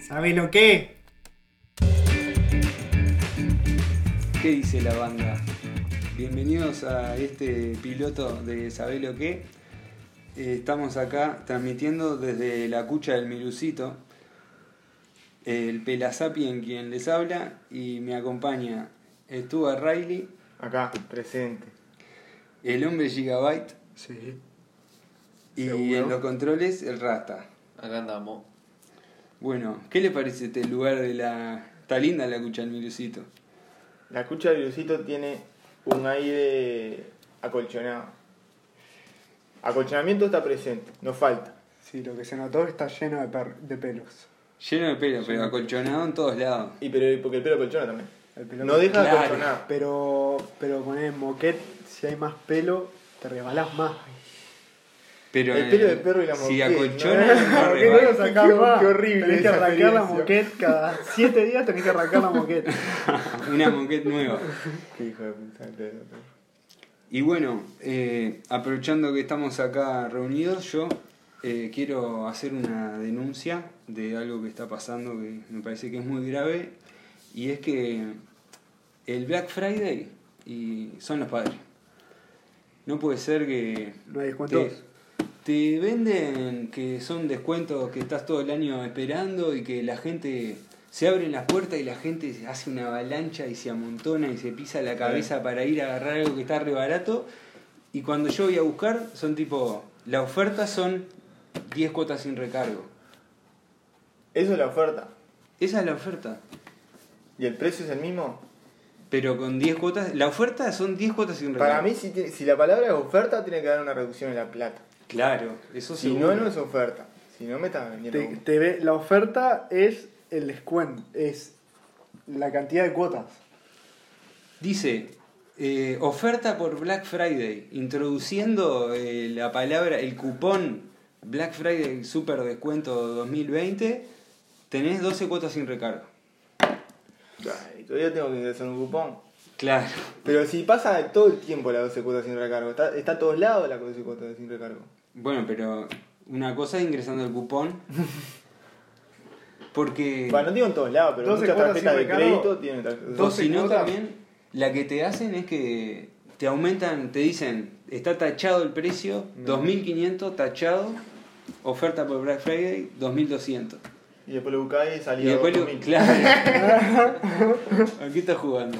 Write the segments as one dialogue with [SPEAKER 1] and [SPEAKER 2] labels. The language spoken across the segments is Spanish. [SPEAKER 1] ¿Sabés lo que?
[SPEAKER 2] ¿Qué dice la banda? Bienvenidos a este piloto de Sabé lo que. Eh, estamos acá transmitiendo desde la cucha del Milucito. El Pelasapien quien les habla y me acompaña Stuart Riley,
[SPEAKER 3] Acá, presente.
[SPEAKER 2] el hombre Gigabyte
[SPEAKER 3] Sí.
[SPEAKER 2] y
[SPEAKER 3] Seguro.
[SPEAKER 2] en los controles el Rasta.
[SPEAKER 4] Acá andamos.
[SPEAKER 2] Bueno, ¿qué le parece este lugar de la... Está linda la cucha del Milucito.
[SPEAKER 3] La cucha de Virucito tiene un aire acolchonado. Acolchonamiento está presente, no falta.
[SPEAKER 5] Sí, lo que se notó está lleno de, per- de pelos.
[SPEAKER 2] Lleno de pelo, pero acolchonado en todos lados.
[SPEAKER 3] Y pero porque el pelo acolchona también.
[SPEAKER 5] El pelo
[SPEAKER 3] No deja de
[SPEAKER 2] Claro.
[SPEAKER 3] acolchonar.
[SPEAKER 5] Ah, Pero, pero con el moquet, si hay más pelo, te resbalás más.
[SPEAKER 2] Pero
[SPEAKER 3] El
[SPEAKER 2] eh,
[SPEAKER 3] pelo del perro y la
[SPEAKER 2] Si
[SPEAKER 3] moqueta,
[SPEAKER 2] acolchona,
[SPEAKER 3] ¿no?
[SPEAKER 2] no
[SPEAKER 3] ¿Por
[SPEAKER 2] rebana.
[SPEAKER 3] lo sacás más?
[SPEAKER 5] Qué horrible. Tenés que
[SPEAKER 3] esa
[SPEAKER 5] arrancar la
[SPEAKER 3] experiencia.
[SPEAKER 5] moquet cada 7 días, tenés que arrancar la moquet.
[SPEAKER 2] Una moqueta nueva.
[SPEAKER 3] Qué hijo de puta, el pelo del perro.
[SPEAKER 2] Y bueno, eh, aprovechando que estamos acá reunidos, yo eh, quiero hacer una denuncia de algo que está pasando que me parece que es muy grave. Y es que el Black Friday y son los padres. No puede ser que
[SPEAKER 5] No hay descuentos.
[SPEAKER 2] Te, te venden que son descuentos que estás todo el año esperando y que la gente se abren las puertas y la gente hace una avalancha y se amontona y se pisa la cabeza para ir a agarrar algo que está re barato. Y cuando yo voy a buscar, son tipo, la oferta son 10 cuotas sin recargo.
[SPEAKER 3] Eso es la oferta.
[SPEAKER 2] Esa es la oferta.
[SPEAKER 3] ¿Y el precio es el mismo?
[SPEAKER 2] Pero con 10 cuotas, la oferta son 10 cuotas sin recargo.
[SPEAKER 3] Para mí, si, tiene- si la palabra es oferta, tiene que haber una reducción en la plata.
[SPEAKER 2] Claro, eso
[SPEAKER 3] Si
[SPEAKER 2] seguro.
[SPEAKER 3] no, no es oferta. Si no, me estás vendiendo.
[SPEAKER 5] Te,
[SPEAKER 3] humo.
[SPEAKER 5] te ve- la oferta es el descuento, es la cantidad de cuotas.
[SPEAKER 2] Dice, eh, oferta por Black Friday, introduciendo eh, la palabra, el cupón Black Friday Super Descuento 2020, tenés 12 cuotas sin recargo.
[SPEAKER 3] Ay, todavía tengo que ingresar un cupón.
[SPEAKER 2] Claro.
[SPEAKER 3] Pero si pasa todo el tiempo la 12 cuotas sin recargo, está, está a todos lados la 12 cuotas sin recargo.
[SPEAKER 2] Bueno, pero una cosa es ingresando el cupón. Porque...
[SPEAKER 3] Bueno, no digo en todos lados, pero
[SPEAKER 5] 12
[SPEAKER 3] muchas
[SPEAKER 5] cuotas
[SPEAKER 3] tarjetas
[SPEAKER 5] sin
[SPEAKER 3] de
[SPEAKER 5] recargo.
[SPEAKER 3] crédito tienen tarjetas.
[SPEAKER 2] O
[SPEAKER 5] 12
[SPEAKER 2] si no,
[SPEAKER 5] cuotas.
[SPEAKER 2] también la que te hacen es que te aumentan, te dicen, está tachado el precio, 2.500 tachado, oferta por Black Friday, 2.200.
[SPEAKER 3] Y después lo buscás y salía
[SPEAKER 2] Y después, lo-
[SPEAKER 3] 2000.
[SPEAKER 2] claro. Aquí está jugando.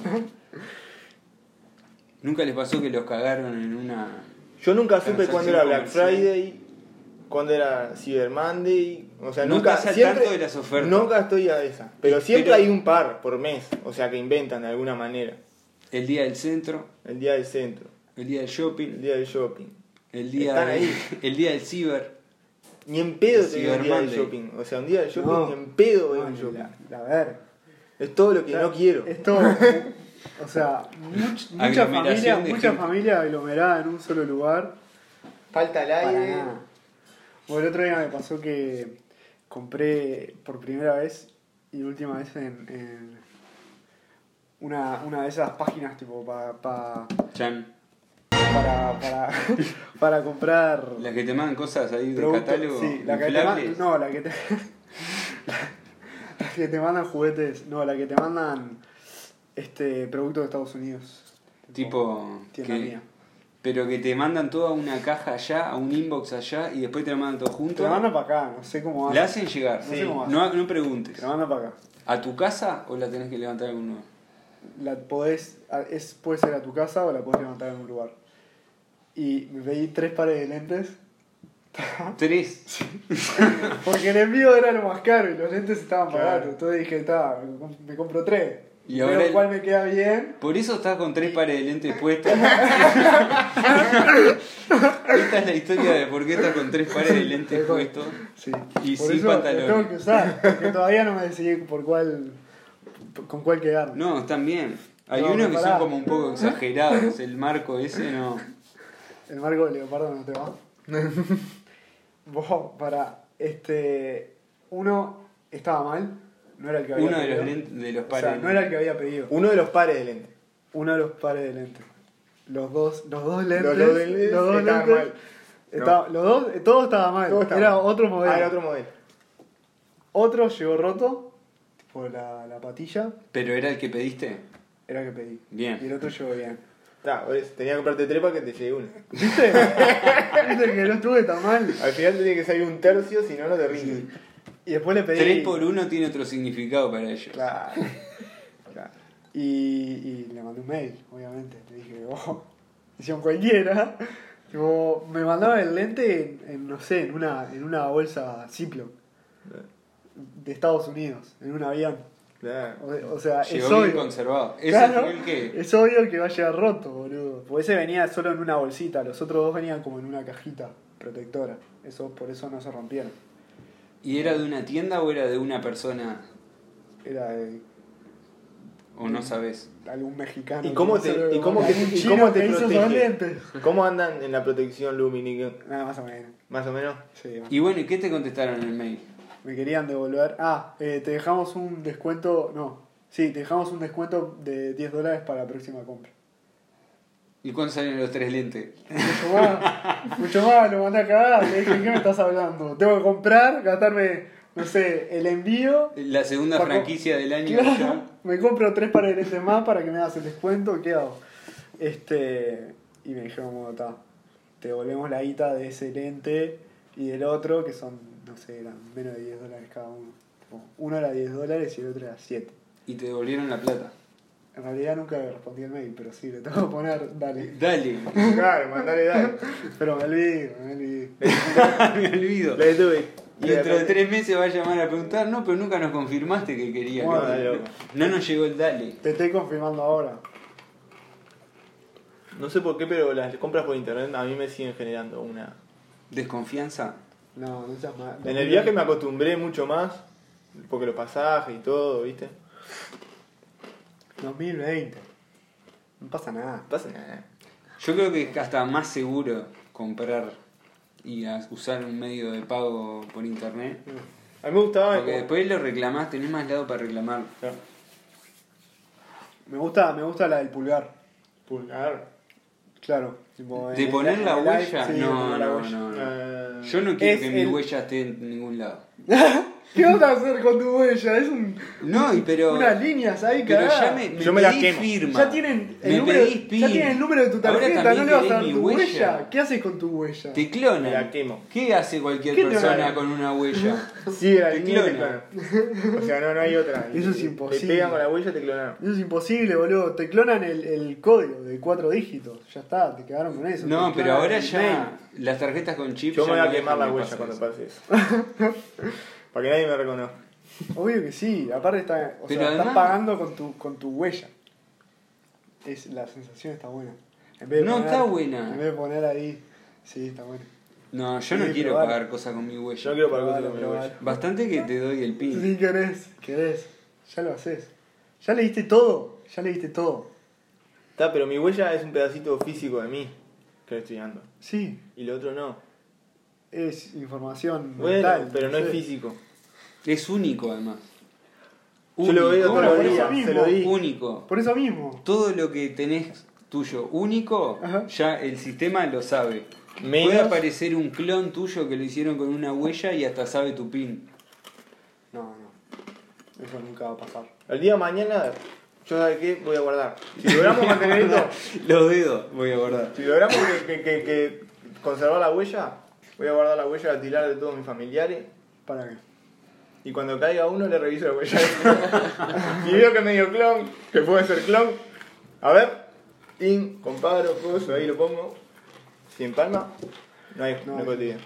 [SPEAKER 2] ¿Nunca les pasó que los cagaron en una...
[SPEAKER 3] Yo nunca supe cuándo era Black
[SPEAKER 2] Transacción comercial.
[SPEAKER 3] Friday, cuándo era Cyber Monday. O sea,
[SPEAKER 2] No
[SPEAKER 3] nunca.
[SPEAKER 2] estás al
[SPEAKER 3] siempre,
[SPEAKER 2] tanto de las ofertas.
[SPEAKER 3] Nunca estoy a esa. Pero siempre
[SPEAKER 2] Pero-
[SPEAKER 3] hay un par por mes. O sea, que inventan de alguna manera.
[SPEAKER 2] El día del centro,
[SPEAKER 3] El día del centro,
[SPEAKER 2] el día del
[SPEAKER 3] el
[SPEAKER 2] shopping,
[SPEAKER 3] día del shopping.
[SPEAKER 2] el día,
[SPEAKER 3] Están
[SPEAKER 2] del-
[SPEAKER 3] ahí.
[SPEAKER 2] el día del ciber.
[SPEAKER 3] Ni en pedo
[SPEAKER 2] El
[SPEAKER 3] te digo un
[SPEAKER 2] Cyber
[SPEAKER 3] día del
[SPEAKER 2] Monday.
[SPEAKER 3] shopping. O sea, un día del shopping
[SPEAKER 5] No.
[SPEAKER 3] ni en pedo veo
[SPEAKER 5] No,
[SPEAKER 3] un
[SPEAKER 5] ni
[SPEAKER 3] shopping.
[SPEAKER 5] la, la verga.
[SPEAKER 3] Es todo lo que no quiero.
[SPEAKER 5] Esto, o sea, much- mucha
[SPEAKER 2] Aglomeración
[SPEAKER 5] familia,
[SPEAKER 2] de
[SPEAKER 5] mucha
[SPEAKER 2] gente.
[SPEAKER 5] familia aglomerada en un solo lugar.
[SPEAKER 3] Falta el
[SPEAKER 5] Para
[SPEAKER 3] aire.
[SPEAKER 5] nada. Bueno, el otro día me pasó que compré por primera vez y última vez en, en una, una de esas páginas tipo pa- pa-
[SPEAKER 2] Chan.
[SPEAKER 5] para, para, para comprar
[SPEAKER 2] Las que te mandan cosas ahí del
[SPEAKER 5] productos.
[SPEAKER 2] catálogo.
[SPEAKER 5] Sí, la que te
[SPEAKER 2] inflables.
[SPEAKER 5] man- no, la que te la que te mandan juguetes, no, la que te mandan este productos de Estados Unidos.
[SPEAKER 2] Tipo,
[SPEAKER 5] tienda
[SPEAKER 2] que-
[SPEAKER 5] mía.
[SPEAKER 2] pero que te mandan toda una caja allá, a un inbox allá y después te la mandan todo junto.
[SPEAKER 5] Te la mandan para acá, no sé cómo
[SPEAKER 2] La
[SPEAKER 5] hacen.
[SPEAKER 2] hacen llegar.
[SPEAKER 5] No sé cómo hacen.
[SPEAKER 2] no, no preguntes.
[SPEAKER 5] Te la mandan para acá.
[SPEAKER 2] ¿A tu casa o la tenés que levantar alguno?
[SPEAKER 5] la podés, a- es, puede ser a tu casa o la podés levantar en un lugar. Y me pedí tres pares de lentes,
[SPEAKER 2] Tres.
[SPEAKER 5] porque el envío era lo más caro y los lentes estaban
[SPEAKER 3] Claro.
[SPEAKER 5] pagados. Entonces dije, está, me com- me compro tres.
[SPEAKER 2] Y
[SPEAKER 5] Veo
[SPEAKER 2] ahora el-
[SPEAKER 5] cuál me queda bien.
[SPEAKER 2] Por eso estás con tres pares de lentes puestos. Esta es la historia de por qué estás con tres pares de lentes puestos.
[SPEAKER 5] Sí.
[SPEAKER 2] Y
[SPEAKER 5] por
[SPEAKER 2] sin
[SPEAKER 5] eso lo
[SPEAKER 2] pantalones.
[SPEAKER 5] tengo que usar, porque todavía no me decidí por cuál, con cuál quedarme.
[SPEAKER 2] No, están bien. Hay
[SPEAKER 5] No,
[SPEAKER 2] unos que son
[SPEAKER 5] pará.
[SPEAKER 2] como un poco exagerados. El marco ese no.
[SPEAKER 5] El marco de leopardo no te va. Vos, para, este, uno estaba mal, no era el que había
[SPEAKER 2] Uno de los,
[SPEAKER 5] pedido.
[SPEAKER 2] lentes- de los
[SPEAKER 5] O
[SPEAKER 2] pares.
[SPEAKER 5] sea, no era el que había pedido.
[SPEAKER 3] Uno de los pares de lentes.
[SPEAKER 5] Uno de los pares de lentes. Los dos, los dos lentes.
[SPEAKER 3] dos lentes
[SPEAKER 5] los dos
[SPEAKER 3] estaban
[SPEAKER 5] lentes,
[SPEAKER 3] mal.
[SPEAKER 5] estaba- Los dos, eh, todo estaba mal.
[SPEAKER 3] Todo estaba
[SPEAKER 5] era
[SPEAKER 3] mal.
[SPEAKER 5] otro modelo.
[SPEAKER 3] Ah, era otro modelo.
[SPEAKER 5] Otro llegó roto por la, la patilla,
[SPEAKER 2] ¿Pero era el que pediste?
[SPEAKER 5] era el que pedí.
[SPEAKER 2] Bien.
[SPEAKER 5] Y el otro llegó bien.
[SPEAKER 3] Nah, pues, tenía que comprarte tres para que te llegue una.
[SPEAKER 5] ¿Viste? ¿Viste que no estuve tan mal?
[SPEAKER 3] Al final te tiene que salir un tercio, si no, no te rindes.
[SPEAKER 5] Y después le pedí...
[SPEAKER 2] 3 por 1 tiene otro significado para ellos.
[SPEAKER 5] Claro. claro. Y, y le mandé un mail, obviamente. Le dije, oh, hicieron cualquiera. Tipo, me mandaban el lente en, en, no sé, en una, en una bolsa Ziploc de Estados Unidos, en un avión.
[SPEAKER 3] Claro.
[SPEAKER 5] O, o sea, es
[SPEAKER 2] Llegó bien
[SPEAKER 5] obvio,
[SPEAKER 2] conservado. ¿Ese
[SPEAKER 5] Claro.
[SPEAKER 2] fue el que?
[SPEAKER 5] es obvio que va a llegar roto, boludo. Porque ese venía solo en una bolsita, los otros dos venían como en una cajita protectora. Eso, por eso no se rompieron.
[SPEAKER 2] ¿Y era de una tienda o era de una persona?
[SPEAKER 5] Era de
[SPEAKER 2] ¿O no sabes?
[SPEAKER 5] algún mexicano.
[SPEAKER 3] ¿Y cómo
[SPEAKER 5] que
[SPEAKER 3] te-
[SPEAKER 5] hizo-
[SPEAKER 3] y cómo que-
[SPEAKER 5] algún
[SPEAKER 3] y
[SPEAKER 5] chino
[SPEAKER 3] cómo te
[SPEAKER 5] que hizo esos
[SPEAKER 3] protege?
[SPEAKER 5] lentes?
[SPEAKER 3] ¿Cómo andan en la protección lumínica?
[SPEAKER 5] Nada más o menos.
[SPEAKER 3] Más o menos.
[SPEAKER 5] Sí,
[SPEAKER 2] Y bueno, ¿y qué te contestaron en el mail?
[SPEAKER 5] me querían devolver. Ah, eh, te dejamos un descuento. No, sí, te dejamos un descuento de 10 dólares para la próxima compra.
[SPEAKER 2] ¿Y cuándo salen los tres lentes?
[SPEAKER 5] Mucho más, mucho más, lo mandé a cagar. Le dije, ¿qué me estás hablando? Tengo que comprar, gastarme, no sé, el envío.
[SPEAKER 2] La segunda
[SPEAKER 5] Paco.
[SPEAKER 2] franquicia del año
[SPEAKER 5] Claro,
[SPEAKER 2] ya.
[SPEAKER 5] me compro tres pares de lentes más para que me hagas el descuento. ¿Qué hago? Este, y me dijeron, bueno, ta, te devolvemos la guita de ese lente y del otro, que son, no sé, eran menos de 10 dólares cada uno. Tipo, Uno era 10 dólares y el otro era 7.
[SPEAKER 2] Y te devolvieron la plata.
[SPEAKER 5] En realidad nunca le respondí el mail, pero sí, le tengo que poner, dale.
[SPEAKER 2] Dale,
[SPEAKER 3] Claro, mandale, dale.
[SPEAKER 5] Pero me olvidé, me olvidé.
[SPEAKER 2] me olvido.
[SPEAKER 3] Le tuve.
[SPEAKER 2] Y dentro de tres meses va a llamar a preguntar, no, pero nunca nos confirmaste que querías.
[SPEAKER 5] Bueno,
[SPEAKER 2] No,
[SPEAKER 3] dale, loco.
[SPEAKER 2] no nos llegó el dale.
[SPEAKER 5] Te estoy confirmando ahora.
[SPEAKER 3] No sé por qué, pero las compras por internet a mí me siguen generando una.
[SPEAKER 2] ¿Desconfianza?
[SPEAKER 5] No, no seas mal.
[SPEAKER 3] En el viaje me acostumbré mucho más, porque los pasajes y todo, ¿viste?
[SPEAKER 5] 2020. No pasa nada.
[SPEAKER 3] No Pasa nada.
[SPEAKER 2] Yo creo que es hasta más seguro comprar y a- usar un medio de pago por internet.
[SPEAKER 3] A mí me gustaba.
[SPEAKER 2] Porque
[SPEAKER 3] como-
[SPEAKER 2] después lo reclamás, tenés más lado para reclamar.
[SPEAKER 3] Claro.
[SPEAKER 5] Me gusta, me gusta la del pulgar.
[SPEAKER 3] Pulgar.
[SPEAKER 5] Claro. tipo,
[SPEAKER 2] ¿De
[SPEAKER 5] en el-
[SPEAKER 2] poner
[SPEAKER 5] en
[SPEAKER 2] la
[SPEAKER 5] el live,
[SPEAKER 2] huella?
[SPEAKER 5] sí, de
[SPEAKER 2] no,
[SPEAKER 5] poner la
[SPEAKER 2] no,
[SPEAKER 5] huella. Ah.
[SPEAKER 2] no, no.
[SPEAKER 3] Eh,
[SPEAKER 2] Yo no quiero
[SPEAKER 5] Es
[SPEAKER 2] que mi
[SPEAKER 5] el-
[SPEAKER 2] huella esté en ningún lado.
[SPEAKER 5] ¿Qué vas a hacer con tu huella? Es un-
[SPEAKER 2] No, y pero.
[SPEAKER 5] unas líneas ahí,
[SPEAKER 2] Pero
[SPEAKER 5] cagadas.
[SPEAKER 2] ya me, me
[SPEAKER 3] Yo me la
[SPEAKER 2] pedí
[SPEAKER 3] quemo.
[SPEAKER 2] firma.
[SPEAKER 5] Ya tienen, el
[SPEAKER 2] Me
[SPEAKER 5] número,
[SPEAKER 2] pedís
[SPEAKER 5] ya
[SPEAKER 2] PIN.
[SPEAKER 5] tienen el número de tu
[SPEAKER 2] Ahora
[SPEAKER 5] tarjeta,
[SPEAKER 2] también
[SPEAKER 5] no le vas a
[SPEAKER 2] querés
[SPEAKER 5] dar
[SPEAKER 2] mi
[SPEAKER 5] tu huella. ¿Qué haces con tu huella?
[SPEAKER 2] Te clonan.
[SPEAKER 3] Me la quemo.
[SPEAKER 2] ¿Qué hace cualquier
[SPEAKER 5] ¿Qué te
[SPEAKER 2] persona
[SPEAKER 5] hará?
[SPEAKER 2] con una huella?
[SPEAKER 3] Sigue la
[SPEAKER 2] Te
[SPEAKER 3] línea y
[SPEAKER 2] clona.
[SPEAKER 3] te clonan. O sea, no, no hay otra.
[SPEAKER 5] Eso es
[SPEAKER 3] Te-
[SPEAKER 5] imposible.
[SPEAKER 3] Te pegan con la huella y te clonaron.
[SPEAKER 5] Eso es imposible, boludo. Te clonan el, el código de cuatro dígitos. Ya está, te quedaron con eso.
[SPEAKER 2] No,
[SPEAKER 5] Te
[SPEAKER 2] pero
[SPEAKER 5] clonan
[SPEAKER 2] ahora
[SPEAKER 5] el
[SPEAKER 2] ya
[SPEAKER 5] mail.
[SPEAKER 2] las tarjetas con chip.
[SPEAKER 3] Yo
[SPEAKER 2] ya
[SPEAKER 3] me voy
[SPEAKER 2] no
[SPEAKER 3] a
[SPEAKER 2] dejan
[SPEAKER 3] quemar la
[SPEAKER 2] que
[SPEAKER 3] huella
[SPEAKER 2] pase
[SPEAKER 3] cuando
[SPEAKER 2] eso.
[SPEAKER 3] pase eso. Para que nadie me reconozca.
[SPEAKER 5] Obvio que sí. Aparte, está, o
[SPEAKER 2] Pero
[SPEAKER 5] sea,
[SPEAKER 2] además-
[SPEAKER 5] estás pagando con tu, con tu huella. Es, la sensación está buena. En vez de
[SPEAKER 2] No está buena.
[SPEAKER 5] En vez de poner ahí. Sí, está buena.
[SPEAKER 2] No, yo no
[SPEAKER 5] Sí,
[SPEAKER 2] quiero
[SPEAKER 5] pero vale.
[SPEAKER 2] pagar cosas con mi
[SPEAKER 3] Yo
[SPEAKER 2] huella.
[SPEAKER 3] no quiero pagar cosas
[SPEAKER 5] Probalo,
[SPEAKER 3] con mi
[SPEAKER 5] probalo.
[SPEAKER 3] huella.
[SPEAKER 2] Bastante que te doy el pin.
[SPEAKER 5] Sí, querés, querés. Ya lo haces. Ya leíste todo. Ya leíste todo.
[SPEAKER 3] Está, pero mi huella es un pedacito físico de mí que lo estoy dando.
[SPEAKER 5] Sí,
[SPEAKER 3] Y lo otro no.
[SPEAKER 5] es información
[SPEAKER 3] Bueno,
[SPEAKER 5] mental.
[SPEAKER 3] pero no es
[SPEAKER 5] sé.
[SPEAKER 3] físico.
[SPEAKER 2] Es único además.
[SPEAKER 3] Yo lo
[SPEAKER 5] Bueno,
[SPEAKER 3] veo todos
[SPEAKER 5] por
[SPEAKER 3] los
[SPEAKER 5] eso
[SPEAKER 3] días,
[SPEAKER 5] mismo.
[SPEAKER 3] se lo di.
[SPEAKER 2] único.
[SPEAKER 5] Por eso mismo.
[SPEAKER 2] Todo lo que tenés tuyo único,
[SPEAKER 5] Ajá.
[SPEAKER 2] ya el sistema lo sabe. Puede
[SPEAKER 3] Menos-
[SPEAKER 2] aparecer un clon tuyo que lo hicieron con una huella y hasta sabe tu pin.
[SPEAKER 5] No, no. Eso nunca va a pasar.
[SPEAKER 3] El día de mañana, yo sabe qué, voy a guardar. Si logramos mantener esto,
[SPEAKER 2] Los dedos, voy a guardar.
[SPEAKER 3] si logramos que, que- que- que conservar la huella, voy a guardar la huella dactilar de todos mis familiares.
[SPEAKER 5] ¿Para qué?
[SPEAKER 3] Y cuando caiga uno le reviso la huella. y veo que es medio clon, que puede ser clon. A ver, tin, comparo, coso, ahí lo pongo. Si empalma, no hay, no,
[SPEAKER 5] No.
[SPEAKER 3] hay cotidiano.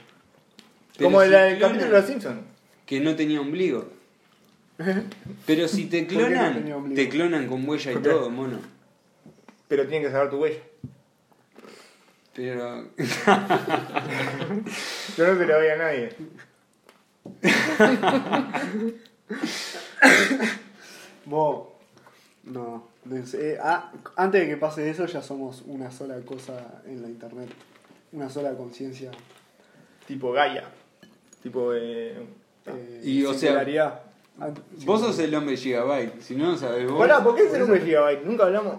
[SPEAKER 2] Pero
[SPEAKER 3] Como
[SPEAKER 2] si
[SPEAKER 3] el, el
[SPEAKER 2] clonan-
[SPEAKER 3] capítulo de los Simpsons.
[SPEAKER 2] Que no tenía ombligo. Pero si te
[SPEAKER 5] ¿Por qué no
[SPEAKER 2] clonan,
[SPEAKER 5] tenía ombligo?
[SPEAKER 2] te clonan con huella y
[SPEAKER 3] ¿Por qué?
[SPEAKER 2] todo, mono.
[SPEAKER 3] Pero tienen que saber tu huella.
[SPEAKER 2] Pero
[SPEAKER 3] Yo no se lo doy a nadie.
[SPEAKER 5] Vos. No. des- eh, ah, antes de que pase eso, ya somos una sola cosa en la internet. Una sola conciencia.
[SPEAKER 3] Tipo Gaia. Tipo eh.
[SPEAKER 5] eh,
[SPEAKER 2] Ah, Y, o sea,
[SPEAKER 5] singularidad. Ah,
[SPEAKER 2] vos sos el hombre gigabyte, si no lo sabés vos.
[SPEAKER 3] Pará, ¿por qué ser un gigabyte? Nunca hablamos.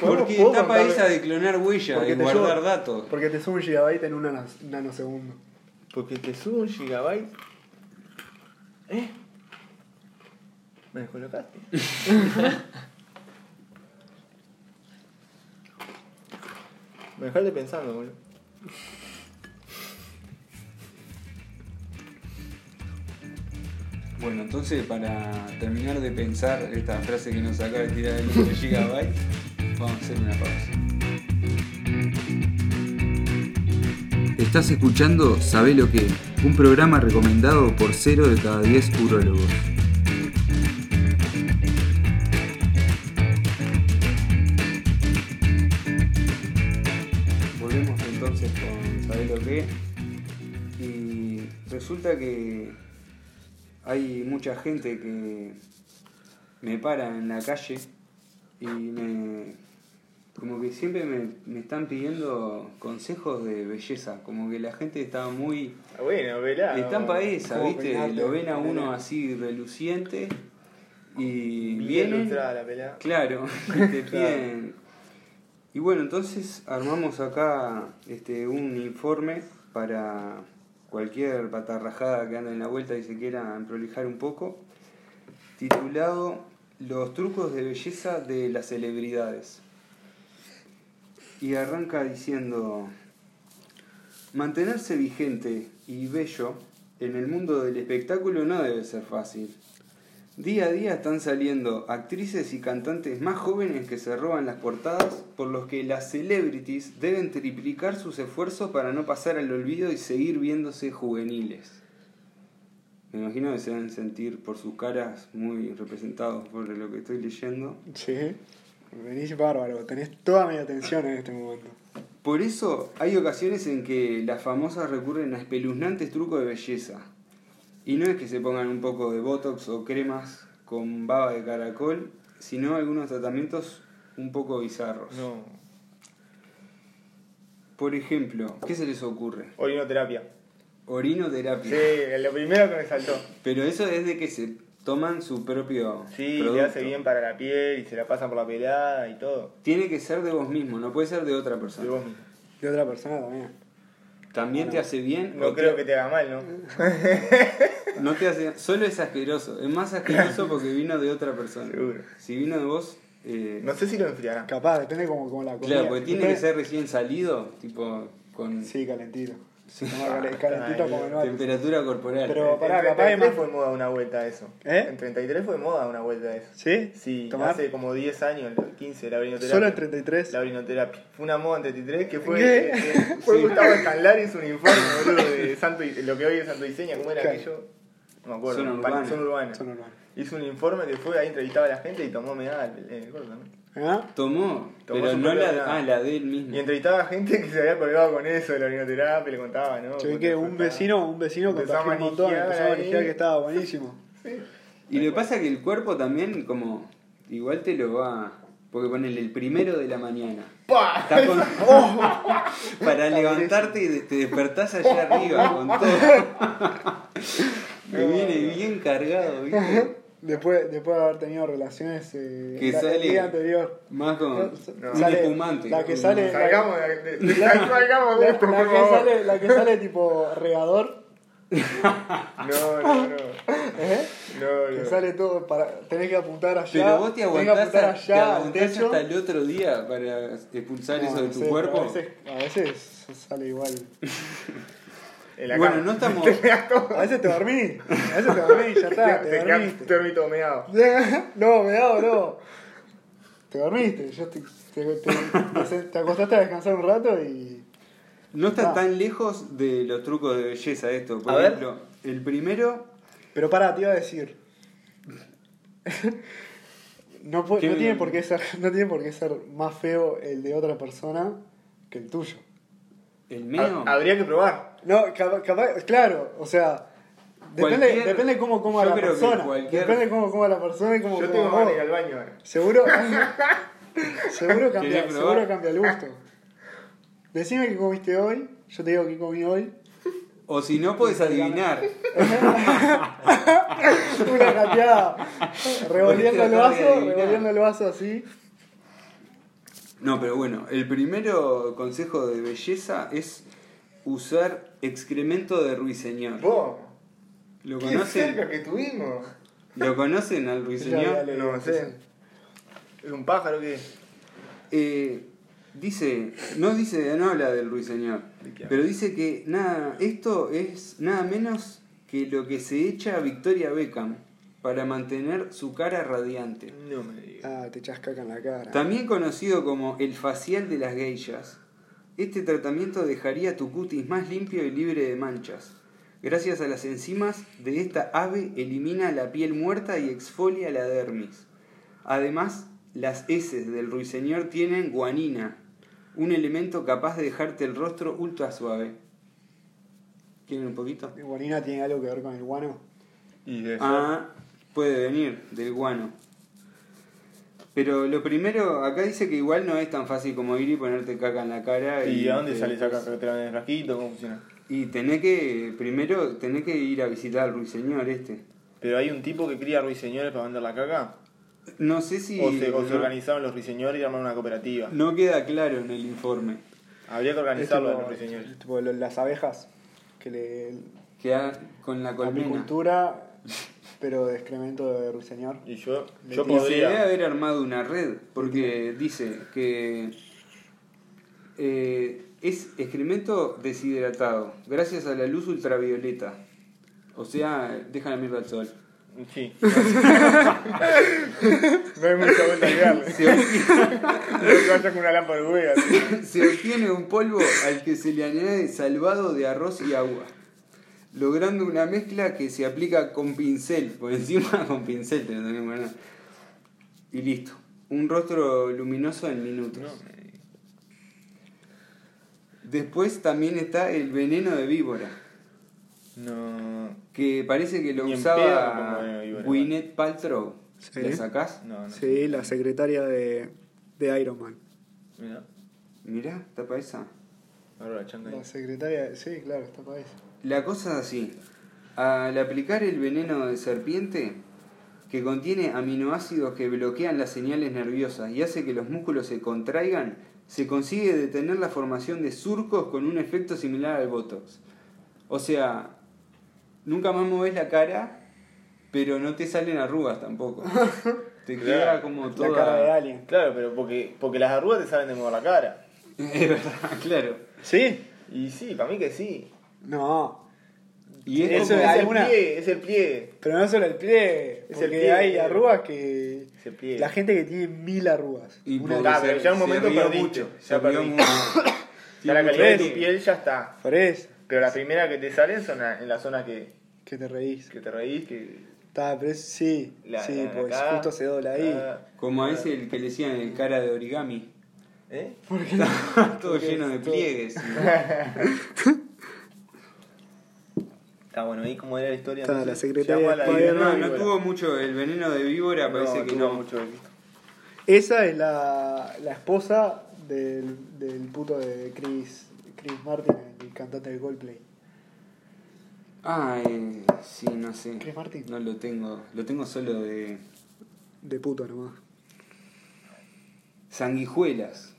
[SPEAKER 2] Porque
[SPEAKER 3] ¿Puedo
[SPEAKER 2] tapa
[SPEAKER 3] contarle?
[SPEAKER 2] esa de clonar huella
[SPEAKER 5] Porque
[SPEAKER 2] y
[SPEAKER 5] te
[SPEAKER 2] guardar
[SPEAKER 5] llevo-
[SPEAKER 2] datos.
[SPEAKER 5] Porque te sube un gigabyte en un nanos- nanosegundo.
[SPEAKER 3] Porque te subo un gigabyte. ¿Eh? Me descolocaste. Me dejaste pensando, boludo.
[SPEAKER 2] Bueno, entonces para terminar de pensar esta frase que nos acaba de tirar el número de Gigabyte, vamos a hacer una pausa. Estás escuchando Sabé lo que, un programa recomendado por 0 de cada 10 urólogos. Volvemos entonces con Sabé lo que y resulta que hay mucha gente que me para en la calle y me como que siempre me, me están pidiendo consejos de belleza, como que la gente está muy
[SPEAKER 3] Ah, Bueno, velá.
[SPEAKER 2] están para esa,
[SPEAKER 5] ¿cómo
[SPEAKER 2] viste,
[SPEAKER 5] peinarte?
[SPEAKER 2] lo ven a uno
[SPEAKER 5] Pelea.
[SPEAKER 2] así reluciente y
[SPEAKER 3] Bien
[SPEAKER 2] vienen
[SPEAKER 3] ilustrada la pelea.
[SPEAKER 2] Claro, te piden. Y bueno, entonces armamos acá este, un informe para cualquier patarrajada que anda en la vuelta y se quiera prolijar un poco, titulado Los trucos de belleza de las celebridades. Y arranca diciendo, mantenerse vigente y bello en el mundo del espectáculo no debe ser fácil. Día a día están saliendo actrices y cantantes más jóvenes que se roban las portadas, por los que las celebrities deben triplicar sus esfuerzos para no pasar al olvido y seguir viéndose juveniles. Me imagino que se deben sentir por sus caras muy representados por lo que estoy leyendo.
[SPEAKER 5] Sí. Venís bárbaro, tenés toda mi atención en este momento.
[SPEAKER 2] Por eso hay ocasiones en que las famosas recurren a espeluznantes trucos de belleza. Y no es que se pongan un poco de botox o cremas con baba de caracol, sino algunos tratamientos un poco bizarros.
[SPEAKER 3] No.
[SPEAKER 2] Por ejemplo, ¿qué se les ocurre?
[SPEAKER 3] Orinoterapia.
[SPEAKER 2] Orinoterapia.
[SPEAKER 3] Sí, lo primero que me saltó.
[SPEAKER 2] Pero eso es de que se toman su propio
[SPEAKER 3] Sí, le
[SPEAKER 2] producto.
[SPEAKER 3] hace bien para la piel y se la pasan por la pelada y todo.
[SPEAKER 2] Tiene que ser de vos mismo, no puede ser de otra persona.
[SPEAKER 3] De vos mismo.
[SPEAKER 5] De otra persona también.
[SPEAKER 2] También te hace bien
[SPEAKER 3] No
[SPEAKER 2] o te-
[SPEAKER 3] creo que te haga mal, ¿no?
[SPEAKER 2] No te hace, solo es asqueroso. Es más asqueroso porque vino de otra persona.
[SPEAKER 3] Seguro.
[SPEAKER 2] Si vino de vos, eh,
[SPEAKER 3] No sé si lo enfriará.
[SPEAKER 5] Capaz, depende como, como la comida.
[SPEAKER 2] claro, porque tiene que ser recién salido, tipo con
[SPEAKER 5] Sí, calentito.
[SPEAKER 2] Sí.
[SPEAKER 5] Tomá calen- calentito
[SPEAKER 3] Ay,
[SPEAKER 5] como no.
[SPEAKER 2] temperatura corporal.
[SPEAKER 5] Pero- pará,
[SPEAKER 3] en
[SPEAKER 5] capaz es
[SPEAKER 3] 33
[SPEAKER 5] más-
[SPEAKER 3] fue moda una vuelta eso.
[SPEAKER 5] ¿Eh?
[SPEAKER 3] En 33 fue moda una vuelta eso.
[SPEAKER 5] ¿Sí?
[SPEAKER 3] Sí,
[SPEAKER 5] Tomar.
[SPEAKER 3] hace como 10 años, 15, la orinoterapia.
[SPEAKER 5] Solo en 33.
[SPEAKER 3] La orinoterapia. Fue una moda en 33 que fue.
[SPEAKER 5] ¿Qué?
[SPEAKER 3] eh, fue Gustavo Escalar y su uniforme, boludo, de Santo, I- lo que hoy es Santo Diseña, ¿cómo era
[SPEAKER 5] Claro.
[SPEAKER 3] aquello? No me acuerdo.
[SPEAKER 2] Zona
[SPEAKER 3] Pa-
[SPEAKER 2] urbana.
[SPEAKER 3] Zona urbana.
[SPEAKER 5] Son normales.
[SPEAKER 3] Hizo un informe que fue ahí entrevistaba a la gente y tomó medalla el, el gordo, ¿no?
[SPEAKER 5] ¿Ah?
[SPEAKER 2] Tomó,
[SPEAKER 3] Tomó
[SPEAKER 2] pero
[SPEAKER 3] su
[SPEAKER 2] no la,
[SPEAKER 3] propia orina.
[SPEAKER 2] ah, la de él mismo.
[SPEAKER 3] Y entrevistaba a gente que se había colgado con eso de la orinoterapia, le contaba,
[SPEAKER 5] Yo
[SPEAKER 3] ¿no?
[SPEAKER 5] vi
[SPEAKER 3] Cuando
[SPEAKER 5] que
[SPEAKER 3] le
[SPEAKER 5] un
[SPEAKER 3] contaba.
[SPEAKER 5] vecino, un vecino
[SPEAKER 3] Empezó a
[SPEAKER 5] contagió un montón,
[SPEAKER 3] manijear
[SPEAKER 5] empezó a
[SPEAKER 3] ahí.
[SPEAKER 5] manejar que estaba buenísimo.
[SPEAKER 3] Sí.
[SPEAKER 2] Y lo que pasa es que el cuerpo también, como, igual te lo va. Porque ponele el primero de la mañana.
[SPEAKER 3] ¡Pah!
[SPEAKER 2] Está con-
[SPEAKER 5] oh.
[SPEAKER 2] para levantarte y de- te despertás allá arriba con todo. Te viene bien cargado, ¿viste?
[SPEAKER 5] Después, después de haber tenido relaciones eh,
[SPEAKER 2] Que
[SPEAKER 5] la- el
[SPEAKER 2] sale-
[SPEAKER 5] día anterior.
[SPEAKER 2] Más como
[SPEAKER 3] No.
[SPEAKER 2] un
[SPEAKER 5] Sale-
[SPEAKER 2] espumante.
[SPEAKER 5] la que
[SPEAKER 2] como-
[SPEAKER 5] sale-
[SPEAKER 3] Salgamos de, de, de-
[SPEAKER 5] La,
[SPEAKER 3] salgamos de
[SPEAKER 5] la
[SPEAKER 3] esto, por
[SPEAKER 5] que
[SPEAKER 3] favor.
[SPEAKER 5] sale, la que sale tipo regador,
[SPEAKER 3] No, no, no.
[SPEAKER 5] ¿eh?
[SPEAKER 3] No,
[SPEAKER 5] que
[SPEAKER 3] no.
[SPEAKER 5] sale todo para. Tenés que apuntar allá.
[SPEAKER 2] Pero vos
[SPEAKER 5] tenés
[SPEAKER 2] te
[SPEAKER 5] que
[SPEAKER 2] aguantás,
[SPEAKER 5] apuntar
[SPEAKER 2] a- te
[SPEAKER 5] allá al
[SPEAKER 2] aguantás
[SPEAKER 5] techo.
[SPEAKER 2] hasta el otro día para expulsar
[SPEAKER 5] No,
[SPEAKER 2] eso
[SPEAKER 5] no
[SPEAKER 2] de tu
[SPEAKER 5] sé,
[SPEAKER 2] cuerpo.
[SPEAKER 5] A veces, a veces sale igual.
[SPEAKER 3] En la
[SPEAKER 2] Bueno,
[SPEAKER 3] cama.
[SPEAKER 2] no estamos.
[SPEAKER 5] A veces te dormís, a veces te dormís, ya está,
[SPEAKER 3] Te-
[SPEAKER 5] te
[SPEAKER 3] te quedas- te
[SPEAKER 5] dormiste.
[SPEAKER 3] dormí todo meado.
[SPEAKER 5] No, me da, no. Te dormiste, yo te, te, te- te acostaste a descansar un rato y.
[SPEAKER 2] No está
[SPEAKER 5] Ah.
[SPEAKER 2] tan lejos de los trucos de belleza esto. Por
[SPEAKER 3] A ver.
[SPEAKER 2] ejemplo, el primero,
[SPEAKER 5] Pero pará, te iba a decir. No, pu-
[SPEAKER 2] ¿Qué
[SPEAKER 5] no,
[SPEAKER 2] me-
[SPEAKER 5] tiene por qué ser, no tiene por qué ser más feo el de otra persona que el tuyo.
[SPEAKER 2] el mío.
[SPEAKER 3] Ha- Habría que probar.
[SPEAKER 5] No, capa- capaz, claro, o sea, depende,
[SPEAKER 2] Cualquier-
[SPEAKER 5] depende cómo coma
[SPEAKER 2] yo
[SPEAKER 5] la
[SPEAKER 2] creo que
[SPEAKER 5] persona.
[SPEAKER 2] cualquier-
[SPEAKER 5] Depende cómo coma la persona y cómo
[SPEAKER 3] Yo
[SPEAKER 5] coma
[SPEAKER 3] tengo
[SPEAKER 5] vos.
[SPEAKER 3] ganas de ir al baño ahora.
[SPEAKER 5] Seguro, seguro, cambia,
[SPEAKER 2] ¿Querés probar?
[SPEAKER 5] seguro cambia el gusto. Decime qué comiste hoy, yo te digo qué comí hoy.
[SPEAKER 2] O si no, puedes adivinar.
[SPEAKER 5] Una cateada. Revolviendo el
[SPEAKER 2] Tratar de
[SPEAKER 5] vaso,
[SPEAKER 2] adivinar.
[SPEAKER 5] revolviendo el vaso así.
[SPEAKER 2] No, pero bueno, el primero consejo de belleza es usar excremento de ruiseñor.
[SPEAKER 3] Vos.
[SPEAKER 2] ¿Lo
[SPEAKER 3] Qué cerca
[SPEAKER 2] conocen?
[SPEAKER 3] que tuvimos.
[SPEAKER 2] ¿Lo conocen al ruiseñor?
[SPEAKER 5] dale,
[SPEAKER 3] No sé. ¿Es un pájaro que
[SPEAKER 2] Eh, dice, no dice, no habla del ruiseñor,
[SPEAKER 3] ¿De qué habla?
[SPEAKER 2] pero dice que nada, esto es nada menos que lo que se echa a Victoria Beckham para mantener su cara radiante.
[SPEAKER 3] No me digas.
[SPEAKER 5] Ah, te echas caca en la cara.
[SPEAKER 2] También conocido como el facial de las geishas, este tratamiento dejaría tu cutis más limpio y libre de manchas. Gracias a las enzimas de esta ave elimina la piel muerta y exfolia la dermis. Además, las heces del ruiseñor tienen guanina, un elemento capaz de dejarte el rostro ultra suave. ¿Quieren un poquito?
[SPEAKER 5] ¿Guanina tiene algo que ver con el guano?
[SPEAKER 3] Y de
[SPEAKER 2] Ah, puede venir del guano. Pero lo primero, acá dice que igual no es tan fácil como ir y ponerte caca en la cara.
[SPEAKER 3] ¿Y a dónde
[SPEAKER 2] te-
[SPEAKER 3] sale esa carretera en el rasquito? ¿Cómo funciona?
[SPEAKER 2] Y tenés que, primero, tenés que ir a visitar al ruiseñor este.
[SPEAKER 3] ¿Pero hay un tipo que cría ruiseñores para vender la caca?
[SPEAKER 2] No sé si...
[SPEAKER 3] ¿O, se, o se
[SPEAKER 2] no-
[SPEAKER 3] organizaron los ruiseñores y armaron una cooperativa?
[SPEAKER 2] no queda claro en el informe.
[SPEAKER 3] Habría que organizarlo de los
[SPEAKER 5] Es tipo-
[SPEAKER 3] ruiseñores.
[SPEAKER 5] es tipo lo- las abejas que le.
[SPEAKER 2] Queda con la colmena.
[SPEAKER 5] Apicultura, pero de excremento de ruiseñor.
[SPEAKER 3] Y yo,
[SPEAKER 5] Le
[SPEAKER 3] yo
[SPEAKER 5] tiene-
[SPEAKER 2] Y se debe
[SPEAKER 3] podría.
[SPEAKER 2] haber armado una red, porque dice que eh, es excremento deshidratado gracias a la luz ultravioleta. O sea, deja la mierda al sol.
[SPEAKER 3] Sí. no hay mucha vuelta que darle.
[SPEAKER 2] Se, obti-
[SPEAKER 3] No que vayas con una lámpara de hueá.
[SPEAKER 2] se obtiene un polvo al que se le añade salvado de arroz y agua, logrando una mezcla que se aplica con pincel, por encima con pincel te lo tenés que poner. Y listo. Un rostro luminoso en minutos. Después también está el veneno de víbora,
[SPEAKER 3] No.
[SPEAKER 2] que parece que lo
[SPEAKER 3] Ni en pedo me
[SPEAKER 2] usaba
[SPEAKER 3] pongo veneno de víbora.
[SPEAKER 2] Gwyneth Paltrow.
[SPEAKER 5] Sí.
[SPEAKER 2] ¿La sacás?
[SPEAKER 3] No, no.
[SPEAKER 5] Sí, la secretaria de, de Iron Man.
[SPEAKER 3] Mira.
[SPEAKER 2] Mirá, tapa esa.
[SPEAKER 3] Ahora la chanta ahí.
[SPEAKER 5] La secretaria, sí, claro, está para eso.
[SPEAKER 2] La cosa es así. Al aplicar el veneno de serpiente, que contiene aminoácidos que bloquean las señales nerviosas y hace que los músculos se contraigan, se consigue detener la formación de surcos con un efecto similar al Botox. O sea, nunca más moves la cara, pero no te salen arrugas tampoco. te queda
[SPEAKER 3] Claro,
[SPEAKER 2] como toda...
[SPEAKER 5] La cara de Alien.
[SPEAKER 3] Claro, pero porque, porque las arrugas te salen de mover la cara.
[SPEAKER 2] Es verdad, claro.
[SPEAKER 5] ¿Sí?
[SPEAKER 3] Y sí, para mí que sí.
[SPEAKER 5] No,
[SPEAKER 2] Y
[SPEAKER 5] Eso
[SPEAKER 2] es
[SPEAKER 3] es,
[SPEAKER 2] como-
[SPEAKER 5] de
[SPEAKER 3] el
[SPEAKER 5] alguna-
[SPEAKER 3] pliegue, es el pliegue.
[SPEAKER 5] pero no solo el pliegue.
[SPEAKER 3] Es el
[SPEAKER 5] Porque
[SPEAKER 3] pliegue.
[SPEAKER 5] hay arrugas que.
[SPEAKER 3] Es el pliegue.
[SPEAKER 5] La gente que tiene mil arrugas.
[SPEAKER 2] Y
[SPEAKER 5] Una-
[SPEAKER 2] porque
[SPEAKER 3] Ah, pero
[SPEAKER 2] se-
[SPEAKER 3] ya un
[SPEAKER 2] se
[SPEAKER 3] momento
[SPEAKER 2] rió
[SPEAKER 3] perdiste,
[SPEAKER 2] mucho,
[SPEAKER 3] ya
[SPEAKER 2] se rió
[SPEAKER 3] perdiste.
[SPEAKER 2] mucho.
[SPEAKER 3] Ya la
[SPEAKER 2] Tiene
[SPEAKER 3] calidad de tu
[SPEAKER 2] mucho-
[SPEAKER 3] piel ya está.
[SPEAKER 5] Por eso,
[SPEAKER 3] Pero las primeras que te salen son a- en la zona que,
[SPEAKER 5] que te reís.
[SPEAKER 3] que te reís, que...
[SPEAKER 5] Está, pero es- sí,
[SPEAKER 3] La,
[SPEAKER 5] sí,
[SPEAKER 3] la- la
[SPEAKER 5] pues
[SPEAKER 3] acá,
[SPEAKER 5] justo se dobla ahí.
[SPEAKER 3] acá,
[SPEAKER 2] Como a
[SPEAKER 3] acá.
[SPEAKER 2] ese el que le decían el cara de origami.
[SPEAKER 3] ¿Eh?
[SPEAKER 2] Todo lleno de pliegues.
[SPEAKER 3] Está bueno, ahí como era la historia.
[SPEAKER 5] Está,
[SPEAKER 3] entonces,
[SPEAKER 5] la secretaria
[SPEAKER 3] llamó a la
[SPEAKER 5] de
[SPEAKER 2] Pero
[SPEAKER 3] directora
[SPEAKER 2] no,
[SPEAKER 5] Spider-Man
[SPEAKER 3] de
[SPEAKER 2] no
[SPEAKER 3] Víbora.
[SPEAKER 2] tuvo mucho el veneno de víbora, parece
[SPEAKER 3] No,
[SPEAKER 2] que
[SPEAKER 3] tuvo
[SPEAKER 2] no.
[SPEAKER 3] mucho éxito.
[SPEAKER 5] Esa es la, la esposa del, del puto de Chris, Chris Martin, el cantante de Coldplay.
[SPEAKER 2] Ah, eh, sí, no sé.
[SPEAKER 5] Chris Martin.
[SPEAKER 2] No lo tengo. Lo tengo solo de
[SPEAKER 5] De puto nomás.
[SPEAKER 2] sanguijuelas.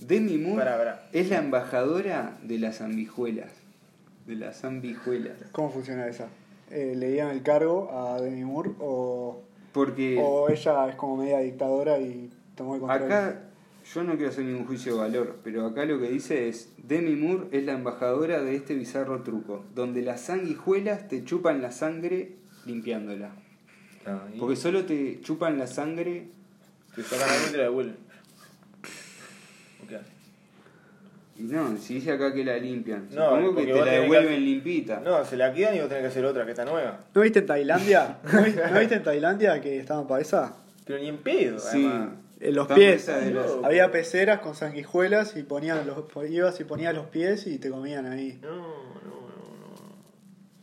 [SPEAKER 2] Demi Moore
[SPEAKER 3] Pará, pará.
[SPEAKER 2] es la embajadora de las ambijuelas. De las ambijuelas.
[SPEAKER 5] ¿Cómo funciona esa? Eh, ¿Le dieron el cargo a Demi Moore o,
[SPEAKER 2] Porque
[SPEAKER 3] Oh,
[SPEAKER 5] o ella es como media dictadora y tomó el control?
[SPEAKER 2] Acá yo no quiero hacer ningún juicio de valor, pero acá lo que dice es, Demi Moore es la embajadora de este bizarro truco, donde las sanguijuelas te chupan la sangre limpiándola.
[SPEAKER 3] No, y
[SPEAKER 2] Porque solo te chupan la sangre...
[SPEAKER 3] Te sacan la luz y te la devuelven. ¿O qué haces?
[SPEAKER 2] Y no, si dice acá que la limpian.
[SPEAKER 3] No,
[SPEAKER 2] Supongo que
[SPEAKER 3] porque
[SPEAKER 2] te
[SPEAKER 3] vos
[SPEAKER 2] la
[SPEAKER 3] tenés que
[SPEAKER 2] devuelven
[SPEAKER 3] hacer-
[SPEAKER 2] limpita.
[SPEAKER 3] No, se la quedan y vos tenés que hacer otra, que está nueva.
[SPEAKER 5] ¿No viste en Tailandia? ¿No vi- ¿No viste en Tailandia que estaban para esa?
[SPEAKER 3] Pero ni en pedo,
[SPEAKER 2] Sí.
[SPEAKER 3] además.
[SPEAKER 5] En los
[SPEAKER 2] Estamos
[SPEAKER 5] pies.
[SPEAKER 2] esa de las-
[SPEAKER 3] No.
[SPEAKER 5] Había peceras con sanguijuelas y ponían los, ibas y ponías los pies y te comían ahí.
[SPEAKER 3] No, no, no.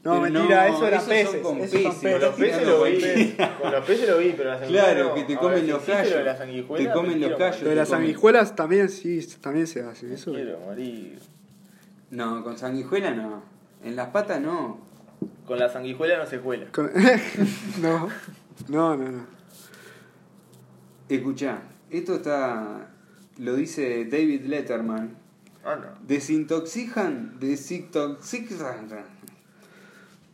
[SPEAKER 5] No,
[SPEAKER 2] Pero
[SPEAKER 5] mentira,
[SPEAKER 2] no,
[SPEAKER 5] eso eran
[SPEAKER 2] esos son
[SPEAKER 5] peces.
[SPEAKER 2] con
[SPEAKER 5] esos son
[SPEAKER 2] peces.
[SPEAKER 5] peces.
[SPEAKER 3] Con los peces lo vi. Con los peces lo vi, pero las
[SPEAKER 2] Claro,
[SPEAKER 3] sanguijuelas no.
[SPEAKER 2] que te
[SPEAKER 3] Ahora,
[SPEAKER 2] comen
[SPEAKER 3] si
[SPEAKER 2] los
[SPEAKER 3] hiciste lo de la
[SPEAKER 2] callos,
[SPEAKER 3] sanguijuela,
[SPEAKER 2] te comen
[SPEAKER 3] me
[SPEAKER 2] los
[SPEAKER 3] quiero
[SPEAKER 2] callos.
[SPEAKER 5] Lo de las
[SPEAKER 2] Te comen.
[SPEAKER 5] sanguijuelas también sí, también se hace
[SPEAKER 3] morir.
[SPEAKER 5] eso.
[SPEAKER 3] Me Quiero morir.
[SPEAKER 2] No, con sanguijuela no. En las patas no.
[SPEAKER 3] Con la sanguijuela no se juela.
[SPEAKER 5] Con- no, no, no, no.
[SPEAKER 2] Escuchá, esto está... Lo dice David Letterman,
[SPEAKER 3] Ah, no.
[SPEAKER 2] Desintoxican, desintoxican.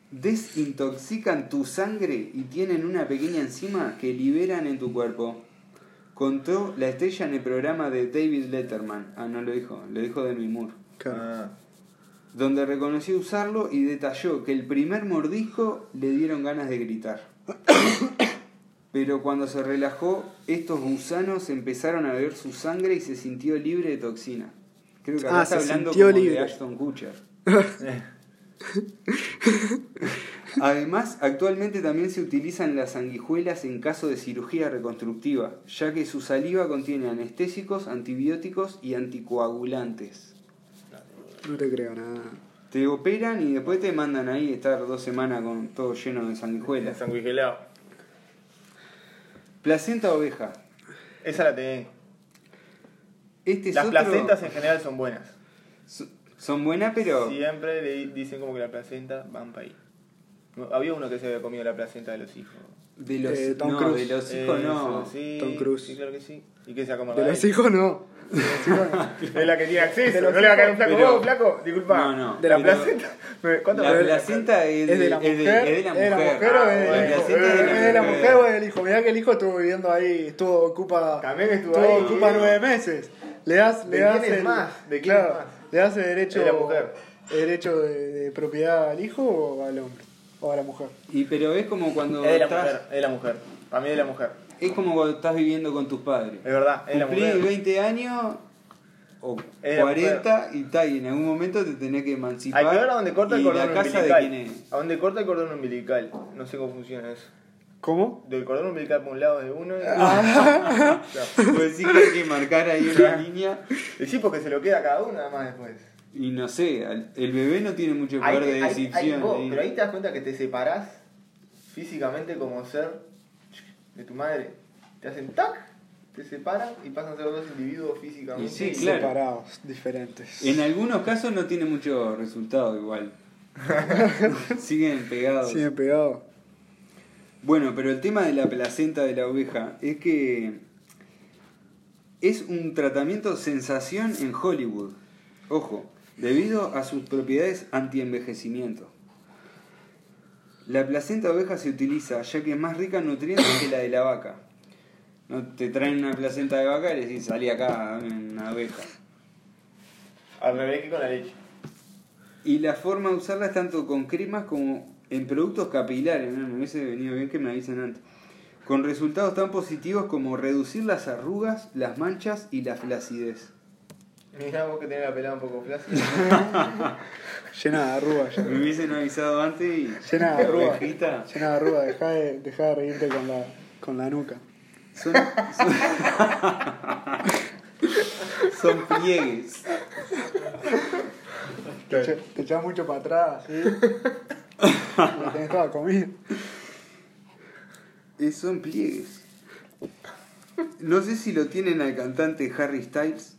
[SPEAKER 2] desintoxican tu sangre y tienen una pequeña enzima que liberan en tu cuerpo. Contó la estrella en el programa de David Letterman. Ah, no lo dijo, lo dijo Demi Moore.
[SPEAKER 3] Ah,
[SPEAKER 2] Donde reconoció usarlo y detalló que el primer mordisco le dieron ganas de gritar. Pero cuando se relajó, estos gusanos empezaron a beber su sangre y se sintió libre de toxina. Creo que acá
[SPEAKER 5] Ah,
[SPEAKER 2] está
[SPEAKER 5] se
[SPEAKER 2] hablando
[SPEAKER 5] sintió
[SPEAKER 2] como de
[SPEAKER 5] libre.
[SPEAKER 2] Ashton Kutcher.
[SPEAKER 3] eh,
[SPEAKER 2] Además, actualmente también se utilizan las sanguijuelas en caso de cirugía reconstructiva, ya que su saliva contiene anestésicos, antibióticos y anticoagulantes.
[SPEAKER 5] No te creo nada.
[SPEAKER 2] Te operan y después te mandan ahí estar dos semanas con todo lleno de
[SPEAKER 3] el
[SPEAKER 2] sanguijuelas.
[SPEAKER 3] sanguijuelao.
[SPEAKER 2] Placenta oveja.
[SPEAKER 3] Esa la tengo.
[SPEAKER 2] Este es
[SPEAKER 3] Las
[SPEAKER 2] otro-
[SPEAKER 3] placentas en general son buenas.
[SPEAKER 2] so- Son buenas, pero
[SPEAKER 3] Siempre le di- dicen como que la placenta van para ahí. No, Había uno que se había comido la placenta de los hijos.
[SPEAKER 2] de los,
[SPEAKER 5] Eh, Tom
[SPEAKER 2] no,
[SPEAKER 5] Cruise.
[SPEAKER 2] de los hijos no.
[SPEAKER 3] Eso, Sí,
[SPEAKER 5] Tom Cruise.
[SPEAKER 3] Sí, claro que sí. ¿Y qué se ha comido?
[SPEAKER 5] De los hijos no. De los hijos no.
[SPEAKER 3] Es la que tiene acceso.
[SPEAKER 5] De los
[SPEAKER 3] ¿No le va a caer un
[SPEAKER 5] hijos,
[SPEAKER 3] flaco?
[SPEAKER 2] pero-
[SPEAKER 3] ¿Vos, flaco? Disculpa.
[SPEAKER 2] No, no,
[SPEAKER 3] ¿De la
[SPEAKER 2] pero-
[SPEAKER 3] placenta? ¿Cuánto
[SPEAKER 2] La
[SPEAKER 3] vale?
[SPEAKER 2] placenta es de,
[SPEAKER 5] ¿Es de la
[SPEAKER 2] es de-
[SPEAKER 5] mujer?
[SPEAKER 2] es de la
[SPEAKER 5] ¿Es de la
[SPEAKER 2] mujer. Ah,
[SPEAKER 5] mujer o es
[SPEAKER 2] La
[SPEAKER 3] del hijo?
[SPEAKER 2] placenta es de la
[SPEAKER 5] Es de la
[SPEAKER 2] mujer.
[SPEAKER 5] mujer o del hijo. Mirá que el hijo estuvo viviendo ahí, estuvo, ocupa,
[SPEAKER 3] También estuvo
[SPEAKER 5] estuvo-
[SPEAKER 3] ahí.
[SPEAKER 5] ocupa nueve meses. Le das, le
[SPEAKER 3] ¿De
[SPEAKER 5] das
[SPEAKER 3] quién es
[SPEAKER 5] el-
[SPEAKER 3] más? ¿De quién
[SPEAKER 5] claro,
[SPEAKER 3] es más?
[SPEAKER 5] le das el derecho,
[SPEAKER 3] Es de la mujer.
[SPEAKER 5] el derecho de, de propiedad al hijo o al hombre o a la mujer.
[SPEAKER 2] Y pero es como cuando
[SPEAKER 3] Es de la
[SPEAKER 2] estás-
[SPEAKER 3] mujer. Es de la mujer. Para mí es de la mujer.
[SPEAKER 2] Es como cuando estás viviendo con tus padres.
[SPEAKER 3] Es verdad. Es de la
[SPEAKER 2] Cumplís
[SPEAKER 3] mujer.
[SPEAKER 2] 20 años o
[SPEAKER 3] Es la
[SPEAKER 2] 40 y está, y en algún momento te tenés que emancipar.
[SPEAKER 3] Hay que ver a dónde corta el
[SPEAKER 2] y
[SPEAKER 3] cordón
[SPEAKER 2] la casa de
[SPEAKER 3] umbilical.
[SPEAKER 2] quién es.
[SPEAKER 3] A dónde corta el cordón umbilical. No sé cómo funciona eso.
[SPEAKER 5] ¿Cómo?
[SPEAKER 3] Del cordón umbilical por un lado de uno. y- Claro.
[SPEAKER 2] Pues sí que hay que marcar ahí una línea.
[SPEAKER 3] Y sí, porque se lo queda cada uno nada más después.
[SPEAKER 2] Y no sé, al- el bebé no tiene mucho
[SPEAKER 3] Ahí
[SPEAKER 2] poder de
[SPEAKER 3] te- ahí-
[SPEAKER 2] decisión.
[SPEAKER 3] ahí vos,
[SPEAKER 2] ahí.
[SPEAKER 3] pero ahí te das cuenta que te separás físicamente como ser de tu madre. Te hacen tac, te separan y pasan a ser dos individuos físicamente.
[SPEAKER 2] Y sí,
[SPEAKER 3] Y-
[SPEAKER 2] claro.
[SPEAKER 5] Separados, diferentes.
[SPEAKER 2] En algunos casos no tiene mucho resultado igual. Siguen pegados.
[SPEAKER 5] Siguen pegados.
[SPEAKER 2] Bueno, pero el tema de la placenta de la oveja es que es un tratamiento sensación en Hollywood. Ojo, debido a sus propiedades antienvejecimiento. La placenta de oveja se utiliza ya que es más rica en nutrientes que la de la vaca. No te traen una placenta de vaca y le decís, salí acá, dame una oveja.
[SPEAKER 3] Al revés que con la leche.
[SPEAKER 2] Y la forma de usarlas tanto con cremas como en productos capilares, ¿no? me hubiese venido bien que me avisen antes. Con resultados tan positivos como reducir las arrugas, las manchas y la flacidez.
[SPEAKER 3] Mirá vos que tenés la pelada un poco flácida.
[SPEAKER 5] Llena de arrugas. ya.
[SPEAKER 2] Me hubiesen avisado antes y.
[SPEAKER 5] Llena de arrugas.
[SPEAKER 2] Ovejita.
[SPEAKER 5] Llena de arrugas. Dejá de, dejá de reírte con la, con la nuca.
[SPEAKER 2] Son, son, son pliegues.
[SPEAKER 5] Te, echa- te echás mucho para atrás, ¿sí? Porque tenés toda la comida.
[SPEAKER 2] Eh, Son pliegues. No sé si lo tienen al cantante Harry Styles.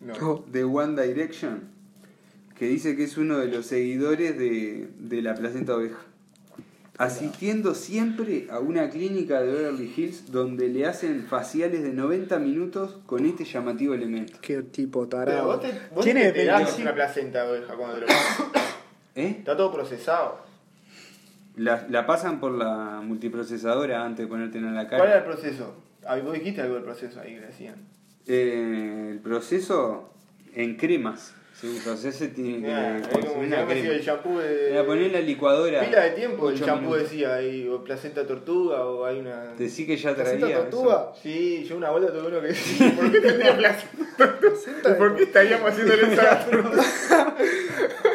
[SPEAKER 3] No.
[SPEAKER 2] de One Direction, que dice que es uno de los seguidores de, de la placenta oveja, asistiendo siempre a una clínica de Beverly Hills donde le hacen faciales de 90 minutos con este llamativo elemento.
[SPEAKER 5] Qué tipo
[SPEAKER 3] Pero
[SPEAKER 5] tarado.
[SPEAKER 3] vos te, vos
[SPEAKER 5] Tiene
[SPEAKER 3] te enterás que es
[SPEAKER 5] 25.
[SPEAKER 3] una placenta de oveja cuando te lo comes.
[SPEAKER 2] ¿Eh?
[SPEAKER 3] Está todo procesado.
[SPEAKER 2] La, la pasan por la multiprocesadora antes de ponértela en la
[SPEAKER 3] ¿Cuál era
[SPEAKER 2] cara.
[SPEAKER 3] el proceso? Ah, vos dijiste algo del proceso ahí que le hacían.
[SPEAKER 2] Eh, el proceso en cremas se usa, o sea, se tiene que
[SPEAKER 3] Mirá, es
[SPEAKER 2] consumir
[SPEAKER 3] como si
[SPEAKER 2] una
[SPEAKER 3] yo me hacía
[SPEAKER 2] crema.
[SPEAKER 3] el shampoo de.
[SPEAKER 2] La ponés en la licuadora.
[SPEAKER 3] Pila de tiempo el
[SPEAKER 2] ocho
[SPEAKER 3] shampoo
[SPEAKER 2] minutos.
[SPEAKER 3] decía ahí, o placenta tortuga o hay una.
[SPEAKER 2] Decí que ya
[SPEAKER 5] ¿Placenta
[SPEAKER 2] traía. eso.
[SPEAKER 5] tortuga?
[SPEAKER 3] Sí, yo una vuelta tuve uno que decía, ¿por qué tendría placenta?
[SPEAKER 5] Placenta de
[SPEAKER 3] ¿Por qué estaríamos haciéndole esa tortuga?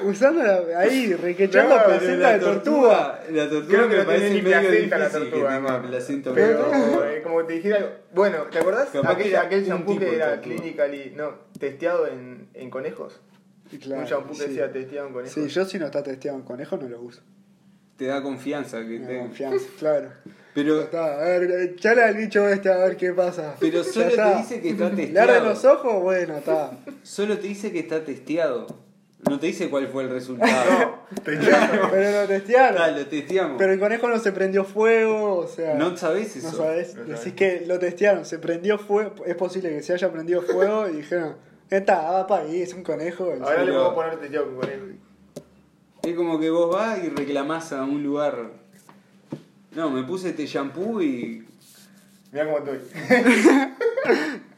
[SPEAKER 5] Usando la- ahí, requechando
[SPEAKER 3] No, pero
[SPEAKER 5] placenta de tortuga.
[SPEAKER 2] La tortuga
[SPEAKER 3] Creo que
[SPEAKER 2] me
[SPEAKER 3] no
[SPEAKER 2] parece
[SPEAKER 3] tiene ni
[SPEAKER 2] medio
[SPEAKER 3] placenta la
[SPEAKER 2] difícil que
[SPEAKER 3] tortuga,
[SPEAKER 2] tenga
[SPEAKER 3] además.
[SPEAKER 2] placenta
[SPEAKER 3] Pero
[SPEAKER 2] oveja.
[SPEAKER 3] eh, como te dijera algo. Bueno, ¿te acordás?
[SPEAKER 2] Capaz que
[SPEAKER 3] Aquel,
[SPEAKER 2] era
[SPEAKER 3] aquel
[SPEAKER 2] un
[SPEAKER 3] shampoo
[SPEAKER 2] tipo de
[SPEAKER 3] que era
[SPEAKER 2] tortuga.
[SPEAKER 3] clinically. No, testeado en, en conejos.
[SPEAKER 5] Y claro,
[SPEAKER 3] Un shampoo que
[SPEAKER 5] sí.
[SPEAKER 3] decía testeado en conejos.
[SPEAKER 5] Sí, yo si no está testeado en conejo no lo uso.
[SPEAKER 2] Te da confianza que
[SPEAKER 5] Me da
[SPEAKER 2] te...
[SPEAKER 5] confianza, claro.
[SPEAKER 2] Pero
[SPEAKER 5] Está, a ver, eh, echala al bicho este a ver qué pasa.
[SPEAKER 2] Pero
[SPEAKER 5] Ya
[SPEAKER 2] solo te
[SPEAKER 5] está.
[SPEAKER 2] dice que está
[SPEAKER 5] ¿Le arden
[SPEAKER 2] testeado.
[SPEAKER 5] los ojos? Bueno, está.
[SPEAKER 2] Solo te dice que está testeado. No te dice cuál fue el resultado.
[SPEAKER 5] Pero lo testearon.
[SPEAKER 2] Ah, lo testeamos.
[SPEAKER 5] Pero el conejo no se prendió fuego, o sea.
[SPEAKER 2] No sabés eso.
[SPEAKER 5] No sabes.
[SPEAKER 3] No
[SPEAKER 5] Decís
[SPEAKER 3] sabés.
[SPEAKER 5] que lo testearon, se prendió fuego. Es posible que se haya prendido fuego y dijeron: Esta, va para ahí, es un conejo.
[SPEAKER 3] Ahora le
[SPEAKER 2] Pero-
[SPEAKER 3] puedo poner testeado con conejos.
[SPEAKER 2] Es como que vos vas y reclamás a un lugar. No, me puse este shampoo y.
[SPEAKER 3] Mira cómo estoy.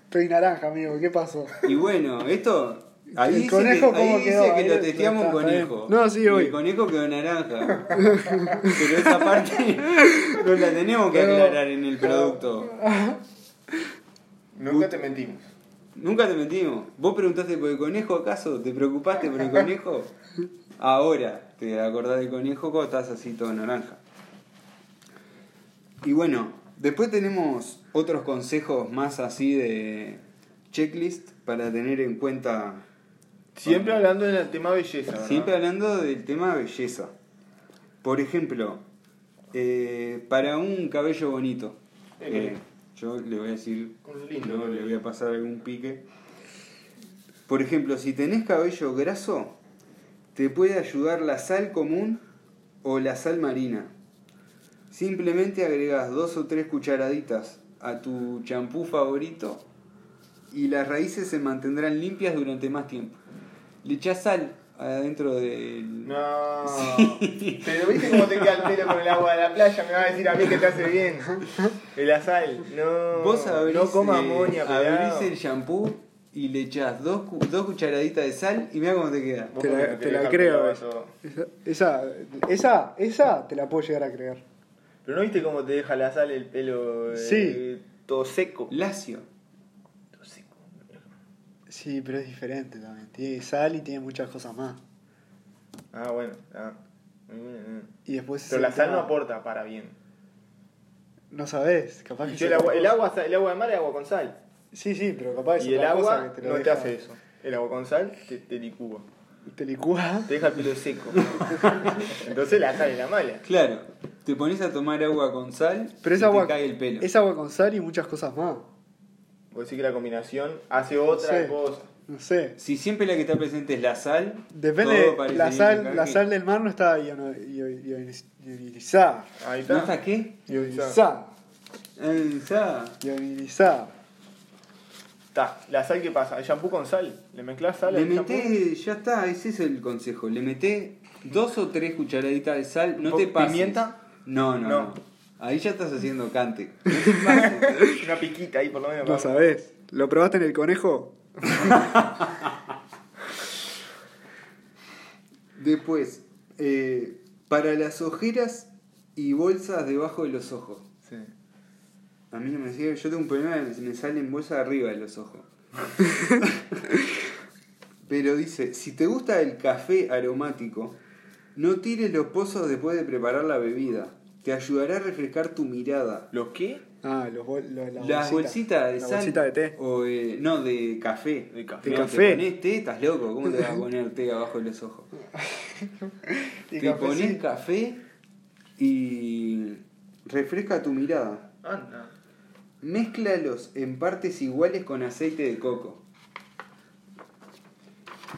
[SPEAKER 5] Estoy naranja, amigo, ¿qué pasó?
[SPEAKER 2] Y bueno, esto. Ahí
[SPEAKER 5] ¿El
[SPEAKER 2] dice
[SPEAKER 5] conejo
[SPEAKER 2] que, ahí
[SPEAKER 5] cómo
[SPEAKER 2] dice
[SPEAKER 5] quedó?
[SPEAKER 2] que
[SPEAKER 5] Ahí
[SPEAKER 2] lo
[SPEAKER 5] está,
[SPEAKER 2] testeamos un
[SPEAKER 5] está bien.
[SPEAKER 2] conejo.
[SPEAKER 5] No, sí,
[SPEAKER 2] Y
[SPEAKER 5] hoy.
[SPEAKER 2] El conejo quedó naranja. Pero esa parte no la tenemos que
[SPEAKER 5] Pero-
[SPEAKER 2] aclarar en el producto.
[SPEAKER 3] Nunca te mentimos.
[SPEAKER 2] Nunca te mentimos. ¿Vos preguntaste por el conejo acaso? ¿Te preocupaste por el conejo? Ahora te acordás del conejo cuando estás así todo naranja. Y bueno, después tenemos otros consejos más así de checklist para tener en cuenta.
[SPEAKER 3] Siempre hablando del tema belleza. ¿verdad?
[SPEAKER 2] Siempre hablando del tema belleza. Por ejemplo, eh, para un cabello bonito. eh, yo le voy a decir
[SPEAKER 3] Un
[SPEAKER 2] y
[SPEAKER 3] lindo.
[SPEAKER 2] no le voy a pasar algún pique. Por ejemplo, si tenés cabello graso, te puede ayudar la sal común o la sal marina. Simplemente agregás dos o tres cucharaditas a tu champú favorito y las raíces se mantendrán limpias durante más tiempo. Le echás sal adentro del...
[SPEAKER 3] No. Pero viste cómo te queda el pelo con el agua de la playa, me va a decir a mí que te hace bien. El azal, no.
[SPEAKER 2] Vos abrís,
[SPEAKER 3] no coma
[SPEAKER 2] eh,
[SPEAKER 3] amonia,
[SPEAKER 2] abrís
[SPEAKER 3] pelado.
[SPEAKER 2] el champú y le echás dos, cu- dos cucharaditas de sal y mira cómo te queda.
[SPEAKER 3] Vos
[SPEAKER 5] Te
[SPEAKER 3] porque
[SPEAKER 5] la- te la
[SPEAKER 3] deja el
[SPEAKER 5] creo,
[SPEAKER 3] pelo
[SPEAKER 5] eh.
[SPEAKER 3] todo.
[SPEAKER 5] Esa, esa, esa, esa te la puedo llegar a creer.
[SPEAKER 3] Pero no viste cómo te deja la sal el pelo eh,
[SPEAKER 5] Sí.
[SPEAKER 3] todo seco.
[SPEAKER 2] Lacio.
[SPEAKER 3] Todo seco.
[SPEAKER 5] Sí, pero es diferente también. Tiene sal y tiene muchas cosas más.
[SPEAKER 3] Ah, bueno. ah. Mm, mm.
[SPEAKER 5] Y después.
[SPEAKER 3] Pero
[SPEAKER 5] es
[SPEAKER 3] la
[SPEAKER 5] el
[SPEAKER 3] sal
[SPEAKER 5] tema-
[SPEAKER 3] no aporta para bien.
[SPEAKER 5] No sabes, capaz que.
[SPEAKER 3] Yo
[SPEAKER 5] se-
[SPEAKER 3] el, agua, el, agua, el agua de mar es agua con sal.
[SPEAKER 5] Sí, sí, pero capaz es
[SPEAKER 3] Y el
[SPEAKER 5] otra cosa
[SPEAKER 3] agua
[SPEAKER 5] que lo
[SPEAKER 3] no te
[SPEAKER 5] deja-
[SPEAKER 3] hace eso. El agua con sal te, te licúa.
[SPEAKER 5] Te licúa.
[SPEAKER 3] Te deja el pelo seco. Entonces la sal es la mala.
[SPEAKER 2] Claro, te pones a tomar agua con sal
[SPEAKER 5] Pero
[SPEAKER 2] y
[SPEAKER 5] es agua,
[SPEAKER 2] te cae el pelo.
[SPEAKER 5] es agua con sal y muchas cosas más.
[SPEAKER 3] Vos decís que la combinación hace otra
[SPEAKER 5] Sí.
[SPEAKER 3] cosa.
[SPEAKER 5] No sé.
[SPEAKER 2] Si siempre la que está presente es la sal,
[SPEAKER 5] Depende,
[SPEAKER 2] todo parece
[SPEAKER 5] la sal,
[SPEAKER 2] indicar
[SPEAKER 5] la
[SPEAKER 2] que-
[SPEAKER 5] sal del mar no está iono- io- ioniz- ionizada.
[SPEAKER 3] Ahí
[SPEAKER 2] ¿No
[SPEAKER 3] está.
[SPEAKER 2] está qué?
[SPEAKER 5] Ionizada.
[SPEAKER 2] Eh, está.
[SPEAKER 5] Ionizada.
[SPEAKER 3] Está. La sal que pasa. El shampoo con sal. Le mezclas sal
[SPEAKER 2] Le
[SPEAKER 3] al shampoo.
[SPEAKER 2] metés, ya está, ese es el consejo. Le metés dos o tres cucharaditas de sal, no
[SPEAKER 3] ¿Po-
[SPEAKER 2] te pases.
[SPEAKER 3] pimienta?
[SPEAKER 2] No, no,
[SPEAKER 3] No.
[SPEAKER 2] no. Ahí ya estás haciendo cante. No te pases.
[SPEAKER 3] Una piquita ahí por lo menos.
[SPEAKER 5] No
[SPEAKER 3] para-
[SPEAKER 5] sabes. ¿Lo probaste en el conejo?
[SPEAKER 2] Después, eh, para las ojeras y bolsas debajo de los ojos.
[SPEAKER 3] Sí.
[SPEAKER 2] A mí no me sirve, yo tengo un problema, que me salen bolsas arriba de los ojos. Pero dice, si te gusta el café aromático, no tires los pozos después de preparar la bebida. Te ayudará a refrescar tu mirada.
[SPEAKER 3] ¿Los qué?
[SPEAKER 5] Ah, los bol, lo- la
[SPEAKER 2] Las bolsitas de
[SPEAKER 5] la
[SPEAKER 2] sal.
[SPEAKER 5] bolsita de té.
[SPEAKER 2] O, eh, no, de café.
[SPEAKER 3] De café.
[SPEAKER 2] Pero
[SPEAKER 5] De
[SPEAKER 2] te
[SPEAKER 5] café.
[SPEAKER 2] pones té, estás loco. ¿Cómo te vas a poner té abajo de los ojos?
[SPEAKER 5] Y
[SPEAKER 2] te
[SPEAKER 5] cafecito.
[SPEAKER 2] pones café y refresca tu mirada.
[SPEAKER 3] Anda.
[SPEAKER 2] Mézclalos en partes iguales con aceite de coco.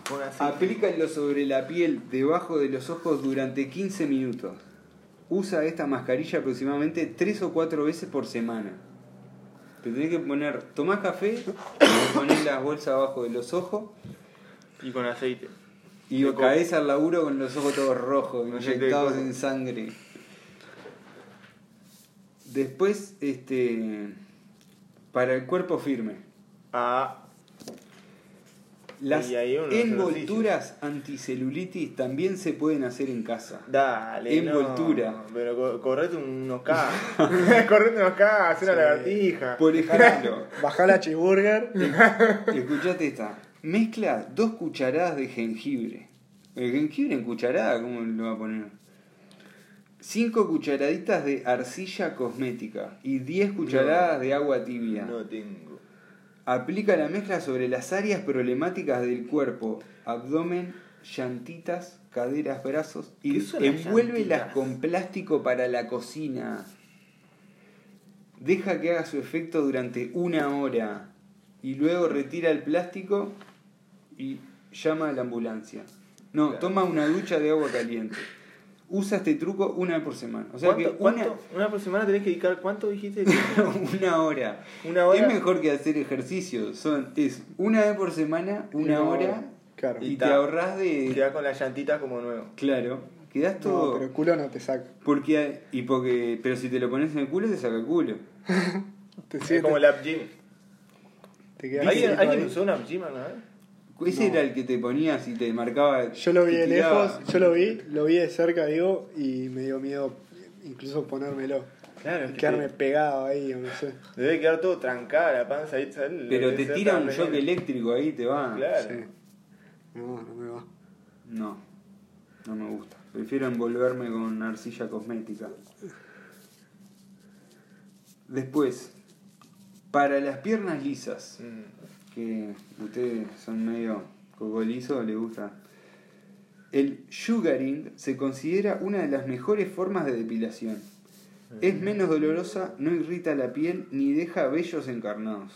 [SPEAKER 3] Con aceite.
[SPEAKER 2] Aplícalo sobre la piel debajo de los ojos durante 15 minutos. Usa esta mascarilla aproximadamente 3 o 4 veces por semana. Te tenés que poner, tomás café, ponés las bolsas abajo de los ojos
[SPEAKER 3] Y con aceite.
[SPEAKER 2] y
[SPEAKER 3] De coco.
[SPEAKER 2] caes al laburo con los ojos todos rojos,
[SPEAKER 3] Con aceite de
[SPEAKER 2] inyectados
[SPEAKER 3] coco.
[SPEAKER 2] en sangre. Después, este, para el cuerpo firme.
[SPEAKER 3] Ah.
[SPEAKER 2] Las
[SPEAKER 3] Y hay unos
[SPEAKER 2] envolturas anticelulitis también se pueden hacer en casa.
[SPEAKER 3] Dale.
[SPEAKER 2] Envoltura.
[SPEAKER 3] no. Pero co- correte unos K. correte unos K. Haz una
[SPEAKER 5] Sí.
[SPEAKER 3] lagartija.
[SPEAKER 2] Por ejemplo,
[SPEAKER 5] Bajá la cheeseburger.
[SPEAKER 2] escuchate esta. Mezcla dos cucharadas de jengibre. El jengibre en cucharada, ¿cómo lo va a poner? Cinco cucharaditas de arcilla cosmética y 10 cucharadas de agua tibia.
[SPEAKER 3] No tengo.
[SPEAKER 2] Aplica la mezcla sobre las áreas problemáticas del cuerpo, abdomen, llantitas, caderas, brazos y
[SPEAKER 3] ¿Qué son las
[SPEAKER 2] envuélvelas
[SPEAKER 3] llantitas?
[SPEAKER 2] con plástico para la cocina. Deja que haga su efecto durante una hora y luego retira el plástico y llama a la ambulancia. No,
[SPEAKER 3] Claro.
[SPEAKER 2] toma una ducha de agua caliente. Usa este truco una vez por semana. O sea que
[SPEAKER 3] ¿Cuánto,
[SPEAKER 2] una,
[SPEAKER 3] cuánto- una por semana tenés que dedicar, ¿cuánto dijiste?
[SPEAKER 2] una hora.
[SPEAKER 3] Una hora.
[SPEAKER 2] Es mejor que hacer ejercicio. Son, es una vez por semana, una
[SPEAKER 5] Una
[SPEAKER 2] hora,
[SPEAKER 5] hora. Claro.
[SPEAKER 2] Y,
[SPEAKER 3] Y
[SPEAKER 2] te
[SPEAKER 3] ta.
[SPEAKER 2] ahorras de.
[SPEAKER 3] Quedás con las llantitas como nuevo.
[SPEAKER 2] Claro. Quedás
[SPEAKER 5] No,
[SPEAKER 2] todo.
[SPEAKER 5] pero culo no te saca.
[SPEAKER 2] Porque. Y porque. Pero si te lo pones en el culo, te saca el culo.
[SPEAKER 5] Te,
[SPEAKER 3] es
[SPEAKER 5] sigue-
[SPEAKER 3] como
[SPEAKER 5] te,
[SPEAKER 3] el App Gym.
[SPEAKER 5] te queda
[SPEAKER 3] ¿Alguien,
[SPEAKER 5] chiquito
[SPEAKER 3] ¿alguien
[SPEAKER 5] ahí.
[SPEAKER 3] usó un App Gym alguna vez?
[SPEAKER 2] Ese
[SPEAKER 5] No.
[SPEAKER 2] era el que te ponías y te marcaba.
[SPEAKER 5] Yo lo vi
[SPEAKER 2] te
[SPEAKER 5] de
[SPEAKER 2] tiraba.
[SPEAKER 5] lejos, yo lo vi, lo vi de cerca, digo, y me dio miedo incluso ponérmelo.
[SPEAKER 3] Claro,
[SPEAKER 5] Y quedarme pegado ahí, o no sé.
[SPEAKER 3] Debe quedar todo trancada la panza ahí. ¿sabes? Lo
[SPEAKER 2] Pero
[SPEAKER 3] que
[SPEAKER 2] te
[SPEAKER 3] sea
[SPEAKER 2] tira
[SPEAKER 3] tan
[SPEAKER 2] un shock
[SPEAKER 3] veneno.
[SPEAKER 2] eléctrico ahí, te va.
[SPEAKER 3] Claro.
[SPEAKER 5] Sí. No, no me va.
[SPEAKER 2] No, no me gusta. Prefiero envolverme con arcilla cosmética. Después, para las piernas lisas,
[SPEAKER 3] Mm.
[SPEAKER 2] que ustedes son medio cocolizo, les gusta. El sugaring se considera una de las mejores formas de depilación. Es menos dolorosa, no irrita la piel ni deja vellos encarnados.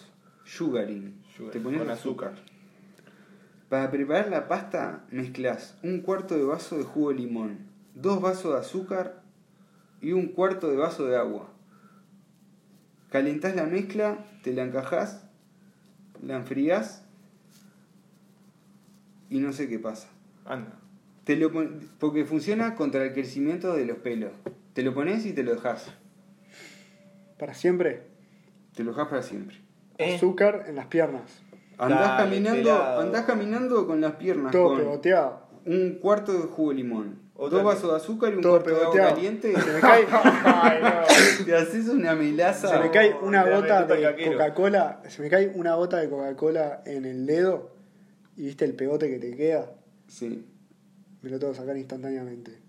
[SPEAKER 2] Sugaring.
[SPEAKER 3] Sugar,
[SPEAKER 2] Te pones
[SPEAKER 3] con
[SPEAKER 2] azúcar.
[SPEAKER 3] azúcar.
[SPEAKER 2] Para preparar la pasta mezclas un cuarto de vaso de jugo de limón, dos vasos de azúcar y un cuarto de vaso de agua. Calentás la mezcla, te la encajás, la enfrías y no sé qué pasa.
[SPEAKER 3] Anda.
[SPEAKER 2] Te lo pon- porque funciona contra el crecimiento de los pelos. Te lo pones y te lo dejas.
[SPEAKER 5] Para siempre,
[SPEAKER 2] Te lo dejas para siempre.
[SPEAKER 5] Eh.
[SPEAKER 3] Eh.
[SPEAKER 5] azúcar en las piernas.
[SPEAKER 2] Andás
[SPEAKER 3] Dale,
[SPEAKER 2] caminando,
[SPEAKER 3] pelado.
[SPEAKER 2] andás caminando con las piernas
[SPEAKER 5] Todo
[SPEAKER 2] con-
[SPEAKER 5] pegoteado.
[SPEAKER 2] un cuarto de jugo de limón,
[SPEAKER 3] Otra
[SPEAKER 2] dos
[SPEAKER 3] vez.
[SPEAKER 2] vasos de azúcar y un
[SPEAKER 5] Todo
[SPEAKER 2] cuarto de agua
[SPEAKER 5] pegoteado.
[SPEAKER 2] caliente.
[SPEAKER 5] Se me cae,
[SPEAKER 3] Ay, no.
[SPEAKER 2] Te haces una melaza.
[SPEAKER 5] se me cae
[SPEAKER 3] No,
[SPEAKER 5] una
[SPEAKER 3] te la
[SPEAKER 5] gota
[SPEAKER 3] metí pa'l
[SPEAKER 5] de
[SPEAKER 3] caquero.
[SPEAKER 5] Coca-Cola. Se me cae una gota de Coca-Cola en el dedo. Y viste el pegote que te queda.
[SPEAKER 2] Sí.
[SPEAKER 5] Me lo tengo que sacar instantáneamente.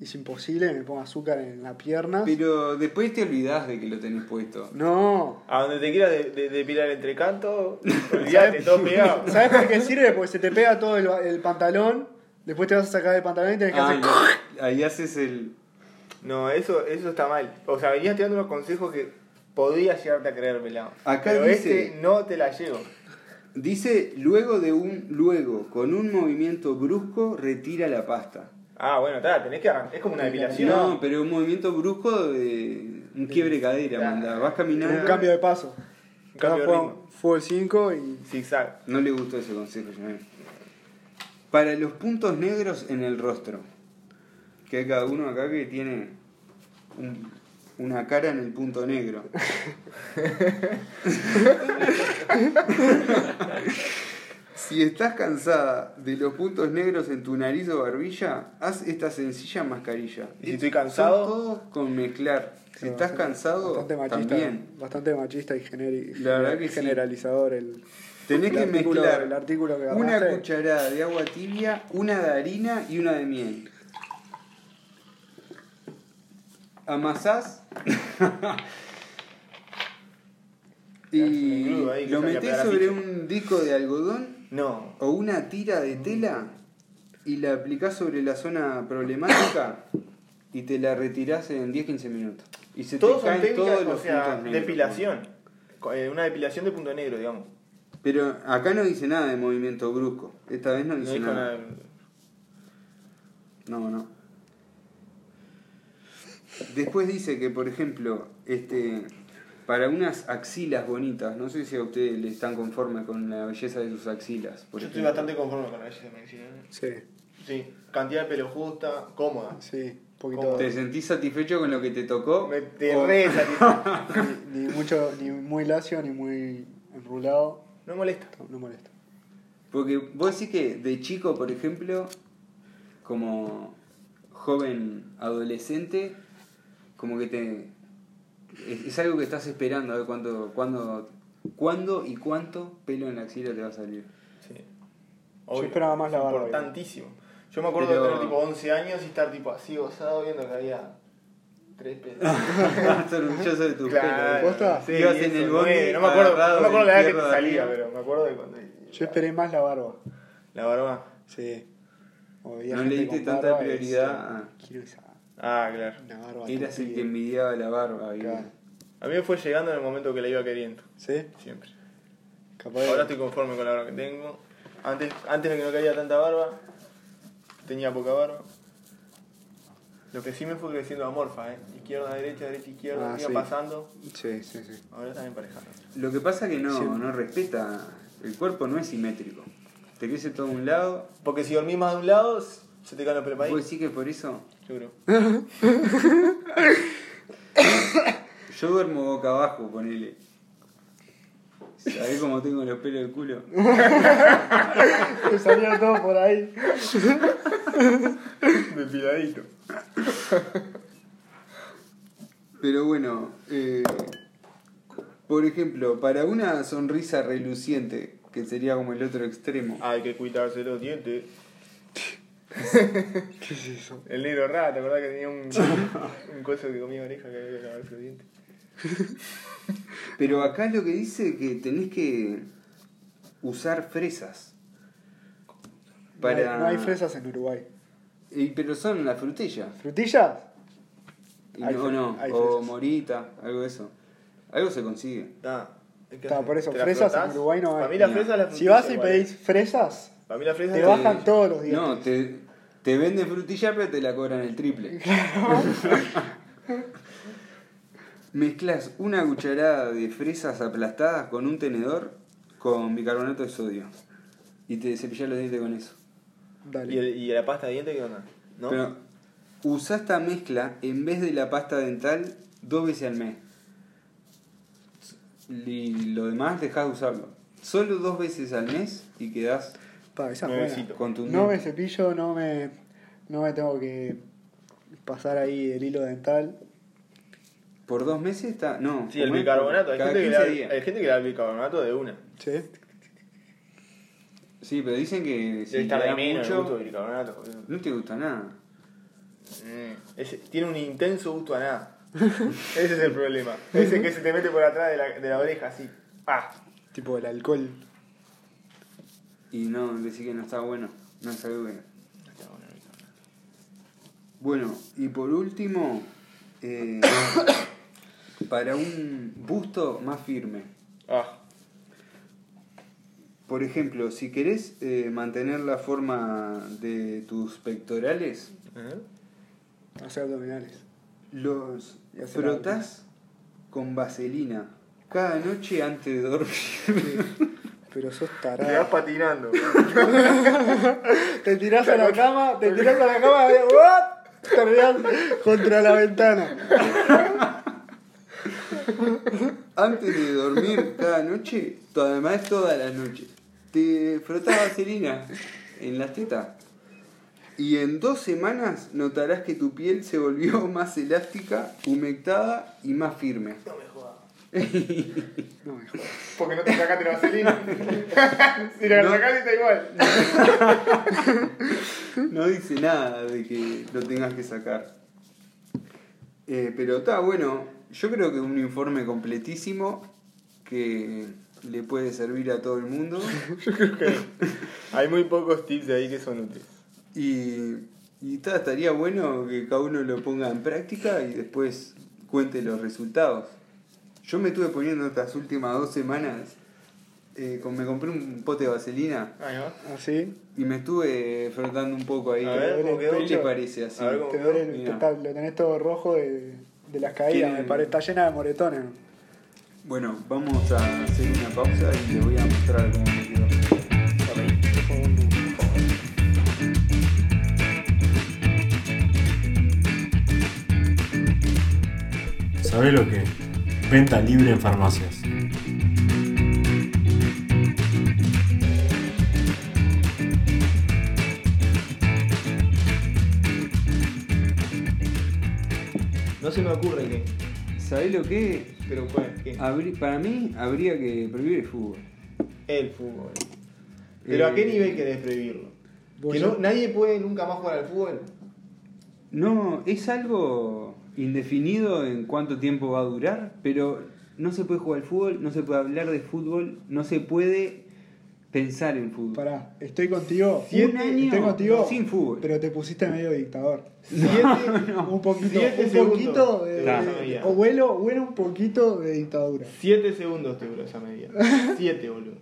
[SPEAKER 5] Es imposible, me pongo azúcar en la pierna.
[SPEAKER 2] Pero después te olvidás de que lo tenés puesto.
[SPEAKER 5] No.
[SPEAKER 3] A donde te quieras de- de- depilar el entrecanto, olvidate, todo pegado.
[SPEAKER 5] ¿Sabes por qué sirve? Porque se te pega todo el, el pantalón. Después te vas a sacar el pantalón y tenés que
[SPEAKER 2] Ah,
[SPEAKER 5] hacer.
[SPEAKER 2] lo- ahí haces el.
[SPEAKER 3] No, eso, eso está mal. O sea, venías tirando unos consejos que podías llegarte a creer, pelado.
[SPEAKER 2] Acá
[SPEAKER 3] Pero
[SPEAKER 2] dice-
[SPEAKER 3] este no te la llevo.
[SPEAKER 2] Dice luego de un luego, con un movimiento brusco, retira la pasta.
[SPEAKER 3] Ah, bueno, está, tenés que arrancar. Es como una depilación.
[SPEAKER 2] No, pero un movimiento brusco de un quiebre de cadera,
[SPEAKER 3] Ah.
[SPEAKER 2] manda. Vas
[SPEAKER 5] Un
[SPEAKER 2] caminando.
[SPEAKER 5] cambio de paso.
[SPEAKER 3] Un cambio de
[SPEAKER 5] Cada
[SPEAKER 3] ritmo.
[SPEAKER 5] juega Fútbol 5 y.
[SPEAKER 3] Zigzag.
[SPEAKER 2] No le gustó ese consejo, Janel. Para los puntos negros en el rostro. Que hay cada uno acá que tiene un- una cara en el punto negro. si estás cansada de los puntos negros en tu nariz o barbilla, haz esta sencilla mascarilla.
[SPEAKER 3] Y si estoy cansado-
[SPEAKER 2] Son todos con mezclar. Si estás
[SPEAKER 5] Bastante-
[SPEAKER 2] cansado,
[SPEAKER 5] bastante machista,
[SPEAKER 2] también.
[SPEAKER 5] Bastante machista y generi-
[SPEAKER 2] La verdad que sí.
[SPEAKER 5] generalizador el.
[SPEAKER 2] Tenés
[SPEAKER 5] El
[SPEAKER 2] que
[SPEAKER 5] artículo-
[SPEAKER 2] mezclar
[SPEAKER 5] el artículo que
[SPEAKER 2] una
[SPEAKER 5] agarraste.
[SPEAKER 2] cucharada de agua tibia, una de harina y una de miel. Amasás y
[SPEAKER 3] un grudo ahí que
[SPEAKER 2] lo
[SPEAKER 3] saca
[SPEAKER 2] metés
[SPEAKER 3] pegar
[SPEAKER 2] sobre
[SPEAKER 3] afiche.
[SPEAKER 2] un disco de algodón
[SPEAKER 3] No.
[SPEAKER 2] o una tira de tela y la aplicás sobre la zona problemática y te la retirás en 10-15 minutos. Y se
[SPEAKER 3] Todos
[SPEAKER 2] te
[SPEAKER 3] son
[SPEAKER 2] caen
[SPEAKER 3] técnicas,
[SPEAKER 2] todos
[SPEAKER 3] o
[SPEAKER 2] los
[SPEAKER 3] sea,
[SPEAKER 2] puntos negros.
[SPEAKER 3] depilación. Co- eh, Una depilación de punto negro, digamos.
[SPEAKER 2] Pero acá no dice nada de movimiento brusco. Esta vez no
[SPEAKER 3] No
[SPEAKER 2] dice
[SPEAKER 3] dijo
[SPEAKER 2] nada.
[SPEAKER 3] nada.
[SPEAKER 2] No, no. Después dice que, por ejemplo, este, para unas axilas bonitas, no sé si a ustedes le están conformes con la belleza de sus axilas. Por
[SPEAKER 3] Yo estoy
[SPEAKER 2] ejemplo.
[SPEAKER 3] bastante conforme con la belleza de medicina. ¿eh?
[SPEAKER 5] Sí,
[SPEAKER 3] Sí, cantidad de pelo justa, cómoda.
[SPEAKER 5] sí, un poquito.
[SPEAKER 3] ¿Cómo
[SPEAKER 2] ¿Te sentís satisfecho con lo que te tocó?
[SPEAKER 3] Me te
[SPEAKER 5] Oh.
[SPEAKER 2] O-
[SPEAKER 3] re satisface.
[SPEAKER 5] Ni, ni mucho, ni muy lacio, ni muy enrulado.
[SPEAKER 3] No molesta.
[SPEAKER 5] No, no molesta.
[SPEAKER 2] Porque vos decís que de chico, por ejemplo, como joven adolescente, como que te. Es, es algo que estás esperando, a ver cuándo, cuándo, cuándo y cuánto pelo en la axila te va a salir.
[SPEAKER 3] Sí.
[SPEAKER 5] Yo esperaba más la barba,
[SPEAKER 3] Importantísimo. Yo me acuerdo
[SPEAKER 2] Pero-
[SPEAKER 3] de tener tipo 11 años y estar tipo así gozado viendo que había tres pelos.
[SPEAKER 2] Estás orgulloso de tu
[SPEAKER 3] Claro,
[SPEAKER 2] pelo. eh.
[SPEAKER 5] ¿Posta?
[SPEAKER 3] sí,
[SPEAKER 2] Ibas
[SPEAKER 3] y
[SPEAKER 2] en
[SPEAKER 3] eso,
[SPEAKER 2] el bondi
[SPEAKER 3] nueve. No me acuerdo,
[SPEAKER 2] agarrado
[SPEAKER 3] no me acuerdo la edad
[SPEAKER 2] del
[SPEAKER 3] que te
[SPEAKER 2] fierro de
[SPEAKER 3] salía,
[SPEAKER 2] arriba.
[SPEAKER 3] pero me acuerdo de cuando.
[SPEAKER 5] Yo esperé más la barba.
[SPEAKER 3] La barba.
[SPEAKER 5] Sí. O veía
[SPEAKER 2] No
[SPEAKER 5] gente
[SPEAKER 2] le diste
[SPEAKER 5] con
[SPEAKER 2] tanta
[SPEAKER 5] barba y
[SPEAKER 2] prioridad
[SPEAKER 5] decía, Quiero esa,
[SPEAKER 3] Ah, claro.
[SPEAKER 5] una barba.
[SPEAKER 2] Eras el
[SPEAKER 5] tupida".
[SPEAKER 2] que envidiaba la barba. y-
[SPEAKER 5] Claro.
[SPEAKER 3] A mí me fue llegando en el momento que la iba queriendo.
[SPEAKER 5] Sí,
[SPEAKER 3] Siempre.
[SPEAKER 5] capaz.
[SPEAKER 3] Ahora estoy conforme con la barba que tengo. Antes, antes que no caía tanta barba, tenía poca barba. Lo que sí me fue creciendo amorfa, ¿eh? Izquierda, derecha, derecha, izquierda,
[SPEAKER 5] Ah,
[SPEAKER 3] iba
[SPEAKER 5] sí.
[SPEAKER 3] pasando.
[SPEAKER 5] Sí, sí, sí.
[SPEAKER 3] Ahora están emparejando.
[SPEAKER 2] Lo que pasa que no,
[SPEAKER 5] Siempre.
[SPEAKER 2] no respeta. El cuerpo no es simétrico. Te crece todo un lado.
[SPEAKER 3] Porque si dormís más de un lado, se te caen los
[SPEAKER 2] ¿Vos
[SPEAKER 3] prepaitos.
[SPEAKER 2] decís que por eso?
[SPEAKER 3] Seguro.
[SPEAKER 2] Yo duermo boca abajo, ponele. ¿Sabés cómo tengo los pelos del culo?
[SPEAKER 5] Me salió todo por ahí.
[SPEAKER 3] Depiladito.
[SPEAKER 2] Pero bueno, eh, por ejemplo, para una sonrisa reluciente, que sería como el otro extremo,
[SPEAKER 3] Hay que cuidarse los dientes.
[SPEAKER 5] ¿Qué es eso?
[SPEAKER 3] El negro raro, ¿te acordás que tenía un, un coso que comía oreja que había que lavarse los dientes?
[SPEAKER 2] Pero acá lo que dice que tenés que usar fresas.
[SPEAKER 5] No,
[SPEAKER 2] Para...
[SPEAKER 5] hay, no hay fresas en Uruguay.
[SPEAKER 2] Y- pero son las frutillas.
[SPEAKER 5] ¿Frutillas?
[SPEAKER 2] Y
[SPEAKER 5] Hay
[SPEAKER 2] no-
[SPEAKER 5] fre-
[SPEAKER 2] no,
[SPEAKER 5] hay
[SPEAKER 2] o
[SPEAKER 5] fresas.
[SPEAKER 2] morita, algo de eso. Algo se consigue.
[SPEAKER 3] Ah, ¿qué
[SPEAKER 5] Está,
[SPEAKER 3] haces?
[SPEAKER 5] por eso,
[SPEAKER 3] ¿Te la
[SPEAKER 5] fresas
[SPEAKER 3] frotás?
[SPEAKER 5] en Uruguay no hay.
[SPEAKER 3] Para mí las
[SPEAKER 2] No.
[SPEAKER 3] fresas las
[SPEAKER 5] Si vas y
[SPEAKER 3] igual.
[SPEAKER 5] pedís fresas,
[SPEAKER 3] Para mí las fresas
[SPEAKER 5] Te
[SPEAKER 3] las-
[SPEAKER 5] bajan todos los dientes.
[SPEAKER 2] Eh, No, te, te venden frutilla pero te la cobran el triple. Mezclas una cucharada de fresas aplastadas con un tenedor con bicarbonato de sodio. Y te cepillas los dientes con eso.
[SPEAKER 5] dale.
[SPEAKER 3] ¿Y, el- y la pasta de dientes qué onda? ¿No?
[SPEAKER 2] Pero usa esta mezcla en vez de la pasta dental dos veces al mes. Y lo demás dejás de usarlo. Solo dos veces al mes y quedás
[SPEAKER 5] Pa, esa es
[SPEAKER 3] Nuevecito.
[SPEAKER 2] contundente.
[SPEAKER 5] buena. No me cepillo, no me, no me tengo que pasar ahí el hilo dental.
[SPEAKER 2] ¿Por dos meses está? No.
[SPEAKER 3] sí, el
[SPEAKER 2] como es,
[SPEAKER 3] bicarbonato. Hay
[SPEAKER 2] cada
[SPEAKER 3] gente, que le
[SPEAKER 2] 15
[SPEAKER 3] da-
[SPEAKER 2] días.
[SPEAKER 3] hay gente que le da el bicarbonato de una.
[SPEAKER 5] ¿Sí?
[SPEAKER 2] Sí, pero dicen que si
[SPEAKER 3] Debe estar
[SPEAKER 2] le
[SPEAKER 3] de
[SPEAKER 2] das
[SPEAKER 3] menos el
[SPEAKER 2] mucho,
[SPEAKER 3] gusto del bicarbonato. boludo.
[SPEAKER 2] no te gusta nada.
[SPEAKER 3] Mm, ese- tiene un intenso gusto a nada. Ese es el problema. Ese que se te mete por atrás de la, de la oreja así. Ah,
[SPEAKER 5] Tipo el alcohol.
[SPEAKER 2] Y no, decir que no está bueno. No está bueno. Bueno, y por último, eh, para un busto más firme.
[SPEAKER 3] ah.
[SPEAKER 2] Por ejemplo, si querés eh, mantener la forma de tus pectorales,
[SPEAKER 3] Ujú.
[SPEAKER 5] Hacer abdominales.
[SPEAKER 2] los
[SPEAKER 5] Y hacer
[SPEAKER 2] frotás con vaselina cada noche antes de dormir.
[SPEAKER 5] Pero sos
[SPEAKER 3] Te vas
[SPEAKER 5] tarado.
[SPEAKER 3] patinando.
[SPEAKER 5] te tirás a la cama, te tirás a la cama, y- ¡Uap! Terminás contra la ventana.
[SPEAKER 2] antes de dormir cada noche, to- además todas las noches, te frotás vaselina en las tetas. Y en dos semanas notarás que tu piel se volvió más elástica, humectada y más firme.
[SPEAKER 5] No me jodas.
[SPEAKER 3] Porque no te sacaste la vaselina. si la
[SPEAKER 2] No.
[SPEAKER 3] sacaste está igual.
[SPEAKER 2] No dice nada de que lo tengas que sacar. Eh, pero está bueno. Yo creo que un informe completísimo que le puede servir a todo el mundo.
[SPEAKER 3] Hay muy pocos tips de ahí que son útiles.
[SPEAKER 2] Y, y ta, estaría bueno que cada uno lo ponga en práctica y después cuente los resultados. Yo me estuve poniendo estas últimas dos semanas, eh, con- me compré un pote de vaselina
[SPEAKER 3] Ahí va.
[SPEAKER 5] ¿Así?
[SPEAKER 2] y me estuve frotando un poco ahí.
[SPEAKER 3] A ver, ¿cómo quedó?
[SPEAKER 2] ¿Qué le parece así?
[SPEAKER 3] A ver, ¿cómo
[SPEAKER 5] Te duele, el-
[SPEAKER 2] Mira.
[SPEAKER 5] te está- lo tenés todo rojo de, de las caídas.
[SPEAKER 2] ¿Quieren-
[SPEAKER 5] Me parece, está llena de moretones.
[SPEAKER 2] Bueno, vamos a hacer una pausa y les voy a mostrar cómo me quedó.
[SPEAKER 5] Por favor, no.
[SPEAKER 1] ¿Sabés lo que? Venta libre en farmacias.
[SPEAKER 3] No se me ocurre qué.
[SPEAKER 2] ¿Sabés lo que?
[SPEAKER 3] Pero cuál, qué.
[SPEAKER 2] Habrí- para mí habría que prohibir el fútbol.
[SPEAKER 3] El fútbol. Pero a qué
[SPEAKER 2] Eh,
[SPEAKER 3] nivel querés prohibirlo?
[SPEAKER 5] Vos
[SPEAKER 3] Que
[SPEAKER 5] ya-
[SPEAKER 3] no, nadie puede nunca más jugar al fútbol.
[SPEAKER 2] No, es algo indefinido en cuánto tiempo va a durar, pero no se puede jugar al fútbol, no se puede hablar de fútbol, no se puede pensar en fútbol.
[SPEAKER 5] Pará, estoy contigo.
[SPEAKER 2] Siete años
[SPEAKER 5] estoy contigo.
[SPEAKER 2] sin fútbol.
[SPEAKER 5] Pero te pusiste medio dictador.
[SPEAKER 3] Siete,
[SPEAKER 5] Un poquito,
[SPEAKER 3] Siete
[SPEAKER 5] un
[SPEAKER 3] segundos.
[SPEAKER 5] poquito de,
[SPEAKER 3] Nah.
[SPEAKER 5] de- o vuelo, vuelo un poquito de dictadura.
[SPEAKER 3] siete segundos te duró esa medida. Siete, boludo.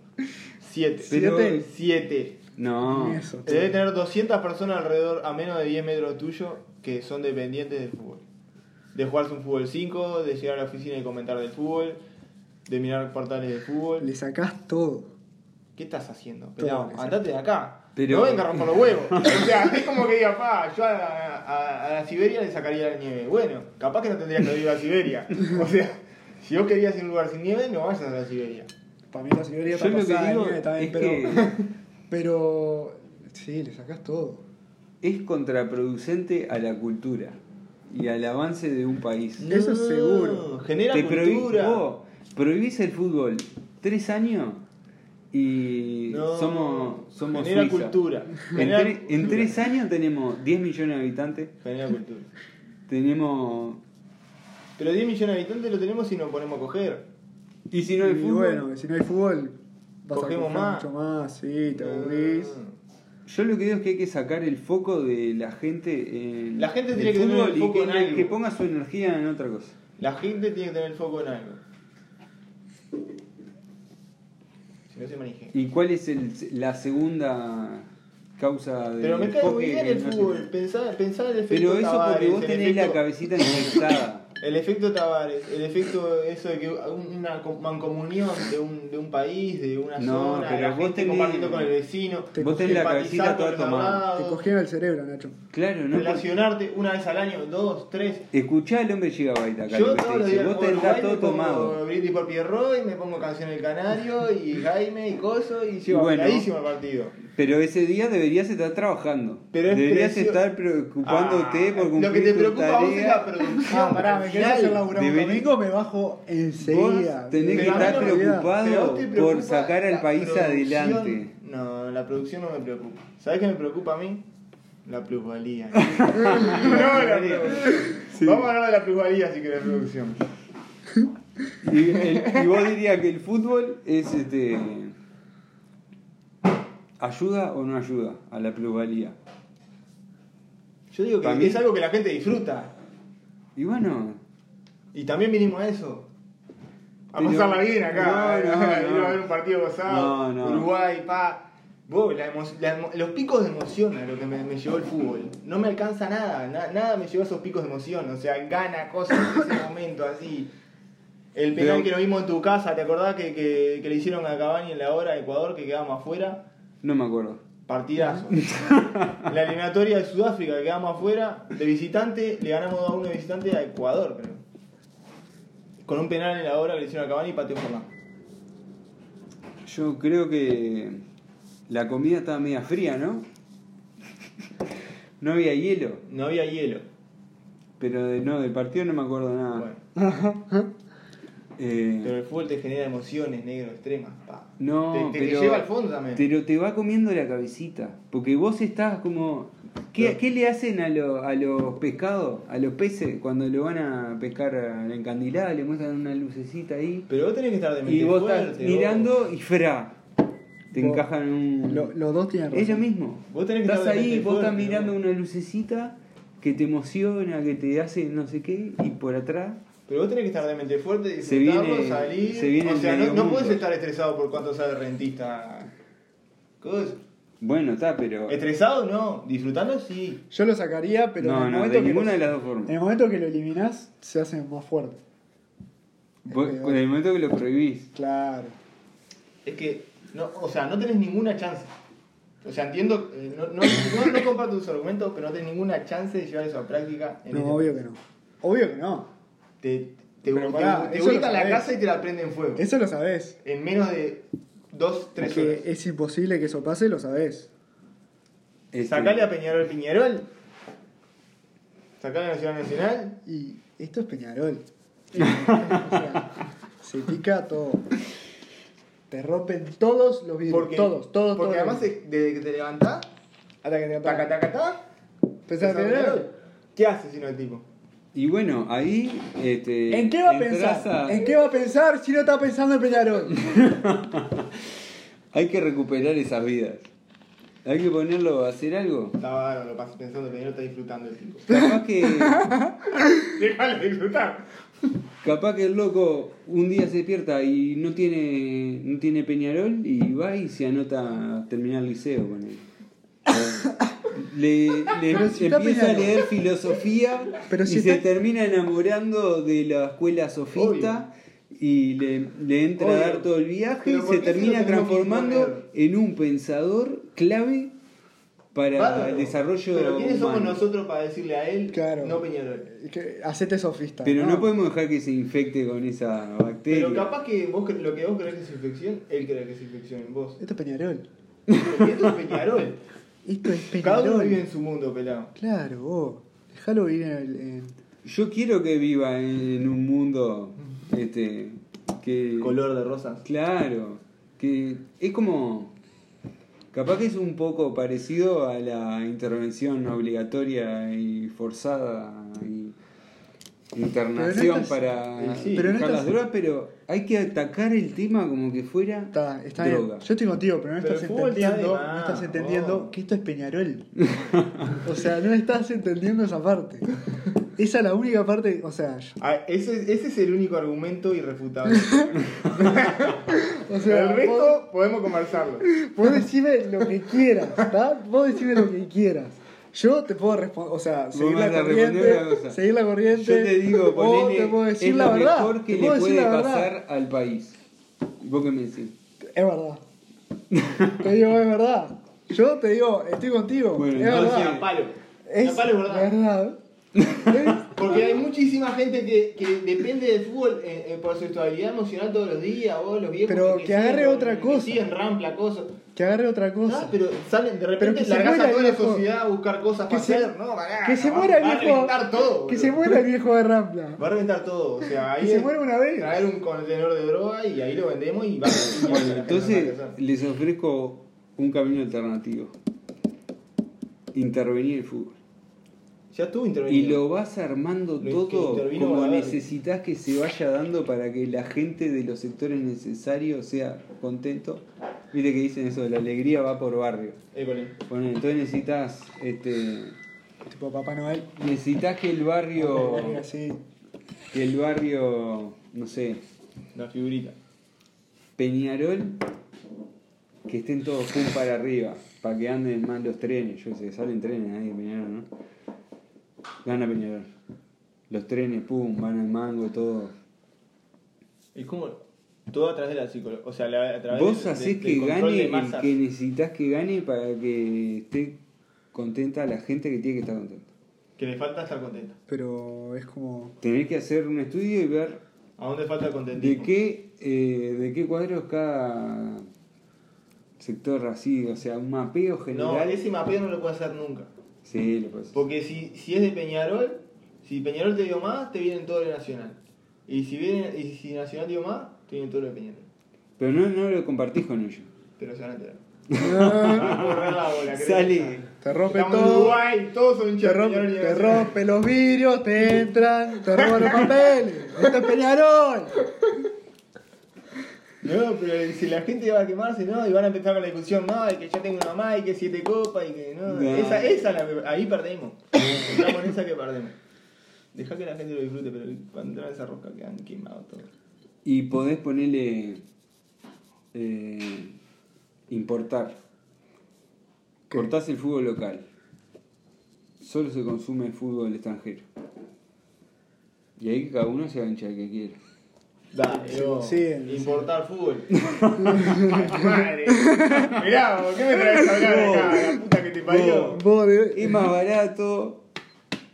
[SPEAKER 3] Siete.
[SPEAKER 2] Pero-
[SPEAKER 3] siete. Siete.
[SPEAKER 2] No,
[SPEAKER 5] Ni eso.
[SPEAKER 3] Te debe tener 200 personas alrededor a menos de 10 metros tuyo que son dependientes del fútbol. De jugarse un fútbol 5, de llegar a la oficina y comentar del fútbol, de mirar portales de fútbol.
[SPEAKER 5] Le sacás todo.
[SPEAKER 3] ¿Qué estás haciendo?
[SPEAKER 5] Todo,
[SPEAKER 3] Pelado,
[SPEAKER 5] exacto.
[SPEAKER 3] andate de acá.
[SPEAKER 2] Pero-
[SPEAKER 3] No vengas a romper los huevos. O sea, es como que diga, pa, yo a, a- a la Siberia le sacaría la nieve. Bueno, capaz que no tendría que ir a Siberia. O sea, si vos querías ir a un lugar sin nieve, no vayas a la Siberia.
[SPEAKER 5] Para mí la Siberia
[SPEAKER 2] Yo
[SPEAKER 5] está
[SPEAKER 2] lo que
[SPEAKER 5] pasada de
[SPEAKER 2] digo
[SPEAKER 5] nieve también,
[SPEAKER 2] es
[SPEAKER 5] pero,
[SPEAKER 2] que
[SPEAKER 5] pero. Sí, le sacás todo.
[SPEAKER 2] es contraproducente a la cultura y al avance de un país.
[SPEAKER 5] Eso es seguro.
[SPEAKER 3] Genera
[SPEAKER 2] Te prohí-
[SPEAKER 3] cultura.
[SPEAKER 2] vos prohibís el fútbol tres años y
[SPEAKER 3] No,
[SPEAKER 2] somos, somos
[SPEAKER 3] genera
[SPEAKER 2] Suiza.
[SPEAKER 3] cultura.
[SPEAKER 2] En,
[SPEAKER 3] Genera
[SPEAKER 2] tre- en
[SPEAKER 3] cultura.
[SPEAKER 2] tres años tenemos 10 millones de habitantes,
[SPEAKER 3] Genera cultura.
[SPEAKER 2] tenemos...
[SPEAKER 3] Pero 10 millones de habitantes lo tenemos y nos ponemos a coger.
[SPEAKER 2] Y si no hay
[SPEAKER 5] y
[SPEAKER 2] fútbol,
[SPEAKER 5] bueno, si no hay fútbol, vas
[SPEAKER 3] Cogemos
[SPEAKER 5] a coger
[SPEAKER 3] más.
[SPEAKER 5] mucho más, sí,
[SPEAKER 2] Ah.
[SPEAKER 5] te aburrís.
[SPEAKER 2] yo lo que digo es que hay que sacar el foco de la gente en
[SPEAKER 3] La gente
[SPEAKER 2] el
[SPEAKER 3] tiene que tener
[SPEAKER 2] fútbol
[SPEAKER 3] el
[SPEAKER 2] y
[SPEAKER 3] foco
[SPEAKER 2] que,
[SPEAKER 3] en algo.
[SPEAKER 2] que ponga su energía en otra cosa.
[SPEAKER 3] La gente tiene que tener el foco en algo. Si no se maneje.
[SPEAKER 2] ¿Y cuál es el- la segunda causa de
[SPEAKER 3] Pero me cae muy bien el fútbol. Pensá, pensá el efecto
[SPEAKER 2] Pero eso
[SPEAKER 3] Tabárez,
[SPEAKER 2] porque vos
[SPEAKER 3] el
[SPEAKER 2] tenés
[SPEAKER 3] efecto-
[SPEAKER 2] la cabecita infectada.
[SPEAKER 3] El efecto Tavares, el efecto eso de que un- una co- mancomunión de un, de un país, de una
[SPEAKER 2] No,
[SPEAKER 3] zona,
[SPEAKER 2] pero
[SPEAKER 3] la
[SPEAKER 2] vos
[SPEAKER 3] gente
[SPEAKER 2] tenés-
[SPEAKER 3] compartiendo con el vecino,
[SPEAKER 5] Te Vos
[SPEAKER 2] tenés la
[SPEAKER 3] empatizar
[SPEAKER 2] cabecita
[SPEAKER 3] con
[SPEAKER 2] toda
[SPEAKER 3] los
[SPEAKER 2] tomada.
[SPEAKER 3] abogados,
[SPEAKER 5] Te cogieron el cerebro, Nacho.
[SPEAKER 2] Claro, no.
[SPEAKER 3] relacionarte una vez al año, dos, tres.
[SPEAKER 2] Escuchá al hombre Gigabyte acá.
[SPEAKER 3] Yo
[SPEAKER 2] lo que te
[SPEAKER 3] todos los
[SPEAKER 2] dice.
[SPEAKER 3] días
[SPEAKER 2] Vos
[SPEAKER 3] me
[SPEAKER 2] te
[SPEAKER 3] pongo
[SPEAKER 2] estás
[SPEAKER 3] Uruguay,
[SPEAKER 2] todo
[SPEAKER 3] me pongo
[SPEAKER 2] tomado.
[SPEAKER 3] Brindis por Pierrot y me pongo canción El Canario y Jaime y Coso y lleva
[SPEAKER 2] bueno.
[SPEAKER 3] bailadísimo el partido.
[SPEAKER 2] Pero ese día deberías estar trabajando.
[SPEAKER 3] Pero es
[SPEAKER 2] deberías
[SPEAKER 3] precio- Ah,
[SPEAKER 2] estar preocupándote por cumplir
[SPEAKER 3] Lo que te
[SPEAKER 2] tu
[SPEAKER 3] preocupa a vos es
[SPEAKER 2] tarea.
[SPEAKER 3] la producción.
[SPEAKER 5] Ah, pará, me
[SPEAKER 3] al
[SPEAKER 5] querés
[SPEAKER 3] final.
[SPEAKER 5] hacer laburar un
[SPEAKER 2] deberí-
[SPEAKER 5] domingo, me bajo enseguida.
[SPEAKER 2] Vos tenés que
[SPEAKER 3] Pero a mí
[SPEAKER 2] estar
[SPEAKER 3] no me olvidás. Pero a
[SPEAKER 2] preocupado
[SPEAKER 3] vos te
[SPEAKER 2] por
[SPEAKER 3] preocupa
[SPEAKER 2] sacar
[SPEAKER 3] la
[SPEAKER 2] al país
[SPEAKER 3] producción.
[SPEAKER 2] adelante.
[SPEAKER 3] No, la producción no me preocupa. ¿Sabés qué me preocupa a mí? La plusvalía. no, la producción. Vamos a hablar de la plusvalía si querés producción.
[SPEAKER 2] Y, el- y vos dirías que el fútbol es este. ¿Ayuda o no ayuda a la plusvalía?
[SPEAKER 3] Yo digo que
[SPEAKER 2] Para mí-
[SPEAKER 3] es algo que la gente disfruta.
[SPEAKER 2] Y bueno,
[SPEAKER 3] Y también vinimos a eso. A
[SPEAKER 2] Pero-
[SPEAKER 3] pasarla bien acá.
[SPEAKER 2] No, no,
[SPEAKER 3] a ir
[SPEAKER 2] no.
[SPEAKER 3] a ver un partido
[SPEAKER 2] No,
[SPEAKER 3] gozado.
[SPEAKER 2] no.
[SPEAKER 3] Uruguay, pa. Vos, la emo- la emo- los picos de emoción a lo que me, me llevó el fútbol. No me alcanza nada, na- nada me llevó a esos picos de emoción. O sea, gana cosas en ese momento así. El penal
[SPEAKER 2] Pero-
[SPEAKER 3] que lo vimos en tu casa, ¿te acordás que, que- que le hicieron a Cavani en la hora de Ecuador que quedamos afuera?
[SPEAKER 2] no me acuerdo.
[SPEAKER 3] Partidazo. la eliminatoria de Sudáfrica que quedamos afuera, de visitante, le ganamos 2 a 1 de visitante a Ecuador, creo. Con un penal en la hora que le hicieron a Cavani y pateó Forlán.
[SPEAKER 2] Yo creo que la comida estaba media fría, ¿no? No había hielo,
[SPEAKER 3] No había hielo.
[SPEAKER 2] pero de- no, del partido no me acuerdo nada.
[SPEAKER 3] Bueno,
[SPEAKER 2] Eh,
[SPEAKER 3] pero el fútbol te genera emociones, negro, extremas. pa.
[SPEAKER 2] no,
[SPEAKER 3] te, te- te
[SPEAKER 2] pero,
[SPEAKER 3] lleva al fondo también.
[SPEAKER 2] pero te va comiendo la cabecita, porque vos estás como... ¿Qué,
[SPEAKER 3] Pero-
[SPEAKER 2] qué le hacen a, lo- a los pescados, a los peces, cuando lo van a pescar a la encandilada? Le muestran una lucecita ahí.
[SPEAKER 3] Pero vos tenés que estar de mente
[SPEAKER 2] Y vos
[SPEAKER 3] fuerte,
[SPEAKER 2] estás mirando y fra. Te
[SPEAKER 5] Vos-
[SPEAKER 2] encajan un...
[SPEAKER 5] Lo- los dos tienen razón.
[SPEAKER 2] Es lo mismo.
[SPEAKER 3] Vos tenés que
[SPEAKER 2] estás
[SPEAKER 3] estar
[SPEAKER 2] ahí,
[SPEAKER 3] bastante
[SPEAKER 2] vos estás
[SPEAKER 3] fuerte,
[SPEAKER 2] mirando
[SPEAKER 3] ¿no?
[SPEAKER 2] una lucecita que te emociona, que te hace no sé qué, y por atrás.
[SPEAKER 3] Pero vos tenés que estar de mente fuerte,
[SPEAKER 2] Se
[SPEAKER 3] disfrutarlo,
[SPEAKER 2] viene-
[SPEAKER 3] salir.
[SPEAKER 2] se viene
[SPEAKER 3] o
[SPEAKER 2] el
[SPEAKER 3] sea, no,
[SPEAKER 2] medio
[SPEAKER 3] no podés
[SPEAKER 2] mundo.
[SPEAKER 3] estar estresado por cuánto sale el rentista. Cos-
[SPEAKER 2] Bueno, está, pero.
[SPEAKER 3] Estresado no, disfrutando sí.
[SPEAKER 5] Yo lo sacaría, pero en
[SPEAKER 2] no,
[SPEAKER 5] el
[SPEAKER 2] no,
[SPEAKER 5] momento
[SPEAKER 2] de
[SPEAKER 5] que lo-
[SPEAKER 2] ninguna de las dos
[SPEAKER 5] en
[SPEAKER 2] formas.
[SPEAKER 5] el momento que lo eliminás, se hace más fuerte.
[SPEAKER 2] Vos- con el momento que lo prohibís.
[SPEAKER 5] Claro.
[SPEAKER 3] Es que, no, o sea, no tenés ninguna chance. O sea, entiendo, eh, no, no, no, no comparto tus argumentos, pero no tenés ninguna chance de llevar eso a práctica. en
[SPEAKER 5] No,
[SPEAKER 3] este-
[SPEAKER 5] obvio que no. Obvio que no.
[SPEAKER 3] Te, te,
[SPEAKER 5] Pero
[SPEAKER 3] te-
[SPEAKER 5] pará,
[SPEAKER 3] te
[SPEAKER 5] eso
[SPEAKER 3] ubican
[SPEAKER 5] lo
[SPEAKER 3] la
[SPEAKER 5] sabés.
[SPEAKER 3] casa y te la prenden fuego.
[SPEAKER 5] Eso lo sabés.
[SPEAKER 3] En menos de dos, tres
[SPEAKER 5] que
[SPEAKER 3] horas.
[SPEAKER 5] es imposible que eso pase, lo sabés.
[SPEAKER 2] Este,
[SPEAKER 3] Sacale a Peñarol Piñarol. Sacale a Nacional Nacional.
[SPEAKER 5] Y esto es Peñarol. O sea, se pica todo. Te rompen todos los vidrios.
[SPEAKER 3] Porque,
[SPEAKER 5] todos, todos,
[SPEAKER 3] Porque
[SPEAKER 5] todos.
[SPEAKER 3] además,
[SPEAKER 5] es...
[SPEAKER 3] de- desde que te levantás,
[SPEAKER 5] Hasta que te
[SPEAKER 3] taca,
[SPEAKER 5] atacan.
[SPEAKER 3] taca, taca.
[SPEAKER 5] Pensás en
[SPEAKER 3] pensás en
[SPEAKER 5] Peñarol.
[SPEAKER 3] ¿Qué hace si no el tipo?
[SPEAKER 2] Y bueno, ahí. Este,
[SPEAKER 5] ¿En qué va a
[SPEAKER 2] entras
[SPEAKER 5] pensar?
[SPEAKER 2] a-
[SPEAKER 5] ¿En qué va a pensar si no está pensando en Peñarol?
[SPEAKER 2] Hay que recuperar esas vidas. Hay que ponerlo a hacer algo.
[SPEAKER 3] Estaba bárbaro, lo pasé pensando que Peñarol está disfrutando el tipo.
[SPEAKER 2] Capaz que,
[SPEAKER 3] Déjalo disfrutar.
[SPEAKER 2] capaz que el loco un día se despierta y no tiene, no tiene Peñarol y va y se anota a terminar el liceo con él. Le, le
[SPEAKER 5] Pero si está
[SPEAKER 2] empieza a
[SPEAKER 5] Peñarol.
[SPEAKER 2] leer filosofía
[SPEAKER 5] Pero si
[SPEAKER 2] y se
[SPEAKER 5] está-
[SPEAKER 2] termina enamorando de la escuela sofista y le, le entra
[SPEAKER 5] Obvio.
[SPEAKER 2] a dar todo el viaje y
[SPEAKER 5] Pero ¿por
[SPEAKER 2] se
[SPEAKER 5] qué se lo
[SPEAKER 2] termina
[SPEAKER 5] tenemos que
[SPEAKER 2] transformando
[SPEAKER 5] imponer?
[SPEAKER 2] en un pensador clave para
[SPEAKER 3] Bárbaro.
[SPEAKER 2] el desarrollo
[SPEAKER 3] Pero ¿quiénes somos
[SPEAKER 2] humano.
[SPEAKER 3] nosotros para decirle a él
[SPEAKER 5] Claro.
[SPEAKER 3] no Peñarol?
[SPEAKER 5] Que- Hacete sofista.
[SPEAKER 2] Pero no podemos dejar que se infecte con esa bacteria.
[SPEAKER 3] Pero capaz que vos cre- lo que vos crees que es infección, él cree que es infección en vos.
[SPEAKER 5] Esto es Peñarol.
[SPEAKER 3] Porque esto es Peñarol.
[SPEAKER 5] Esto es
[SPEAKER 3] Cada uno vive
[SPEAKER 5] Peñarol.
[SPEAKER 3] en su mundo, pelado.
[SPEAKER 5] Claro, vos. Déjalo vivir en, el- en-
[SPEAKER 2] Yo quiero que viva en, en un mundo este que
[SPEAKER 3] Color de rosas.
[SPEAKER 2] Claro, que es como capaz que es un poco parecido a la intervención obligatoria y forzada y
[SPEAKER 5] Pero no
[SPEAKER 2] internación
[SPEAKER 5] estás-
[SPEAKER 2] para
[SPEAKER 3] Sí,
[SPEAKER 5] pero no
[SPEAKER 2] dejar las
[SPEAKER 5] estás-
[SPEAKER 2] drogas, pero hay que atacar el tema como que fuera
[SPEAKER 5] Está, está bien.
[SPEAKER 2] droga.
[SPEAKER 5] Yo estoy contigo, pero no
[SPEAKER 3] Pero
[SPEAKER 5] estás
[SPEAKER 3] el fútbol está de
[SPEAKER 5] entendiendo,
[SPEAKER 3] más,
[SPEAKER 5] no estás entendiendo
[SPEAKER 3] vos.
[SPEAKER 5] que esto es Peñarol. o sea, no estás entendiendo esa parte. Esa es la única parte, o sea, yo-
[SPEAKER 3] Ah, ese, ese es el único argumento irrefutable.
[SPEAKER 5] o sea
[SPEAKER 3] el resto podemos conversarlo.
[SPEAKER 5] vos, vos decime lo que quieras, ¿está? Vos decime lo que quieras. Yo te puedo responder, o sea, seguir
[SPEAKER 2] me
[SPEAKER 5] la
[SPEAKER 2] vas a responder
[SPEAKER 5] corriente,
[SPEAKER 2] una cosa.
[SPEAKER 5] seguir la corriente.
[SPEAKER 2] Yo te digo,
[SPEAKER 5] o
[SPEAKER 2] ponele,
[SPEAKER 5] te puedo decir
[SPEAKER 2] es
[SPEAKER 5] la
[SPEAKER 2] lo
[SPEAKER 5] verdad.
[SPEAKER 2] mejor
[SPEAKER 5] te
[SPEAKER 2] que le
[SPEAKER 5] puedo decir
[SPEAKER 2] puede
[SPEAKER 5] la verdad.
[SPEAKER 2] pasar al país. ¿Y vos qué me decís?
[SPEAKER 5] Es verdad. Te digo, es verdad. Yo te digo, estoy contigo.
[SPEAKER 2] Bueno,
[SPEAKER 5] es
[SPEAKER 2] entonces-
[SPEAKER 5] verdad.
[SPEAKER 3] Sea palo.
[SPEAKER 5] Es
[SPEAKER 3] Sea palo, ¿verdad?
[SPEAKER 5] verdad.
[SPEAKER 3] Porque hay muchísima gente que, que depende del fútbol eh, eh, por su estabilidad emocional todos los días, vos los viejos.
[SPEAKER 5] Pero que agarre
[SPEAKER 3] siguen,
[SPEAKER 5] otra
[SPEAKER 3] que
[SPEAKER 5] cosa.
[SPEAKER 3] siguen rampla, cosas.
[SPEAKER 5] Es que agarre otra
[SPEAKER 3] Ah,
[SPEAKER 5] cosa.
[SPEAKER 3] pero salen de
[SPEAKER 5] Pero que
[SPEAKER 3] repente
[SPEAKER 5] se
[SPEAKER 3] largas a
[SPEAKER 5] muera,
[SPEAKER 3] toda la
[SPEAKER 5] viejo.
[SPEAKER 3] sociedad a buscar cosas
[SPEAKER 5] Que
[SPEAKER 3] para
[SPEAKER 5] se-
[SPEAKER 3] hacer, ¿no? Pará,
[SPEAKER 5] que se
[SPEAKER 3] va-
[SPEAKER 5] muera el
[SPEAKER 3] va
[SPEAKER 5] viejo.
[SPEAKER 3] a reventar todo.
[SPEAKER 5] Que
[SPEAKER 3] boludo.
[SPEAKER 5] se muera el viejo de Rampla.
[SPEAKER 3] Va a reventar todo, o sea, ahí
[SPEAKER 5] Que se
[SPEAKER 3] es
[SPEAKER 5] muera una vez.
[SPEAKER 3] Traer un contenedor de droga y ahí lo vendemos y va. y va a
[SPEAKER 2] Bueno,
[SPEAKER 3] la gente
[SPEAKER 2] entonces
[SPEAKER 3] no va a hacer.
[SPEAKER 2] les ofrezco un camino alternativo. Intervenir el fútbol.
[SPEAKER 3] ya estuvo
[SPEAKER 2] Y
[SPEAKER 3] intervenido.
[SPEAKER 2] lo vas armando
[SPEAKER 3] Lo que
[SPEAKER 2] todo
[SPEAKER 3] intervino
[SPEAKER 2] como
[SPEAKER 3] Badal.
[SPEAKER 2] necesitas que se vaya dando para que la gente de los sectores necesarios sea contento. Viste que dicen eso, la alegría va por barrio.
[SPEAKER 3] École.
[SPEAKER 2] Bueno, entonces necesitas este
[SPEAKER 5] Tipo Papá Noel.
[SPEAKER 2] necesitas que el barrio
[SPEAKER 5] Así.
[SPEAKER 2] que el barrio no sé,
[SPEAKER 3] La figurita.
[SPEAKER 2] Peñarol que estén todos pum para arriba, para que anden más los trenes, yo sé, salen trenes ahí de Peñarol, ¿no? Gana Peñarol. Los trenes, pum, van al mango, todo.
[SPEAKER 3] ¿Y cómo? Todo a través de la psicología. O sea, la- a través
[SPEAKER 2] Vos
[SPEAKER 3] del-
[SPEAKER 2] hacés
[SPEAKER 3] del-
[SPEAKER 2] que
[SPEAKER 3] del control
[SPEAKER 2] gane
[SPEAKER 3] de
[SPEAKER 2] el
[SPEAKER 3] masas.
[SPEAKER 2] que necesitas que gane para que esté contenta la gente que tiene que estar contenta.
[SPEAKER 3] Que le falta estar contenta.
[SPEAKER 5] Pero es como.
[SPEAKER 2] Tenés que hacer un estudio y ver
[SPEAKER 3] ¿A dónde falta
[SPEAKER 2] de
[SPEAKER 3] contentismo?
[SPEAKER 2] qué, eh, de qué cuadros cada sector así, o sea, un mapeo
[SPEAKER 3] No,
[SPEAKER 2] general.
[SPEAKER 3] ese mapeo no lo puede hacer nunca.
[SPEAKER 2] Sí, lo puedes hacer.
[SPEAKER 3] Porque si, si es de Peñarol, si Peñarol te dio más, te vienen todo de Nacional. Y si, viene, y si Nacional dio más, te vienen todo de Peñarol.
[SPEAKER 2] Pero no, no lo compartís con ellos.
[SPEAKER 3] Pero se van a enterar.
[SPEAKER 5] Ah,
[SPEAKER 3] Van a correr la bola, creo.
[SPEAKER 2] Sale.
[SPEAKER 5] Te rompe
[SPEAKER 3] Estamos en
[SPEAKER 5] todo.
[SPEAKER 3] Uruguay, todos son hinchas
[SPEAKER 5] Te
[SPEAKER 3] de
[SPEAKER 5] rompe,
[SPEAKER 3] Peñarol y de
[SPEAKER 5] te
[SPEAKER 3] Nacional.
[SPEAKER 5] rompe los vidrios, te entran, te roban los papeles. Esto es Peñarol.
[SPEAKER 3] No, pero si la gente va a quemarse, ¿no? Y van a empezar con la discusión, no, y que yo tengo una mamá, y que siete copas, y que no.
[SPEAKER 2] No.
[SPEAKER 3] Esa, esa la que- ahí perdemos. Estamos en esa que perdemos. Deja que la gente lo disfrute, pero cuando entran a esa roca quedan quemados todos.
[SPEAKER 2] Y podés ponerle eh, importar. Cortás el fútbol local. Solo se consume el fútbol extranjero. Y ahí que cada uno se va a hinchar el que quiera.
[SPEAKER 3] Dale, vos.
[SPEAKER 5] consiguen,
[SPEAKER 3] importar fútbol. Ay, Madre. Mirá, vos, ¿qué me traes a hablar acá? La puta que te parió.
[SPEAKER 5] Vos de-
[SPEAKER 2] Es más barato.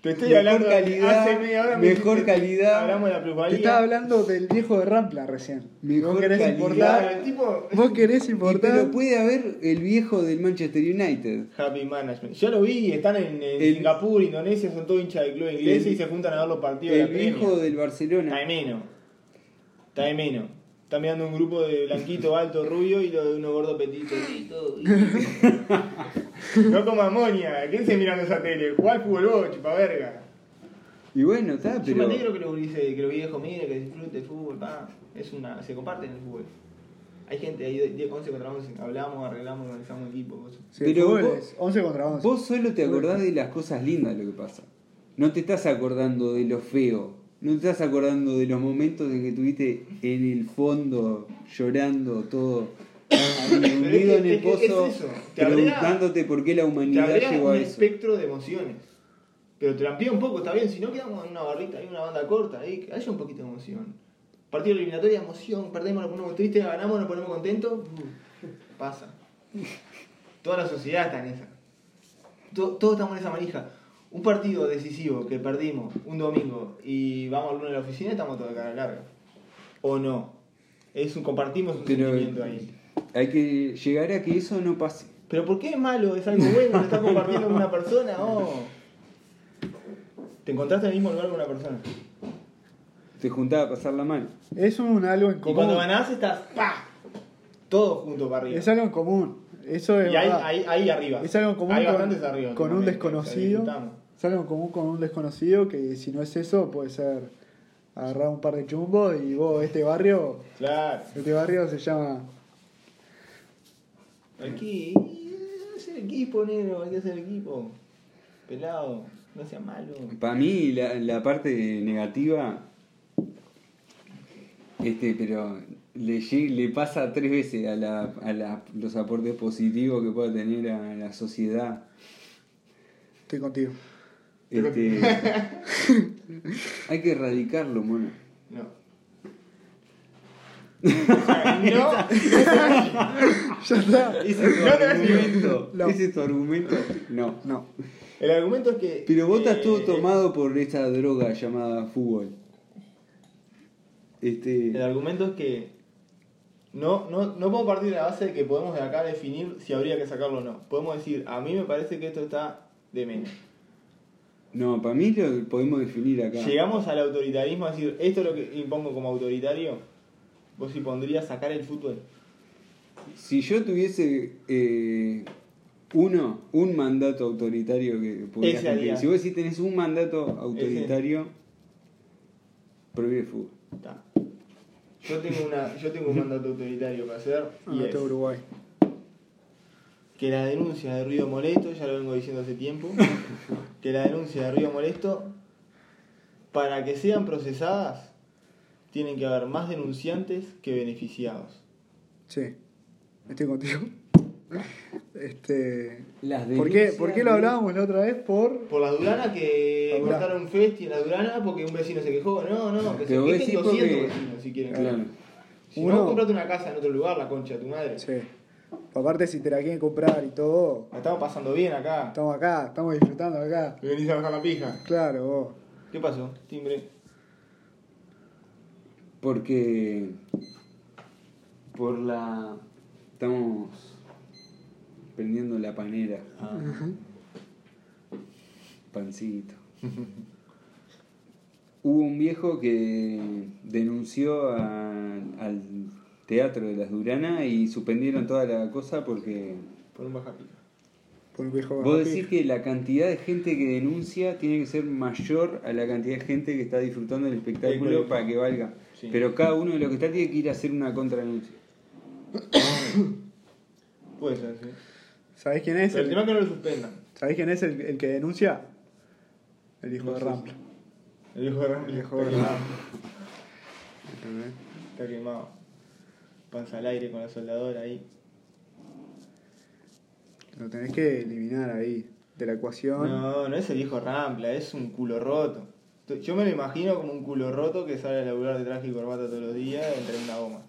[SPEAKER 3] Te estoy
[SPEAKER 2] Mejor
[SPEAKER 3] hablando de-
[SPEAKER 2] calidad,
[SPEAKER 3] hace media hora me
[SPEAKER 2] mejor
[SPEAKER 3] dijiste-
[SPEAKER 2] calidad.
[SPEAKER 3] Hablamos de la
[SPEAKER 5] Te estaba
[SPEAKER 3] plusvalía.
[SPEAKER 5] hablando del viejo de Rampla recién.
[SPEAKER 2] Mejor
[SPEAKER 5] vos querés
[SPEAKER 2] calidad.
[SPEAKER 3] Claro,
[SPEAKER 5] importar.
[SPEAKER 3] el tipo
[SPEAKER 5] Vos querés
[SPEAKER 2] Y Pero
[SPEAKER 5] importar.
[SPEAKER 2] puede haber el viejo del Manchester United.
[SPEAKER 3] Happy Management. Yo lo vi, están en, en
[SPEAKER 2] El-
[SPEAKER 3] Singapur, Indonesia, son todos hinchas del club inglés
[SPEAKER 2] El-
[SPEAKER 3] y se juntan a ver los partidos
[SPEAKER 2] El
[SPEAKER 3] de la
[SPEAKER 2] viejo
[SPEAKER 3] Premier.
[SPEAKER 2] del
[SPEAKER 3] Está de
[SPEAKER 2] Barcelona.
[SPEAKER 3] menos. Está de menos. Está mirando un grupo de blanquito, alto, rubio y lo de uno gordo petito. y todo. no como amonia, ¿quién se mirando esa tele? ¿Cuál fútbol vos, chupa verga?
[SPEAKER 2] Y bueno, está,
[SPEAKER 3] Yo me alegro
[SPEAKER 2] pero.
[SPEAKER 3] que los gurises, que los viejos miren, que disfruten el fútbol, pa. Es una, se comparten el fútbol. Hay gente ahí de 10, 11 contra 11, hablamos, arreglamos, organizamos equipo, cosas.
[SPEAKER 5] Sí, el
[SPEAKER 2] Pero
[SPEAKER 5] fútbol
[SPEAKER 2] vos-
[SPEAKER 5] es 11 contra 11.
[SPEAKER 2] Vos solo te acordás de las cosas lindas lo que pasa. No te estás acordando de lo feo. No te estás acordando de los momentos en que estuviste en el fondo llorando todo. ahí, Hundido
[SPEAKER 3] es
[SPEAKER 2] en
[SPEAKER 3] que-
[SPEAKER 2] el
[SPEAKER 3] es que es
[SPEAKER 2] pozo,
[SPEAKER 3] eso. Te agrega-
[SPEAKER 2] preguntándote por qué la
[SPEAKER 3] Te
[SPEAKER 2] humanidad
[SPEAKER 3] agrega
[SPEAKER 2] llegó
[SPEAKER 3] un
[SPEAKER 2] a eso.
[SPEAKER 3] espectro de emociones. Pero te la amplía un poco, está bien, si no quedamos en una barrita, hay una banda corta, ahí, que haya un poquito de emoción. Partido eliminatoria, emoción, perdemos, nos ponemos tristes, ganamos, nos ponemos contentos. uh, pasa. Toda la sociedad está en esa. To- todos estamos en esa manija. Un partido decisivo que perdimos un domingo y vamos al lunes a la oficina, estamos todos de cara larga. O no. Es un compartimos un
[SPEAKER 2] Pero-
[SPEAKER 3] sentimiento ahí.
[SPEAKER 2] Hay que llegar a que eso no pase.
[SPEAKER 3] Pero ¿por qué es malo? Es algo bueno, lo estás compartiendo con una persona, oh. Te encontraste en el mismo lugar con una persona.
[SPEAKER 2] Te juntaba a pasarla mal.
[SPEAKER 5] Es un algo en
[SPEAKER 3] Y
[SPEAKER 5] común.
[SPEAKER 3] cuando ganás estás ¡pa! Todo junto para arriba.
[SPEAKER 5] Es algo en común. Eso es
[SPEAKER 3] y ahí,
[SPEAKER 5] verdad.
[SPEAKER 3] ahí, ahí arriba.
[SPEAKER 5] Es algo en común
[SPEAKER 3] Hay
[SPEAKER 5] con,
[SPEAKER 3] bastantes arriba.
[SPEAKER 5] con un
[SPEAKER 3] últimamente,
[SPEAKER 5] desconocido.
[SPEAKER 3] o sea, disfrutamos.
[SPEAKER 5] Es algo en común con un desconocido que si no es eso puede ser agarrar un par de chumbos y vos, este barrio,
[SPEAKER 3] Claro.
[SPEAKER 5] este barrio se llama...
[SPEAKER 3] Aquí. Es el equipo, negro. Hay que hacer equipo. Pelado. No sea malo.
[SPEAKER 2] Para mí la, la parte negativa, este, pero le, lle- le pasa tres veces a, la, a la- los aportes positivos que pueda tener a la sociedad.
[SPEAKER 5] Estoy contigo.
[SPEAKER 2] Este, hay que erradicarlo, mono.
[SPEAKER 3] No. O sea, no.
[SPEAKER 5] Ya está.
[SPEAKER 2] Ese es tu
[SPEAKER 3] No te vas a
[SPEAKER 2] argumento.
[SPEAKER 5] No.
[SPEAKER 2] Ese es tu argumento. No.
[SPEAKER 5] No.
[SPEAKER 3] El argumento es que.
[SPEAKER 2] Pero vos estás
[SPEAKER 3] eh,
[SPEAKER 2] todo tomado por esta droga llamada fútbol.
[SPEAKER 3] El
[SPEAKER 2] Este,
[SPEAKER 3] argumento es que no, no, no podemos partir de la base de que podemos de acá definir si habría que sacarlo o no. Podemos decir, a mí me parece que esto está de menos.
[SPEAKER 2] no, para mí lo podemos definir acá.
[SPEAKER 3] Llegamos al autoritarismo a decir, esto es lo que impongo como autoritario. Vos si pondrías sacar el fútbol.
[SPEAKER 2] Si yo tuviese eh, uno, un mandato autoritario que podrías
[SPEAKER 3] Ese haría.
[SPEAKER 2] cumplir. Si vos sí tenés un mandato autoritario, prohíbe el fútbol.
[SPEAKER 3] Ta. Yo tengo una, yo tengo un mandato autoritario para hacer y
[SPEAKER 5] Andate
[SPEAKER 3] es
[SPEAKER 5] a Uruguay.
[SPEAKER 3] que la denuncia de ruido molesto, ya lo vengo diciendo hace tiempo, que la denuncia de ruido molesto, para que sean procesadas, tienen que haber más denunciantes que beneficiados.
[SPEAKER 5] Sí. Estoy contigo. Este...
[SPEAKER 2] Las
[SPEAKER 5] ¿Por qué,
[SPEAKER 2] denuncias
[SPEAKER 5] ¿Por qué lo
[SPEAKER 2] de-
[SPEAKER 5] hablábamos la otra vez? Por...
[SPEAKER 3] Por la Durana que
[SPEAKER 5] Durana.
[SPEAKER 3] cortaron un festi en la Durana porque un vecino se quejó. No, no, que
[SPEAKER 2] Pero vos
[SPEAKER 3] se quejen
[SPEAKER 2] decís
[SPEAKER 3] 200
[SPEAKER 2] porque-
[SPEAKER 3] vecinos si quieren.
[SPEAKER 2] Claro.
[SPEAKER 3] Si
[SPEAKER 5] Uno-
[SPEAKER 3] no, comprate una casa en otro lugar, la concha de tu madre.
[SPEAKER 5] Sí. Aparte si te la quieren comprar y todo,
[SPEAKER 3] La estamos pasando bien acá.
[SPEAKER 5] estamos acá, estamos disfrutando acá.
[SPEAKER 3] Me venís a bajar la pija.
[SPEAKER 5] Claro, vos.
[SPEAKER 3] ¿Qué pasó? Timbre.
[SPEAKER 2] Porque por la estamos prendiendo la panera, pancito. Hubo un viejo que denunció a- al teatro de las Duranas y suspendieron toda la cosa porque
[SPEAKER 3] Por un baja pija.
[SPEAKER 5] Por un viejo
[SPEAKER 2] vos
[SPEAKER 5] barrio.
[SPEAKER 2] decís que la cantidad de gente que denuncia tiene que ser mayor a la cantidad de gente que está disfutando del espectáculo
[SPEAKER 3] Espectáculo.
[SPEAKER 2] para que valga.
[SPEAKER 3] Sí.
[SPEAKER 2] Pero cada uno de los que está tiene que ir a hacer una contradenuncia.
[SPEAKER 3] Puede ser, sí.
[SPEAKER 5] ¿Sabés quién es?
[SPEAKER 3] Pero el tema
[SPEAKER 5] El,
[SPEAKER 3] es que no lo suspendan.
[SPEAKER 5] ¿Sabés quién es el, el que denuncia? El hijo
[SPEAKER 3] No
[SPEAKER 5] de
[SPEAKER 3] sé.
[SPEAKER 5] Rampla.
[SPEAKER 3] El hijo de Ramón.
[SPEAKER 5] El hijo de
[SPEAKER 3] Está
[SPEAKER 5] Ramón.
[SPEAKER 3] quemado.
[SPEAKER 5] ¿Entendés?
[SPEAKER 3] Está quemado. Panza al aire con la soldadora ahí.
[SPEAKER 5] Lo tenés que eliminar ahí de la ecuación.
[SPEAKER 3] No, no es el viejo Rampla, es un culo roto. Tú- Yo me lo imagino como un culo roto que sale a laburar de traje y corbata todos los días entre una goma.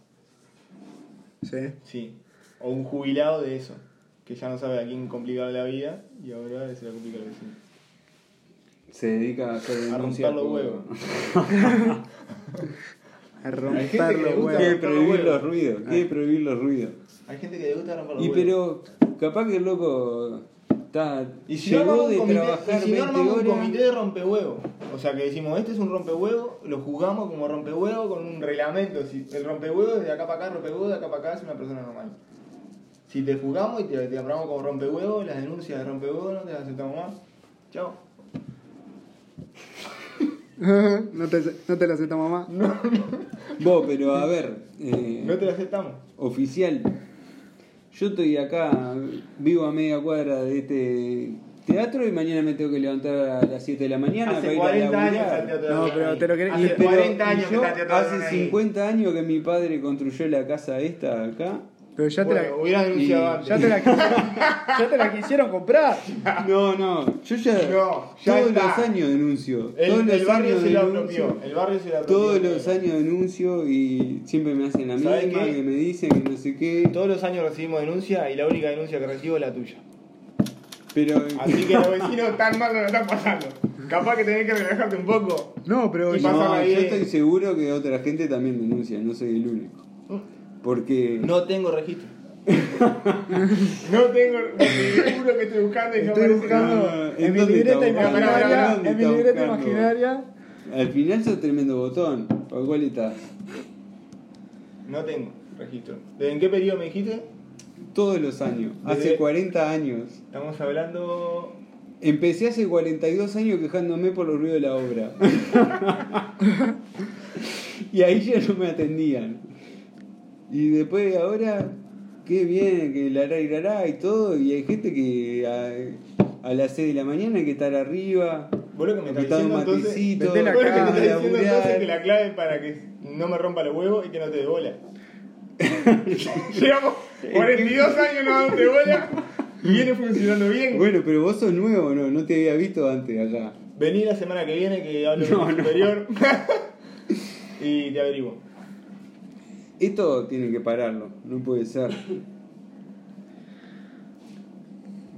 [SPEAKER 5] ¿Sí?
[SPEAKER 3] Sí. O un jubilado de eso, que ya no sabe a quién complicar la vida y ahora se la complica al vecino.
[SPEAKER 2] se dedica a hacer
[SPEAKER 3] A
[SPEAKER 2] denuncias
[SPEAKER 3] romper los
[SPEAKER 2] por-
[SPEAKER 3] huevos.
[SPEAKER 5] A
[SPEAKER 3] Hay
[SPEAKER 5] romper
[SPEAKER 3] gente que
[SPEAKER 5] los
[SPEAKER 3] le
[SPEAKER 5] huevos.
[SPEAKER 3] gusta-
[SPEAKER 2] Quiere
[SPEAKER 3] romper los
[SPEAKER 2] prohibir
[SPEAKER 3] huevos.
[SPEAKER 2] los ruidos, quiere prohibir los ruidos.
[SPEAKER 3] Hay gente que le gusta romper los
[SPEAKER 2] Y
[SPEAKER 3] huevos.
[SPEAKER 2] pero capaz que el loco está
[SPEAKER 3] Y si no
[SPEAKER 2] llegó
[SPEAKER 3] armamos un
[SPEAKER 2] de
[SPEAKER 3] comité, y
[SPEAKER 2] trabajar
[SPEAKER 3] si no
[SPEAKER 2] 20
[SPEAKER 3] armamos un comité
[SPEAKER 2] horas.
[SPEAKER 3] de rompehuevo, o sea que decimos, este es un rompehuevo, lo jugamos como rompehuevo con un reglamento. Si el rompehuevo es de acá para acá, rompehuevo de acá para acá es una persona normal. Si te jugamos y te, te armamos como rompehuevo, las denuncias de rompehuevo no te las aceptamos más. Chao.
[SPEAKER 5] no, te, no te lo acepta mamá.
[SPEAKER 2] Vos, pero a ver, eh,
[SPEAKER 3] No te las aceptamos.
[SPEAKER 2] oficial, yo estoy acá, vivo a media cuadra de este teatro y mañana me tengo que levantar a las 7 de Ah, la mañana para
[SPEAKER 3] Hace
[SPEAKER 2] ir a
[SPEAKER 3] 40 años
[SPEAKER 2] laburar.
[SPEAKER 3] que está el teatro
[SPEAKER 5] No,
[SPEAKER 3] de la
[SPEAKER 5] pero
[SPEAKER 3] Arana
[SPEAKER 5] te lo
[SPEAKER 3] ahí.
[SPEAKER 5] querés-
[SPEAKER 2] Y
[SPEAKER 3] Hace
[SPEAKER 2] pero-
[SPEAKER 3] 40
[SPEAKER 2] y
[SPEAKER 3] años que
[SPEAKER 2] yo
[SPEAKER 3] está el teatro de la
[SPEAKER 2] Hace
[SPEAKER 3] Arana ahí.
[SPEAKER 2] 50 años que mi padre construyó la casa esta acá
[SPEAKER 5] Pero ya te
[SPEAKER 3] Bueno,
[SPEAKER 5] la.
[SPEAKER 3] hubiera denunciado
[SPEAKER 2] Y-
[SPEAKER 3] antes.
[SPEAKER 5] Ya te, la quisieron, ya te la quisieron comprar.
[SPEAKER 2] No, no. Yo ya,
[SPEAKER 3] No, ya
[SPEAKER 2] todos
[SPEAKER 3] está.
[SPEAKER 2] los años denuncio. todos
[SPEAKER 3] El,
[SPEAKER 2] los
[SPEAKER 3] el barrio
[SPEAKER 2] años
[SPEAKER 3] se la
[SPEAKER 2] denuncio.
[SPEAKER 3] apropió. El barrio se la apropió.
[SPEAKER 2] Todos los años denuncio y siempre me hacen la misma,
[SPEAKER 3] ¿Sabe qué?
[SPEAKER 2] que me dicen que no sé qué.
[SPEAKER 3] Todos los años recibimos denuncia y la única denuncia que recibo es la tuya.
[SPEAKER 2] Pero
[SPEAKER 3] Así que los vecinos tan mal no lo están pasando. Capaz que tenés que relajarte un poco.
[SPEAKER 5] No, pero.
[SPEAKER 3] Y
[SPEAKER 5] yo-
[SPEAKER 3] pasa
[SPEAKER 2] no,
[SPEAKER 3] la
[SPEAKER 2] yo
[SPEAKER 3] idea.
[SPEAKER 2] estoy seguro que otra gente también denuncia, no soy el único. Porque
[SPEAKER 3] No tengo registro. no tengo. te Juro que estoy buscando y no
[SPEAKER 5] Estoy
[SPEAKER 3] aparece
[SPEAKER 5] buscando
[SPEAKER 3] nada.
[SPEAKER 5] en mi
[SPEAKER 2] ¿Dónde
[SPEAKER 5] libreta
[SPEAKER 2] está buscando?
[SPEAKER 5] imaginaria.
[SPEAKER 2] ¿Dónde
[SPEAKER 5] En mi
[SPEAKER 2] está
[SPEAKER 5] libreta
[SPEAKER 2] buscando?
[SPEAKER 5] imaginaria.
[SPEAKER 2] al final sos tremendo botón. ¿Por cuál estás?
[SPEAKER 3] No tengo registro. ¿De- ¿En qué periodo me dijiste?
[SPEAKER 2] Todos los años, hace
[SPEAKER 3] Desde-
[SPEAKER 2] 40 años.
[SPEAKER 3] Estamos hablando.
[SPEAKER 2] Empecé hace 42 años quejándome por los ruidos de la obra. y ahí ya no me atendían. Y después de ahora, qué bien, que la ra y ra, ra y todo. Y hay gente que a, a las 6 de la mañana hay que estar arriba,
[SPEAKER 3] Vos lo que me estás
[SPEAKER 2] pitando
[SPEAKER 3] diciendo
[SPEAKER 2] un
[SPEAKER 3] entonces.
[SPEAKER 2] matecito,
[SPEAKER 5] vete a la
[SPEAKER 3] Vos lo que me
[SPEAKER 5] cara,
[SPEAKER 3] estás
[SPEAKER 2] a
[SPEAKER 3] diciendo entonces
[SPEAKER 2] laburar.
[SPEAKER 3] que la clave para que no me rompa los huevos y que no te dé bola. Llevamos 42 años no dándote bola. Viene funcionando bien.
[SPEAKER 2] Bueno, pero vos sos nuevo, ¿no? No te había visto antes acá.
[SPEAKER 3] Vení la semana que viene que hablo
[SPEAKER 2] No,
[SPEAKER 3] con el
[SPEAKER 2] no.
[SPEAKER 3] superior y te averiguo.
[SPEAKER 2] Esto tiene que pararlo, no puede ser.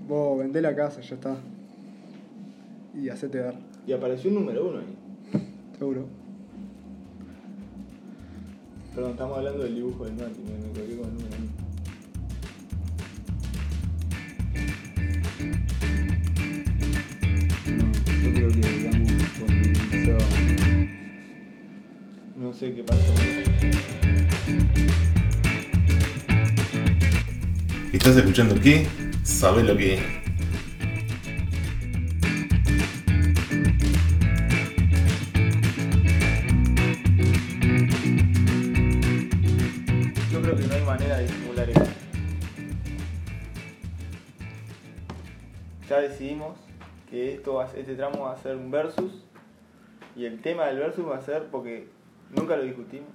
[SPEAKER 5] Vos vendé la casa, ya está. Y hacete dar,
[SPEAKER 3] Y apareció un número uno ahí.
[SPEAKER 5] seguro.
[SPEAKER 3] Perdón, estamos hablando del dibujo del Mati, me me colgué con el número uno.
[SPEAKER 2] No, yo creo que digamos por mi deseo.
[SPEAKER 3] No sé qué pasó.
[SPEAKER 4] ¿Estás escuchando qué? ¿Sabes lo que?
[SPEAKER 3] Yo creo que no hay manera de disimular eso. Ya decidimos que esto va a- este tramo va a ser un versus. Y el tema del versus va a ser porque nunca lo discutimos.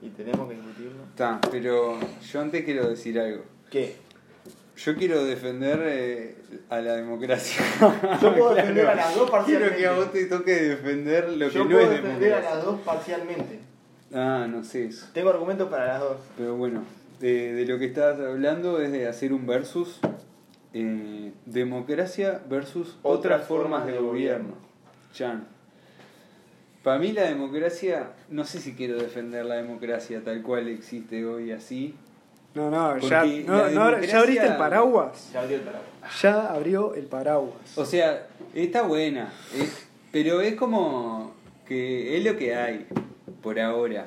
[SPEAKER 3] Y tenemos que discutirlo.
[SPEAKER 2] Está, pero yo antes quiero decir algo.
[SPEAKER 3] ¿Qué?
[SPEAKER 2] Yo quiero defender eh, a la democracia.
[SPEAKER 3] Yo puedo defender a las dos
[SPEAKER 2] Quiero
[SPEAKER 3] parcialmente.
[SPEAKER 2] que a vos te toque defender lo que
[SPEAKER 3] Yo
[SPEAKER 2] no
[SPEAKER 3] puedo
[SPEAKER 2] es
[SPEAKER 3] defender a las
[SPEAKER 2] democracia.
[SPEAKER 3] dos parcialmente.
[SPEAKER 2] Ah, no sé eso.
[SPEAKER 3] Tengo argumentos para las dos.
[SPEAKER 2] Pero bueno, de, de lo que estabas hablando es de hacer un versus. eh, democracia versus otras,
[SPEAKER 3] Otras
[SPEAKER 2] formas
[SPEAKER 3] formas
[SPEAKER 2] de
[SPEAKER 3] de
[SPEAKER 2] gobierno. Chan. Para mí la democracia, no sé si quiero defender la democracia tal cual existe hoy así.
[SPEAKER 5] No, no,
[SPEAKER 2] Porque
[SPEAKER 5] ya,
[SPEAKER 2] la
[SPEAKER 5] no, no,
[SPEAKER 2] democracia-
[SPEAKER 5] ya abriste el paraguas.
[SPEAKER 3] Se abrió el paraguas.
[SPEAKER 5] Ya abrió el paraguas.
[SPEAKER 2] O sea, está buena, es- pero es como que es lo que hay por ahora.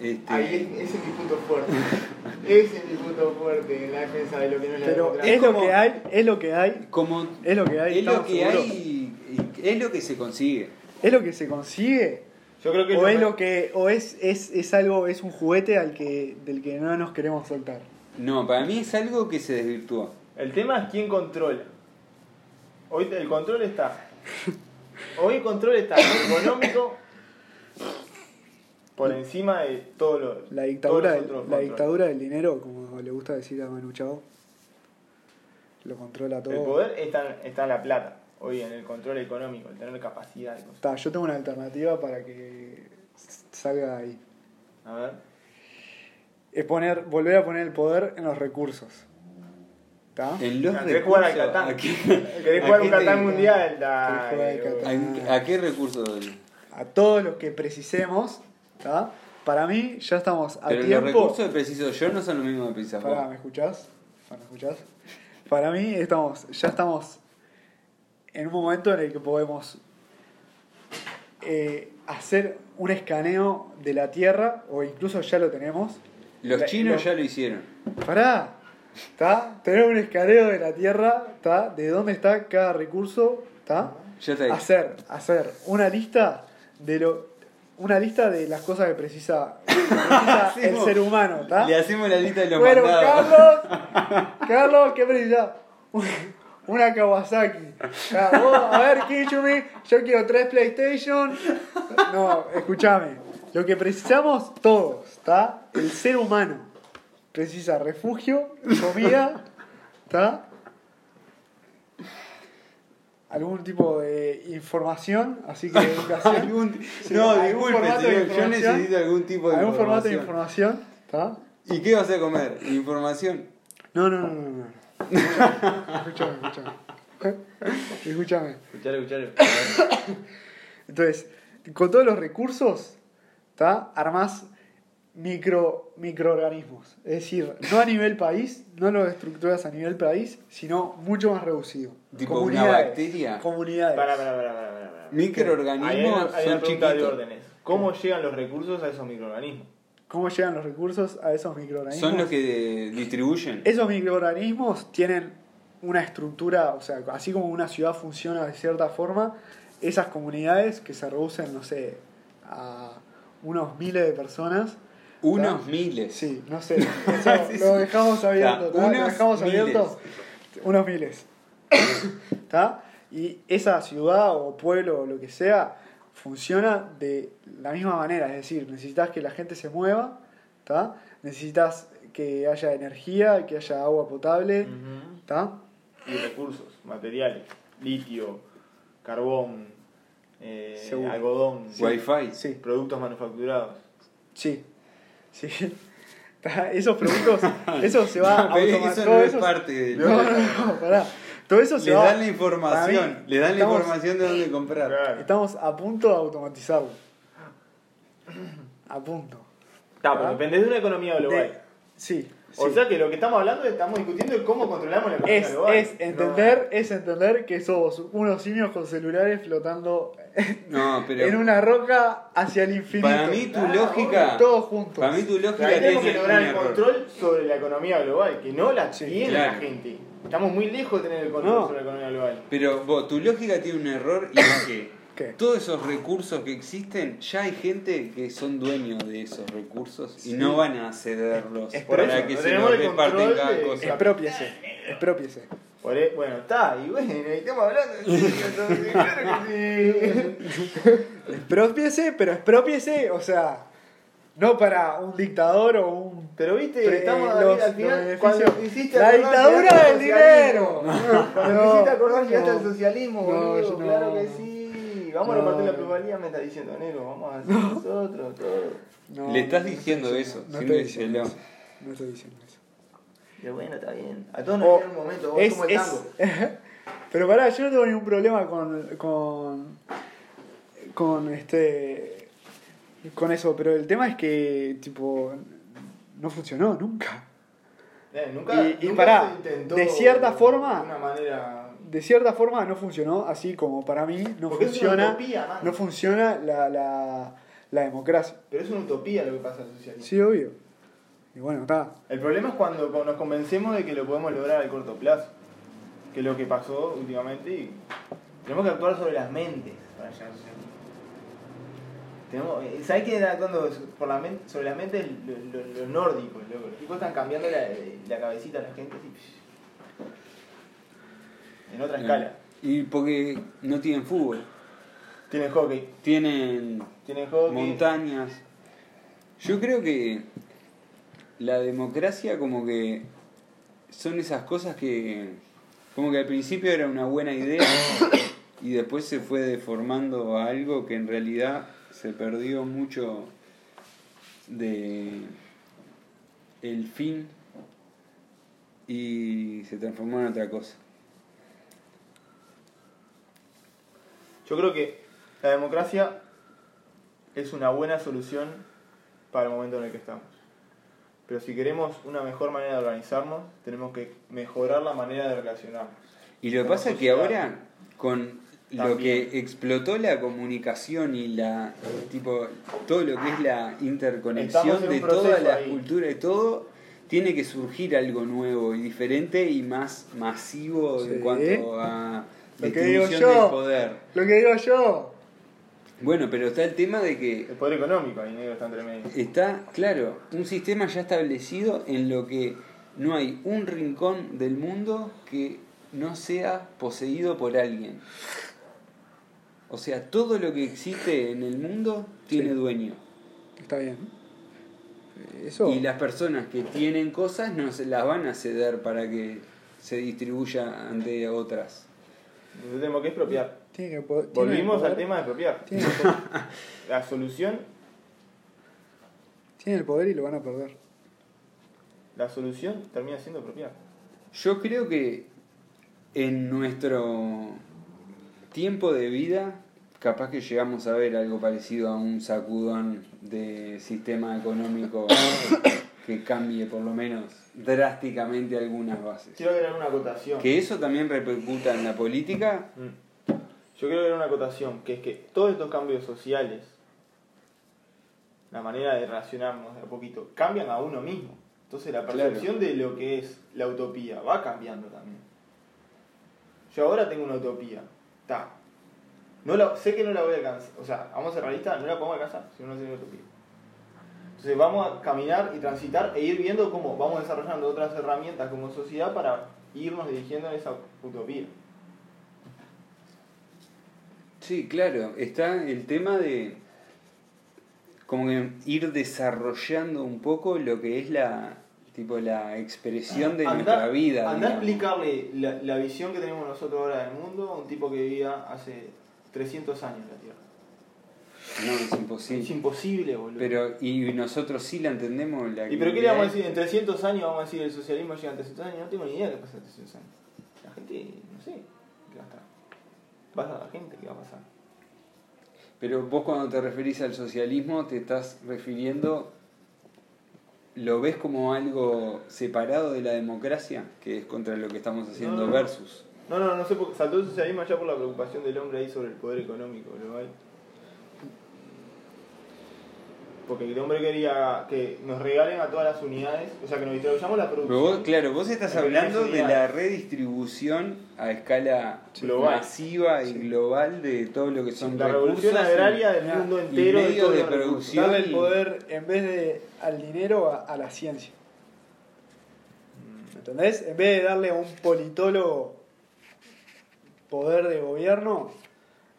[SPEAKER 2] Este,
[SPEAKER 3] Ahí es- ese es mi punto fuerte. ese es mi punto fuerte en la defensa de lo que no es la
[SPEAKER 5] Pero es
[SPEAKER 3] democracia.
[SPEAKER 5] lo
[SPEAKER 2] como-
[SPEAKER 5] que hay, es lo que hay,
[SPEAKER 2] como
[SPEAKER 5] es lo que hay.
[SPEAKER 2] es lo
[SPEAKER 5] estamos
[SPEAKER 2] que
[SPEAKER 5] seguros.
[SPEAKER 2] hay, y- es lo que se consigue.
[SPEAKER 5] ¿Es lo que se consigue?
[SPEAKER 3] Yo creo que
[SPEAKER 5] ¿O
[SPEAKER 3] lo-
[SPEAKER 5] es lo que o es, es, es algo, es un juguete al que, del que no nos queremos soltar?
[SPEAKER 2] No, para mí es algo que se desvirtuó.
[SPEAKER 3] El tema es quién controla. Hoy el control está. Hoy el control está económico por encima de todo lo.
[SPEAKER 5] La
[SPEAKER 3] todos
[SPEAKER 5] dictadura,
[SPEAKER 3] los
[SPEAKER 5] del,
[SPEAKER 3] otros
[SPEAKER 5] la
[SPEAKER 3] controles.
[SPEAKER 5] dictadura del dinero, como le gusta decir a Manu Chao, lo controla todo.
[SPEAKER 3] El poder está, está en la plata. Hoy en el control económico, el tener capacidad de cosas.
[SPEAKER 5] Ta, yo tengo una alternativa para que s- salga ahí.
[SPEAKER 3] A ver.
[SPEAKER 5] Es poner, volver a poner el poder en los recursos. ¿Está?
[SPEAKER 2] En los
[SPEAKER 3] ¿Querés jugar al
[SPEAKER 2] recursos,
[SPEAKER 3] Catán?
[SPEAKER 2] ¿a qué,
[SPEAKER 3] ¿Querés
[SPEAKER 2] a
[SPEAKER 3] jugar
[SPEAKER 2] qué
[SPEAKER 3] un
[SPEAKER 2] te-
[SPEAKER 3] Catán mundial?
[SPEAKER 5] ¿Querés jugar al
[SPEAKER 3] Dale,
[SPEAKER 5] Catán?
[SPEAKER 2] a- a qué recursos?
[SPEAKER 5] A todos los que precisemos, ¿está? Para mí ya estamos a
[SPEAKER 2] Pero los
[SPEAKER 5] tiempo.
[SPEAKER 2] recursos que preciso yo no son los mismos que precisas vos.
[SPEAKER 5] Pará, ¿me escuchás? Pará, ¿me escuchás? Para mí estamos, ya estamos en un momento en el que podemos eh, hacer un escaneo de la Tierra, o incluso ya lo tenemos.
[SPEAKER 2] Los
[SPEAKER 5] La-
[SPEAKER 2] chinos
[SPEAKER 5] los-
[SPEAKER 2] ya lo hicieron.
[SPEAKER 5] Pará, ¿está? Tener un escaneo de la Tierra, ¿está? De dónde está cada recurso, ¿está?
[SPEAKER 2] Ya está ahí.
[SPEAKER 5] Hacer, hacer una lista de lo... Una lista de las cosas que precisa, que precisa
[SPEAKER 2] Sí,
[SPEAKER 5] el
[SPEAKER 2] vos.
[SPEAKER 5] ser humano, ¿está?
[SPEAKER 2] Le hacemos la lista de los
[SPEAKER 5] Bueno,
[SPEAKER 2] mandados.
[SPEAKER 5] Carlos, Carlos, qué brilla. Una Kawasaki. Ah, vos, a ver, Kichumi, yo quiero tres PlayStation. No, escúchame. Lo que precisamos todos, ¿está? El ser humano. precisa refugio, comida, ¿está? Algún tipo de información, así que educación.
[SPEAKER 2] Algún-
[SPEAKER 5] Sí,
[SPEAKER 2] no,
[SPEAKER 5] algún
[SPEAKER 2] disculpe,
[SPEAKER 5] formato de
[SPEAKER 2] señor, yo
[SPEAKER 5] información.
[SPEAKER 2] necesito algún tipo de
[SPEAKER 5] Algún formato de
[SPEAKER 2] información.
[SPEAKER 5] información, ¿está?
[SPEAKER 2] ¿Y qué vas a comer? ¿Información?
[SPEAKER 5] No, no, no, no, no. Escúchame, escúchame. Eh, Escúchame.
[SPEAKER 3] Escuchalo, escuchalo.
[SPEAKER 5] Entonces, con todos los recursos, ¿tá? armás micro, microorganismos. Es decir, no a nivel país, no lo estructuras a nivel país, sino mucho más reducido.
[SPEAKER 2] Tipo una bacteria.
[SPEAKER 5] Comunidades.
[SPEAKER 3] Pará, pará, pará, pará, pará, pará. Ahí hay
[SPEAKER 2] Microorganismos
[SPEAKER 3] una, hay
[SPEAKER 2] son
[SPEAKER 3] una pregunta de
[SPEAKER 2] chiquitos.
[SPEAKER 3] órdenes. ¿Cómo llegan los recursos a esos microorganismos?
[SPEAKER 5] ¿Cómo llegan los recursos a esos microorganismos?
[SPEAKER 2] Son los que distribuyen.
[SPEAKER 5] Esos microorganismos tienen una estructura, o sea, así como una ciudad funciona de cierta forma, esas comunidades que se reducen, no sé, a unos miles de personas,
[SPEAKER 2] Unos miles.
[SPEAKER 5] Sí, no sé. Eso lo dejamos abierto.
[SPEAKER 2] Ah, Ya,
[SPEAKER 5] ¿tá? Lo
[SPEAKER 2] unos
[SPEAKER 5] dejamos
[SPEAKER 2] miles.
[SPEAKER 5] abierto. Unos miles. ¿Está? Y esa ciudad o pueblo o lo que sea funciona de la misma manera. Es decir, necesitas que la gente se mueva. ¿Está? Necesitas que haya energía, que haya agua potable.
[SPEAKER 2] Mm.
[SPEAKER 5] ¿Está?
[SPEAKER 3] Y recursos, materiales. Litio, carbón, eh,
[SPEAKER 5] Seguro.
[SPEAKER 3] algodón,
[SPEAKER 2] Wi-Fi.
[SPEAKER 5] Sí.
[SPEAKER 3] productos manufacturados.
[SPEAKER 5] Sí. Sí. ¿Tá? Esos productos, eso se va a
[SPEAKER 2] Pero eso no es parte del-
[SPEAKER 5] No, no, no, pará. Todo eso se
[SPEAKER 2] Les
[SPEAKER 5] va
[SPEAKER 2] dan la
[SPEAKER 5] para
[SPEAKER 2] información.
[SPEAKER 5] mí,
[SPEAKER 2] Les dan la
[SPEAKER 5] estamos-
[SPEAKER 2] información de dónde comprar.
[SPEAKER 3] Claro.
[SPEAKER 5] Estamos a punto de automatizarlo. A punto.
[SPEAKER 3] Está, porque depende ¿Ah? de una economía global.
[SPEAKER 5] De- sí.
[SPEAKER 3] O
[SPEAKER 5] sí.
[SPEAKER 3] sea que lo que estamos hablando es estamos discutiendo es cómo controlamos la economía
[SPEAKER 5] es,
[SPEAKER 3] global.
[SPEAKER 5] es entender, es entender que somos unos simios con celulares flotando
[SPEAKER 2] No,
[SPEAKER 5] en
[SPEAKER 2] pero.
[SPEAKER 5] una roca hacia el infinito.
[SPEAKER 2] Para mí tu
[SPEAKER 3] Ah,
[SPEAKER 2] lógica.
[SPEAKER 5] todos juntos.
[SPEAKER 2] Para mí tu lógica
[SPEAKER 3] Ahí tenemos que
[SPEAKER 2] tiene un
[SPEAKER 3] lograr el
[SPEAKER 2] error.
[SPEAKER 3] control sobre la economía global, que no la
[SPEAKER 5] Sí,
[SPEAKER 3] tiene
[SPEAKER 2] claro.
[SPEAKER 3] la gente. Estamos muy lejos de tener el control
[SPEAKER 5] No.
[SPEAKER 3] sobre la economía global.
[SPEAKER 2] Pero vos, tu lógica tiene un error y es que
[SPEAKER 5] ¿Qué?
[SPEAKER 2] todos esos recursos que existen, ya hay gente que son dueños de esos recursos y no van a cederlos
[SPEAKER 5] Es- es
[SPEAKER 2] para
[SPEAKER 5] por
[SPEAKER 3] eso,
[SPEAKER 2] que
[SPEAKER 3] no
[SPEAKER 2] se
[SPEAKER 3] tenemos
[SPEAKER 2] los
[SPEAKER 3] el
[SPEAKER 2] reparten
[SPEAKER 3] control
[SPEAKER 2] cada
[SPEAKER 3] de-
[SPEAKER 2] cosa.
[SPEAKER 5] Expropiese. Expropiese.
[SPEAKER 3] Por e- Bueno, está, y bueno, y estamos hablando de serio, entonces, claro que sí.
[SPEAKER 5] Expropiese, pero expropiese, o sea, no para un dictador o un.
[SPEAKER 3] Pero viste,
[SPEAKER 5] Pre-
[SPEAKER 3] estamos
[SPEAKER 5] los-
[SPEAKER 3] al final,
[SPEAKER 5] los
[SPEAKER 3] cuando
[SPEAKER 5] beneficios.
[SPEAKER 3] hiciste
[SPEAKER 5] La
[SPEAKER 3] acordar,
[SPEAKER 5] dictadura
[SPEAKER 3] llegaste
[SPEAKER 5] del
[SPEAKER 3] al socialismo.
[SPEAKER 5] dinero.
[SPEAKER 3] Cuando
[SPEAKER 5] No,
[SPEAKER 3] hiciste acordar, llegaste
[SPEAKER 5] no.
[SPEAKER 3] al socialismo,
[SPEAKER 5] No,
[SPEAKER 3] boludo,
[SPEAKER 5] yo no.
[SPEAKER 3] claro que sí. Vamos a
[SPEAKER 5] No,
[SPEAKER 3] repartir la
[SPEAKER 5] no.
[SPEAKER 3] plusvalía, me está diciendo, negro, vamos a hacer nosotros, todo.
[SPEAKER 5] No,
[SPEAKER 2] Le estás
[SPEAKER 5] no estoy
[SPEAKER 2] diciendo eso,
[SPEAKER 5] No
[SPEAKER 2] sin
[SPEAKER 5] estoy diciendo
[SPEAKER 2] decirlo.
[SPEAKER 5] eso. No estoy diciendo eso.
[SPEAKER 3] Pero bueno, está bien. A todos nos
[SPEAKER 5] O-
[SPEAKER 3] llega un momento, vos
[SPEAKER 5] es-
[SPEAKER 3] como el
[SPEAKER 5] es-
[SPEAKER 3] tango.
[SPEAKER 5] pero pará, yo no tengo ningún problema con. con. con este. con eso, pero el tema es que, tipo. no funcionó nunca.
[SPEAKER 3] Eh, nunca,
[SPEAKER 5] Y- y
[SPEAKER 3] nunca
[SPEAKER 5] pará,
[SPEAKER 3] se intentó
[SPEAKER 5] de cierta forma-
[SPEAKER 3] De una manera.
[SPEAKER 5] De cierta forma no funcionó, así como para mí no
[SPEAKER 3] Porque es una
[SPEAKER 5] funciona.
[SPEAKER 3] utopía, man.
[SPEAKER 5] no funciona la, la, la democracia.
[SPEAKER 3] Pero es una utopía lo que pasa al socialismo.
[SPEAKER 5] Sí, obvio. Y bueno, está.
[SPEAKER 3] El problema es cuando co- nos convencemos de que lo podemos lograr al corto plazo. Que es lo que pasó últimamente y tenemos que actuar sobre las mentes para llegar al socialismo. Tenemos, eh, ¿Sabés quién está actuando so- por la men- sobre las mentes? Los nórdicos, loco. Los tipos están cambiando la, la cabecita a la gente así. psh. En
[SPEAKER 5] Mm.
[SPEAKER 3] otra escala.
[SPEAKER 2] Y porque no tienen fútbol,
[SPEAKER 3] Tienen hockey.
[SPEAKER 2] tienen
[SPEAKER 3] Tienen hockey.
[SPEAKER 2] montañas. Yo creo que la democracia como que son esas cosas que como que al principio era una buena idea y después se fue deformando a algo que en realidad se perdió mucho de el fin y se transformó en otra cosa.
[SPEAKER 3] Yo creo que la democracia es una buena solución para el momento en el que estamos. Pero si queremos una mejor manera de organizarnos, tenemos que mejorar la manera de relacionarnos.
[SPEAKER 2] Y lo que
[SPEAKER 3] Como
[SPEAKER 2] pasa es que
[SPEAKER 3] sociedad.
[SPEAKER 2] ahora, con lo
[SPEAKER 3] También.
[SPEAKER 2] que explotó la comunicación y la tipo todo lo que es la
[SPEAKER 3] Estamos
[SPEAKER 2] interconexión
[SPEAKER 3] en
[SPEAKER 2] de
[SPEAKER 3] un proceso
[SPEAKER 2] todas las
[SPEAKER 3] ahí.
[SPEAKER 2] culturas y todo, tiene que surgir algo nuevo y diferente y más masivo
[SPEAKER 5] Sí.
[SPEAKER 2] en cuanto a
[SPEAKER 5] Lo que digo
[SPEAKER 2] distribución
[SPEAKER 5] yo.
[SPEAKER 2] del poder.
[SPEAKER 5] Lo que digo yo.
[SPEAKER 2] Bueno, pero está el tema de que
[SPEAKER 3] El poder económico ahí negro está entre medio.
[SPEAKER 2] está, claro, un sistema ya establecido en lo que no hay un rincón del mundo que no sea poseído por alguien. O sea, todo lo que existe en el mundo tiene dueño.
[SPEAKER 5] Está bien. Eso.
[SPEAKER 2] Y las personas que tienen cosas no se las van a ceder para que se distribuya ante otras.
[SPEAKER 3] Nosotros tenemos que expropiar.
[SPEAKER 5] Tiene que po- tiene que
[SPEAKER 3] Volvimos
[SPEAKER 5] poder-
[SPEAKER 3] al tema de expropiar.
[SPEAKER 5] Tiene el, poder,
[SPEAKER 3] La solución,
[SPEAKER 5] tiene el poder y lo van a perder.
[SPEAKER 3] la solución termina siendo expropiar.
[SPEAKER 2] Yo creo que en nuestro tiempo de vida, capaz que llegamos a ver algo parecido a un sacudón de sistema económico que cambie por lo menos drásticamente algunas bases.
[SPEAKER 3] Quiero agregar una acotación.
[SPEAKER 2] Que eso también repercuta en la política,
[SPEAKER 3] Mm. Yo quiero agregar una acotación, que es que todos estos cambios sociales, la manera de relacionarnos de a poquito, cambian a uno mismo. Entonces la
[SPEAKER 2] Claro.
[SPEAKER 3] percepción de lo que es la utopía va cambiando también. Yo ahora tengo una utopía. Ta. No la, sé que no la voy a alcanzar. O sea, vamos a ser realistas, no la podemos alcanzar si no hacemos utopía. Entonces vamos a caminar y transitar e ir viendo cómo vamos desarrollando otras herramientas como sociedad para irnos dirigiendo en esa utopía.
[SPEAKER 2] sí, claro, está el tema de como que ir desarrollando un poco lo que es la tipo la expresión de
[SPEAKER 3] Andá-
[SPEAKER 2] nuestra vida.
[SPEAKER 3] Andá a
[SPEAKER 2] digamos.
[SPEAKER 3] explicarle la, la visión que tenemos nosotros ahora del mundo a un tipo que vivía hace 300 años en la Tierra.
[SPEAKER 2] No, es
[SPEAKER 3] Es
[SPEAKER 2] imposible.
[SPEAKER 3] imposible, boludo.
[SPEAKER 2] Pero, y nosotros sí la entendemos. La
[SPEAKER 3] ¿Y pero qué le vamos a decir? En 300 años vamos a decir el socialismo llega en 300 años. No tengo ni idea de qué pasa en 300 años. La gente, no sé, qué va a estar. Pasa la gente, qué va a pasar.
[SPEAKER 2] Pero vos cuando te referís al socialismo te estás refiriendo, ¿lo ves como algo separado de la democracia? Que es contra lo que estamos haciendo
[SPEAKER 3] No, no, no.
[SPEAKER 2] versus.
[SPEAKER 3] No, no, no sé, por- saltó el socialismo ya por la preocupación del hombre ahí sobre el poder económico global. Porque el hombre quería que nos regalen a todas las unidades, o sea, que nos distribuyamos la producción.
[SPEAKER 2] Pero vos, claro, vos estás
[SPEAKER 3] En
[SPEAKER 2] hablando de
[SPEAKER 3] realidad.
[SPEAKER 2] la redistribución a escala
[SPEAKER 3] Global.
[SPEAKER 2] masiva y global de todo lo que son
[SPEAKER 3] La
[SPEAKER 2] recursos
[SPEAKER 3] revolución
[SPEAKER 2] y-
[SPEAKER 3] agraria del
[SPEAKER 5] y
[SPEAKER 3] mundo
[SPEAKER 2] y
[SPEAKER 3] entero de
[SPEAKER 2] medios
[SPEAKER 3] todos
[SPEAKER 2] de
[SPEAKER 3] los recursos.
[SPEAKER 2] producción.
[SPEAKER 5] Darle el poder en vez de al dinero a, a la ciencia. ¿Me entendés? En vez de darle a un politólogo poder de gobierno,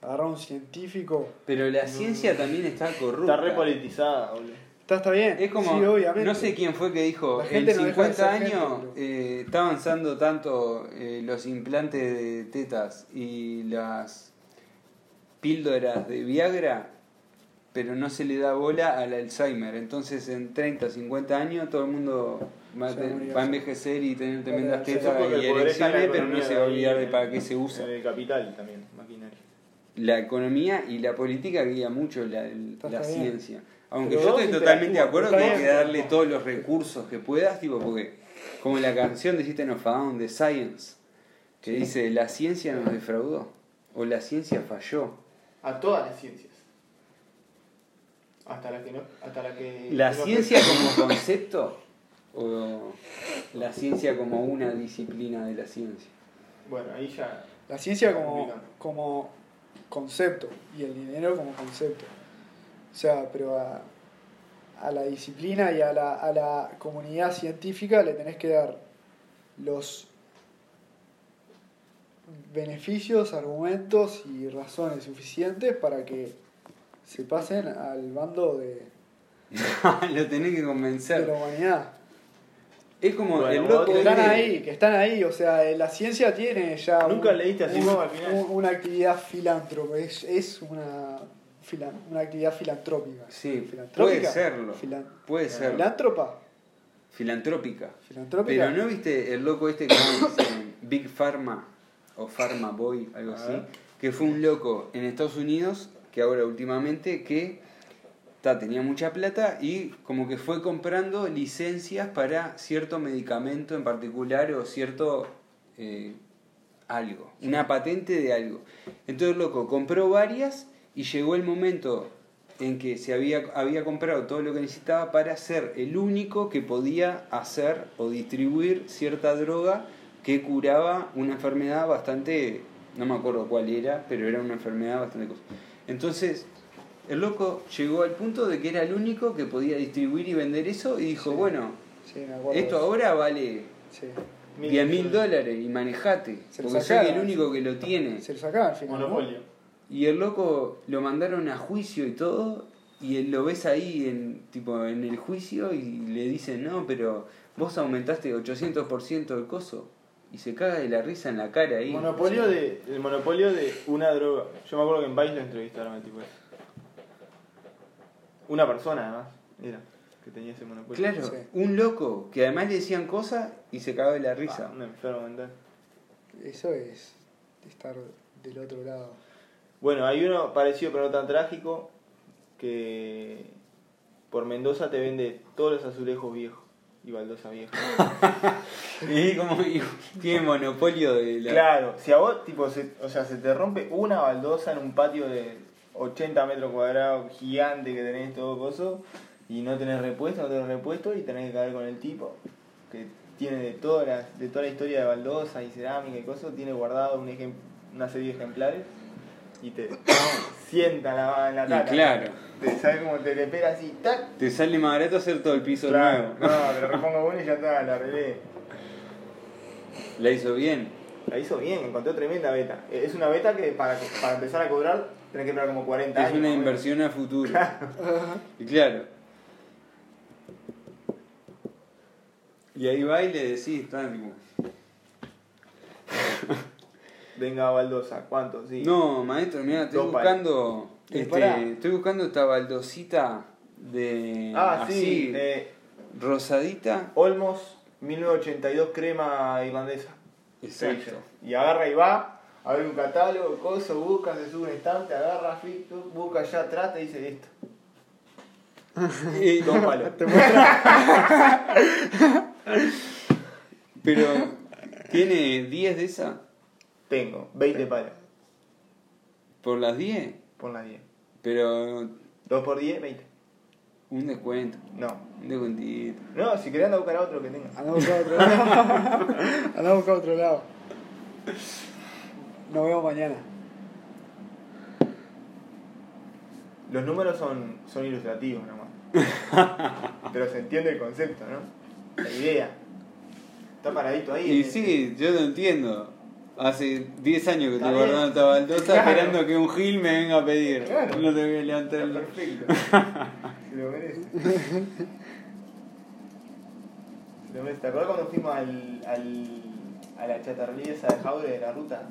[SPEAKER 5] agarrar a un científico.
[SPEAKER 2] Pero la ciencia también está corrupta.
[SPEAKER 3] Está repolitizada, boludo.
[SPEAKER 5] Está, está bien.
[SPEAKER 2] Es como,
[SPEAKER 5] Sí, obviamente.
[SPEAKER 2] no sé quién fue que dijo,
[SPEAKER 5] La
[SPEAKER 2] en
[SPEAKER 5] gente no deja de
[SPEAKER 2] 50
[SPEAKER 5] ser gente,
[SPEAKER 2] años
[SPEAKER 5] pero-
[SPEAKER 2] eh, está avanzando tanto eh, los implantes de tetas y las píldoras de Viagra, pero no se le da bola al Alzheimer. Entonces en 30, 50 años todo el mundo va, a
[SPEAKER 5] Se
[SPEAKER 2] te-
[SPEAKER 5] morirá.
[SPEAKER 2] va a envejecer y tener tremendas
[SPEAKER 5] Pero
[SPEAKER 2] tetas
[SPEAKER 3] Porque
[SPEAKER 2] y
[SPEAKER 3] el poder está en la
[SPEAKER 2] erecciones, pero no
[SPEAKER 3] economía
[SPEAKER 2] se va a
[SPEAKER 3] de ahí,
[SPEAKER 2] olvidar de
[SPEAKER 3] en-
[SPEAKER 2] para qué se usa.
[SPEAKER 3] En el capital también, maquinaria.
[SPEAKER 2] La economía y la política guía mucho la, el-
[SPEAKER 5] Está
[SPEAKER 2] la
[SPEAKER 5] bien.
[SPEAKER 2] ciencia. Aunque
[SPEAKER 3] Pero
[SPEAKER 2] yo
[SPEAKER 3] vos
[SPEAKER 2] estoy totalmente de
[SPEAKER 3] interactúas,
[SPEAKER 2] acuerdo que
[SPEAKER 5] está
[SPEAKER 2] hay que
[SPEAKER 5] bien.
[SPEAKER 2] darle todos los recursos que puedas, tipo, porque como la canción de System of a Down de Science, que dice la ciencia nos defraudó, o la ciencia falló.
[SPEAKER 3] A todas las ciencias. Hasta las que no. Hasta las que.
[SPEAKER 2] La
[SPEAKER 3] que no-
[SPEAKER 2] ciencia como concepto, o la ciencia como una disciplina de la ciencia.
[SPEAKER 3] Bueno, ahí ya.
[SPEAKER 5] La ciencia como,
[SPEAKER 3] Complicado.
[SPEAKER 5] como concepto y el dinero como concepto. O sea, pero a, a la disciplina y a la, a la comunidad científica le tenés que dar los beneficios, argumentos y razones suficientes para que se pasen al bando de,
[SPEAKER 2] Lo tenés que
[SPEAKER 5] de la
[SPEAKER 2] convencer.
[SPEAKER 5] humanidad.
[SPEAKER 2] Es como
[SPEAKER 3] Bueno,
[SPEAKER 2] el loco
[SPEAKER 3] vos
[SPEAKER 5] Que están
[SPEAKER 2] este-
[SPEAKER 5] ahí, que están ahí, o sea, eh, la ciencia tiene ya
[SPEAKER 3] Nunca leíste a Simón al final.
[SPEAKER 5] un- una actividad filántropa, es, es una, fila- una actividad filantrópica.
[SPEAKER 2] Sí, puede
[SPEAKER 5] filantrópica.
[SPEAKER 2] serlo.
[SPEAKER 5] Filan-
[SPEAKER 2] Puede serlo.
[SPEAKER 5] filántropa,
[SPEAKER 2] filantrópica.
[SPEAKER 5] filantrópica.
[SPEAKER 2] Pero no viste el loco este que dicen Big Pharma o Pharma Boy, algo
[SPEAKER 3] Ah.
[SPEAKER 2] así, que fue un loco en Estados Unidos que ahora últimamente que ta, tenía mucha plata y como que fue comprando licencias para cierto medicamento en particular o cierto eh, algo, una patente de algo. Entonces, loco, compró varias y llegó el momento en que se había, había comprado todo lo que necesitaba para ser el único que podía hacer o distribuir cierta droga que curaba una enfermedad bastante, no me acuerdo cuál era, pero era una enfermedad bastante cosa. Entonces, el loco llegó al punto de que era el único que podía distribuir y vender eso y dijo, bueno,
[SPEAKER 5] Sí, me acuerdo.
[SPEAKER 2] esto ahora vale
[SPEAKER 5] Sí.
[SPEAKER 2] 10 mil dólares y manejate,
[SPEAKER 5] Se lo
[SPEAKER 2] porque soy
[SPEAKER 5] sacaron.
[SPEAKER 2] el único que lo tiene.
[SPEAKER 5] Se lo sacaban al final. ¿no?
[SPEAKER 3] Monopolio.
[SPEAKER 2] Y el loco lo mandaron a juicio y todo, y él lo ves ahí en, tipo, en el juicio y le dicen, no, pero vos aumentaste 800% el coso. Y se caga de la risa en la cara ahí.
[SPEAKER 3] Monopolio de, el monopolio de una droga. Yo me acuerdo que en Vice lo entrevistaron al tipo ese. Una persona además, mira, que tenía ese monopolio.
[SPEAKER 2] Claro,
[SPEAKER 5] Sí.
[SPEAKER 2] un loco que además le decían cosas y se cagaba de la risa.
[SPEAKER 3] Ah, un enfermo mental.
[SPEAKER 5] Eso es estar del otro lado.
[SPEAKER 3] Bueno, hay uno parecido pero no tan trágico que por Mendoza te vende todos los azulejos viejos y baldosa vieja.
[SPEAKER 2] Y como y tiene monopolio de la.
[SPEAKER 3] Claro, si a vos tipo se, o sea, se te rompe una baldosa en un patio de 80 metros cuadrados gigante que tenés todo coso y no tenés repuesto, no tenés repuesto y tenés que caer con el tipo que tiene de todas las- de toda la historia de baldosa y cerámica y cosas, tiene guardado un ejem- una serie de ejemplares y te sienta la, en la
[SPEAKER 2] Y
[SPEAKER 3] taca.
[SPEAKER 2] claro.
[SPEAKER 3] Te sale como te le pega así, tac.
[SPEAKER 2] Te sale más barato hacer todo el piso
[SPEAKER 3] Claro,
[SPEAKER 2] nuevo.
[SPEAKER 3] no, te lo repongo uno y ya está, la arreglé.
[SPEAKER 2] La hizo bien.
[SPEAKER 3] La hizo bien, encontró tremenda beta. Eh, Es una beta que para, para empezar a cobrar tenés que esperar como 40
[SPEAKER 2] Es una
[SPEAKER 3] años. más o menos.
[SPEAKER 2] inversión a futuro. Y claro. Y ahí va y le decís, tan tipo,
[SPEAKER 3] Venga, baldosa, ¿cuánto? Sí.
[SPEAKER 2] No, maestro, mira, estoy
[SPEAKER 3] Dos palos.
[SPEAKER 2] buscando.
[SPEAKER 5] Eh,
[SPEAKER 2] este,
[SPEAKER 5] pará.
[SPEAKER 2] estoy buscando esta baldosita de.
[SPEAKER 3] Ah, sí,
[SPEAKER 2] así,
[SPEAKER 3] eh,
[SPEAKER 2] rosadita.
[SPEAKER 3] Olmos 1982 crema irlandesa.
[SPEAKER 2] Exacto.
[SPEAKER 3] Y agarra y va, abre un catálogo, coso, busca, se sube un estante, agarra, fit, tú, busca allá atrás, te dice listo.
[SPEAKER 2] Eh,
[SPEAKER 3] Dos palos.
[SPEAKER 2] pero, ¿tiene 10 de esa?
[SPEAKER 3] Tengo, 20 palos.
[SPEAKER 2] ¿Por las 10?
[SPEAKER 3] Pon las 10.
[SPEAKER 2] Pero,
[SPEAKER 3] 2 por 10, 20.
[SPEAKER 2] un descuento.
[SPEAKER 3] No.
[SPEAKER 2] Un descuentito.
[SPEAKER 3] No, si querés anda a buscar a otro que tenga.
[SPEAKER 5] Andá a buscar otro lado. Andá a buscar otro lado. Nos vemos mañana.
[SPEAKER 3] Los números son, son ilustrativos nomás. Pero se entiende el concepto, ¿no? La idea. Está paradito ahí.
[SPEAKER 2] Y
[SPEAKER 3] en el-
[SPEAKER 2] sí, yo lo entiendo. Hace 10 años que
[SPEAKER 3] Está
[SPEAKER 2] te
[SPEAKER 3] bien.
[SPEAKER 2] guardaron esta baldosa
[SPEAKER 3] Claro.
[SPEAKER 2] esperando que un gil me venga a pedir.
[SPEAKER 3] Claro.
[SPEAKER 2] No te voy a levantar
[SPEAKER 3] Está
[SPEAKER 2] el...
[SPEAKER 3] perfecto. Se lo merece. Se lo merece. ¿Te acordás cuando fuimos al, al, a la chatarrería esa de Jaure de la ruta?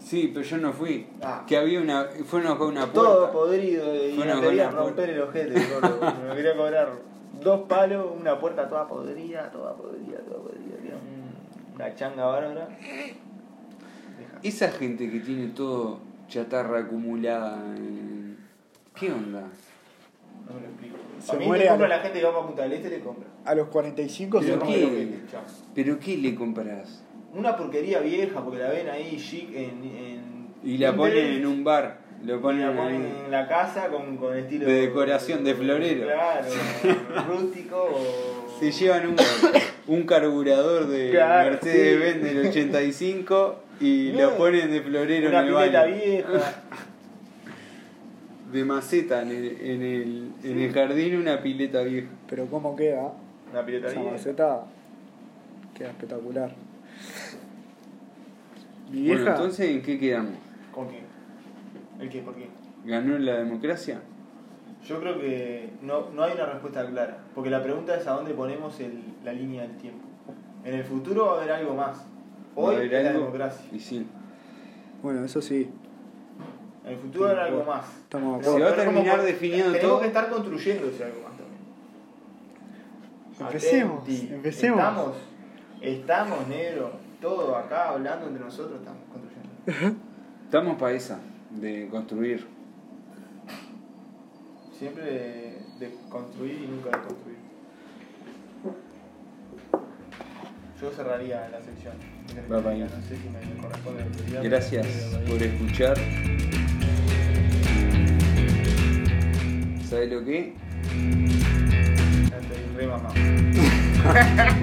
[SPEAKER 2] Sí, pero yo no fui.
[SPEAKER 3] Ah.
[SPEAKER 2] Que había una... Fueron con una puerta.
[SPEAKER 3] Todo podrido y
[SPEAKER 2] Fue una
[SPEAKER 3] no quería
[SPEAKER 2] buena
[SPEAKER 3] romper el ojete. gordo. Me quería cobrar dos palos, una puerta toda podrida, toda podrida, toda podrida. Era un- Una changa bárbara. Deja.
[SPEAKER 2] Esa gente que tiene todo chatarra acumulada en- ¿Qué onda?
[SPEAKER 3] No me lo explico.
[SPEAKER 5] Se
[SPEAKER 3] a mí
[SPEAKER 5] muere
[SPEAKER 3] le compra
[SPEAKER 5] algo.
[SPEAKER 3] la gente que va a Punta del Este le compra.
[SPEAKER 5] A los 45
[SPEAKER 2] ¿Pero
[SPEAKER 5] se
[SPEAKER 3] No,
[SPEAKER 5] rompe.
[SPEAKER 2] qué?
[SPEAKER 3] el ojete, chao.
[SPEAKER 2] ¿Pero qué le comprás?
[SPEAKER 3] Una porquería vieja porque la ven ahí chic en. en Este.
[SPEAKER 2] Y la ponen en un bar. Lo
[SPEAKER 3] Y
[SPEAKER 2] ponen
[SPEAKER 3] la ponen
[SPEAKER 2] ahí.
[SPEAKER 3] en la casa con, con estilo.
[SPEAKER 2] De decoración, de florero.
[SPEAKER 3] Claro, rústico o.
[SPEAKER 2] Se llevan un, un carburador de
[SPEAKER 3] Claro,
[SPEAKER 2] Mercedes
[SPEAKER 3] sí.
[SPEAKER 2] Benz del 85 y
[SPEAKER 3] No,
[SPEAKER 2] lo ponen de florero
[SPEAKER 3] Una
[SPEAKER 2] en el
[SPEAKER 3] pileta
[SPEAKER 2] baño.
[SPEAKER 3] vieja.
[SPEAKER 2] De maceta en el, en, el, en el jardín una pileta vieja.
[SPEAKER 5] Pero cómo queda.
[SPEAKER 3] Una pileta
[SPEAKER 5] Esa
[SPEAKER 3] vieja.
[SPEAKER 5] maceta queda espectacular. Mi
[SPEAKER 2] Bueno,
[SPEAKER 5] vieja.
[SPEAKER 2] entonces ¿en qué quedamos?
[SPEAKER 3] ¿Con qué? ¿El qué? ¿Por qué?
[SPEAKER 2] ¿Ganó la democracia?
[SPEAKER 3] Yo creo que no, no hay una respuesta clara, porque la pregunta es a dónde ponemos el- la línea del tiempo. En el futuro va a haber algo más. Hoy
[SPEAKER 2] ¿Va a haber
[SPEAKER 3] es la
[SPEAKER 2] algo?
[SPEAKER 3] democracia.
[SPEAKER 2] Y sí.
[SPEAKER 5] Bueno, eso sí.
[SPEAKER 3] En el futuro va a haber algo más.
[SPEAKER 5] Estamos de
[SPEAKER 2] Se
[SPEAKER 5] acuerdo.
[SPEAKER 2] va a
[SPEAKER 3] Pero es como
[SPEAKER 2] terminar
[SPEAKER 3] por-
[SPEAKER 2] definiendo
[SPEAKER 3] tenemos
[SPEAKER 2] todo.
[SPEAKER 3] que estar construyendo ese algo más también.
[SPEAKER 5] Empecemos,
[SPEAKER 3] Atenti.
[SPEAKER 5] empecemos.
[SPEAKER 3] Estamos, estamos, negro, todo acá hablando entre nosotros, estamos construyendo.
[SPEAKER 2] Estamos para esa, de construir.
[SPEAKER 3] Siempre de, de construir y nunca de construir. Yo cerraría la sección.
[SPEAKER 2] Va, va,
[SPEAKER 3] No sé si me corresponde. olvidarme.
[SPEAKER 2] Gracias por escuchar. ¿Sabes lo que?
[SPEAKER 3] Ya estoy re mamado.